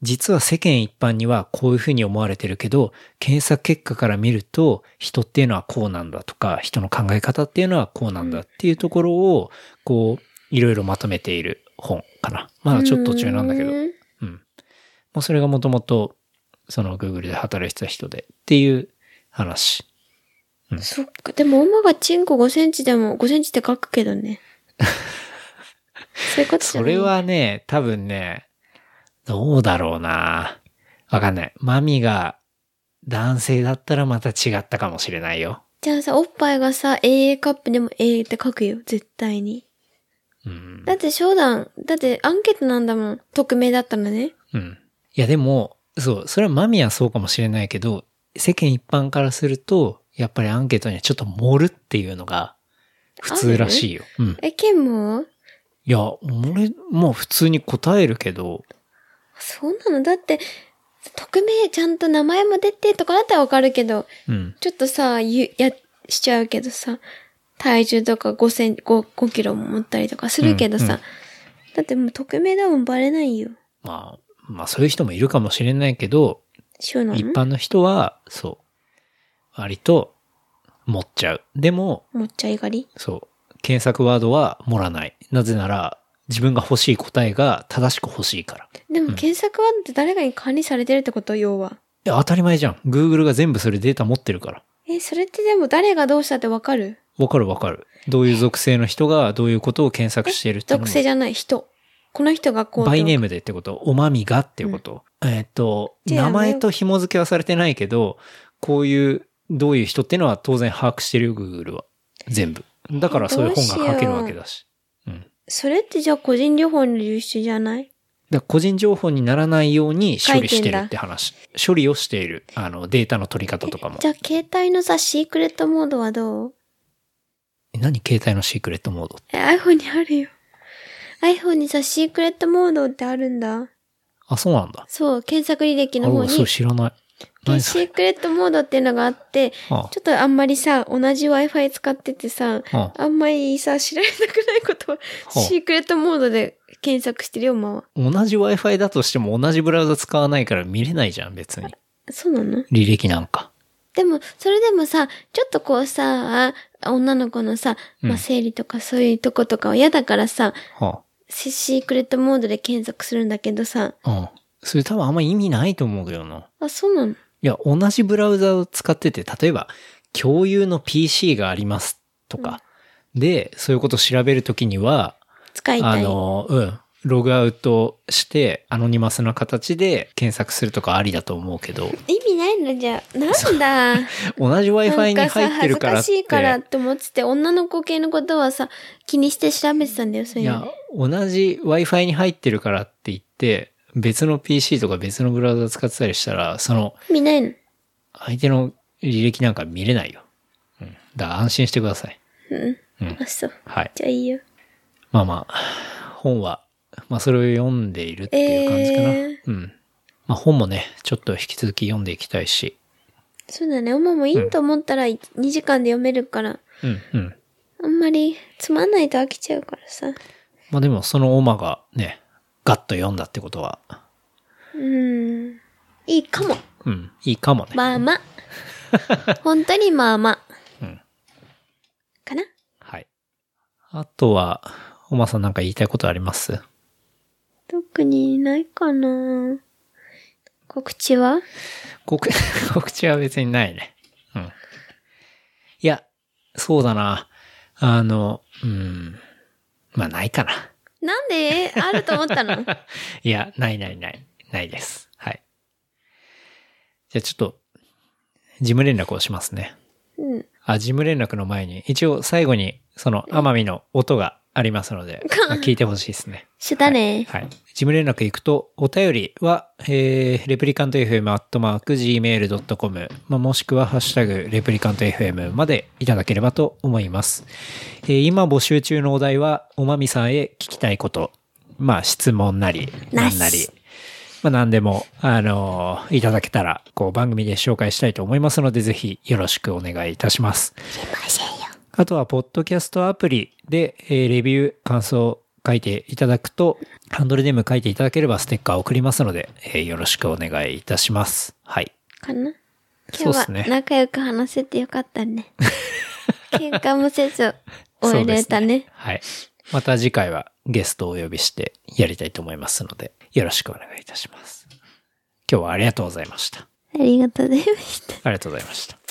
Speaker 2: 実は世間一般にはこういうふうに思われてるけど、検索結果から見ると、人っていうのはこうなんだとか、人の考え方っていうのはこうなんだっていうところを、こう、いろいろまとめている本かな。まだちょっと途中なんだけど
Speaker 3: う。ん
Speaker 2: うん。もうそれがもともと、その Google で働いてた人でっていう話。
Speaker 3: そっか。でも、馬がチンコ5センチでも、5センチって書くけどね。そういうことじゃ
Speaker 2: そ
Speaker 3: ない
Speaker 2: れ。はね、多分ね、どうだろうなわかんない。マミが男性だったらまた違ったかもしれないよ。
Speaker 3: じゃあさ、おっぱいがさ、AA カップでも AA って書くよ。絶対に。
Speaker 2: うん
Speaker 3: だ。って商談、だってアンケートなんだもん。匿名だったのね。
Speaker 2: うん。いやでも、そう、それはマミはそうかもしれないけど、世間一般からすると、やっぱりアンケートにはちょっと盛るっていうのが普通らしいよ。うん。
Speaker 3: え、ケンも
Speaker 2: いや、俺、もう普通に答えるけど、
Speaker 3: そうなのだって、匿名ちゃんと名前も出てとかだったらわかるけど、
Speaker 2: うん。
Speaker 3: ちょっとさ、ゆ、や、しちゃうけどさ、体重とか5セン、5、5キロも持ったりとかするけどさ、
Speaker 2: うんう
Speaker 3: だってもう匿名だもんバレないよ。
Speaker 2: まあ、まあそういう人もいるかもしれないけど、
Speaker 3: そうな
Speaker 2: 一
Speaker 3: の
Speaker 2: 般の人は、そう。割と、持っちゃう。でも、
Speaker 3: もっちゃいがり
Speaker 2: そう。検索ワードは盛らない。なぜなら、自分が欲しい答えが正しく欲しいから。
Speaker 3: でも検索ワードって誰かに管理されてるってこと要は。
Speaker 2: いや当たり前じゃん。Google が全部それデータ持ってるから。
Speaker 3: え、それってでも誰がどうしたってわかる
Speaker 2: わかるわかる。どういう属性の人がどういうことを検索してるっていうの
Speaker 3: 属
Speaker 2: も
Speaker 3: 性じゃない人。この人がこうと。
Speaker 2: バイネームでってことおまみがっていうこと、えーっと、
Speaker 3: じゃあ
Speaker 2: 名前と紐付けはされてないけど、こういう、どういう人っていうのは当然把握してるよ、Google は。全部。だからそういう本が書けるわけだし。うん。
Speaker 3: それってじゃあ個人情報の流出じゃない
Speaker 2: だから個人情報にならないように処理してる
Speaker 3: 書いてんだ
Speaker 2: って話。処理をしている。あの、データの取り方とかも
Speaker 3: じ。ゃあ携帯のさ、シークレットモードはどう
Speaker 2: 何携帯のシークレットモード
Speaker 3: え、iPhone にあるよ。iPhone にさ、シークレットモードってあるんだ。
Speaker 2: あ、そうなんだ。
Speaker 3: そう、検索履歴の方
Speaker 2: あ、
Speaker 3: に、
Speaker 2: そう知らない。
Speaker 3: で
Speaker 2: 何そ
Speaker 3: シ
Speaker 2: れ
Speaker 3: ークレットモードっていうのがあって、
Speaker 2: あ
Speaker 3: ちょっとあんまりさ、同じ Wi-Fi 使っててさ、
Speaker 2: ああ
Speaker 3: あんまりさ、知られたくないことは、
Speaker 2: あ
Speaker 3: シークレットモードで検索してるよ、まは。
Speaker 2: 同じ Wi-Fi だとしても同じブラウザ使わないから見れないじゃん、別に。
Speaker 3: そうなの
Speaker 2: 履歴なんか。
Speaker 3: でも、それでもさ、ちょっとこうさ、あ女の子のさ、ま
Speaker 2: う
Speaker 3: あ、
Speaker 2: ん
Speaker 3: 生理とかそういうとことかは嫌だからさ、
Speaker 2: はあ
Speaker 3: シシークレットモードで検索するんだけどさ、
Speaker 2: うん。それ多分あんま意味ないと思うけどな。
Speaker 3: あ、そうなの
Speaker 2: いや、同じブラウザを使ってて、例えば、共有の PC がありますとか、で、そういうことを調べるときには、
Speaker 3: 使い
Speaker 2: あ
Speaker 3: たい。
Speaker 2: の、うん、ログアウトして、アノニマスな形で検索するとかありだと思うけど、
Speaker 3: 意味ないのじゃ。なんだ。
Speaker 2: 同じ Wi-Fi に
Speaker 3: なんかさ
Speaker 2: 入ってるからっ、
Speaker 3: 恥ずかしいからってて思ってて、女の子系のことはさ、気にして調べてたんだよ、そう
Speaker 2: い
Speaker 3: いう
Speaker 2: や
Speaker 3: の。、
Speaker 2: 同じ Wi-Fi に入ってるからって言って、別の PC とか別のブラウザ使ってたりしたら、その、
Speaker 3: 見ないの。
Speaker 2: 相手の履歴なんか見れないよ。うん。だから安心してください。
Speaker 3: うん。
Speaker 2: うん
Speaker 3: あ、そう。
Speaker 2: はい。
Speaker 3: じゃあいいよ。
Speaker 2: まあまあ、本は、まあそれを読んでいるっていう感じかな。
Speaker 3: えー
Speaker 2: うん。まあ本もね、ちょっと引き続き読んでいきたいし。
Speaker 3: そうだね。おまもいいと思ったら2時間で読めるから、
Speaker 2: うんうん。
Speaker 3: あんまりつまんないと飽きちゃうからさ。
Speaker 2: まあでもそのオマがね、ガッと読んだってことは、
Speaker 3: うん。いいかも。
Speaker 2: うん、いいかもね。
Speaker 3: ま あまあ。本当にまあまあ。
Speaker 2: うん
Speaker 3: かな
Speaker 2: はい。あとは、オマさんなんか言いたいことあります
Speaker 3: 特にないかな告知は
Speaker 2: 告 告知は別にないね。うん。いや、そうだな。あの、うん。まあないかな。
Speaker 3: なんであると思った の
Speaker 2: いや、ないないない。ないです。はい。じゃあちょっと、事務連絡をしますね。
Speaker 3: うん。
Speaker 2: あ、事務連絡の前に、一応最後に、その、奄美の音がありますので、まあ聞いてほしいですね。
Speaker 3: しだね。
Speaker 2: はい。事務連絡行くと、お便りは、えー、レプリカント FM.gmail.com、まあ、もしくは、ハッシュタグ、レプリカント FM までいただければと思います。えー今募集中のお題は、おまみさんへ聞きたいこと、まあ、質問なり、
Speaker 3: ナ
Speaker 2: なん
Speaker 3: イス
Speaker 2: なり、まあ、何でも、あのーいただけたら、こう、番組で紹介したいと思いますので、ぜひ、よろしくお願いいたします。あとは、ポッドキャストアプリで、えーレビュー、感想を書いていただくと、ハンドルネーム書いていただければステッカーを送りますので、えーよろしくお願いいたします。はい。
Speaker 3: かな
Speaker 2: そうっ
Speaker 3: 今日
Speaker 2: す
Speaker 3: は
Speaker 2: ね
Speaker 3: 仲良く話せてよかったね。 喧嘩もせず終えられたね。
Speaker 2: はい。また次回はゲストをお呼びしてやりたいと思いますので、よろしくお願いいたします。今日はありがとうございました。
Speaker 3: ありがとうございました。
Speaker 2: ありがとうございました。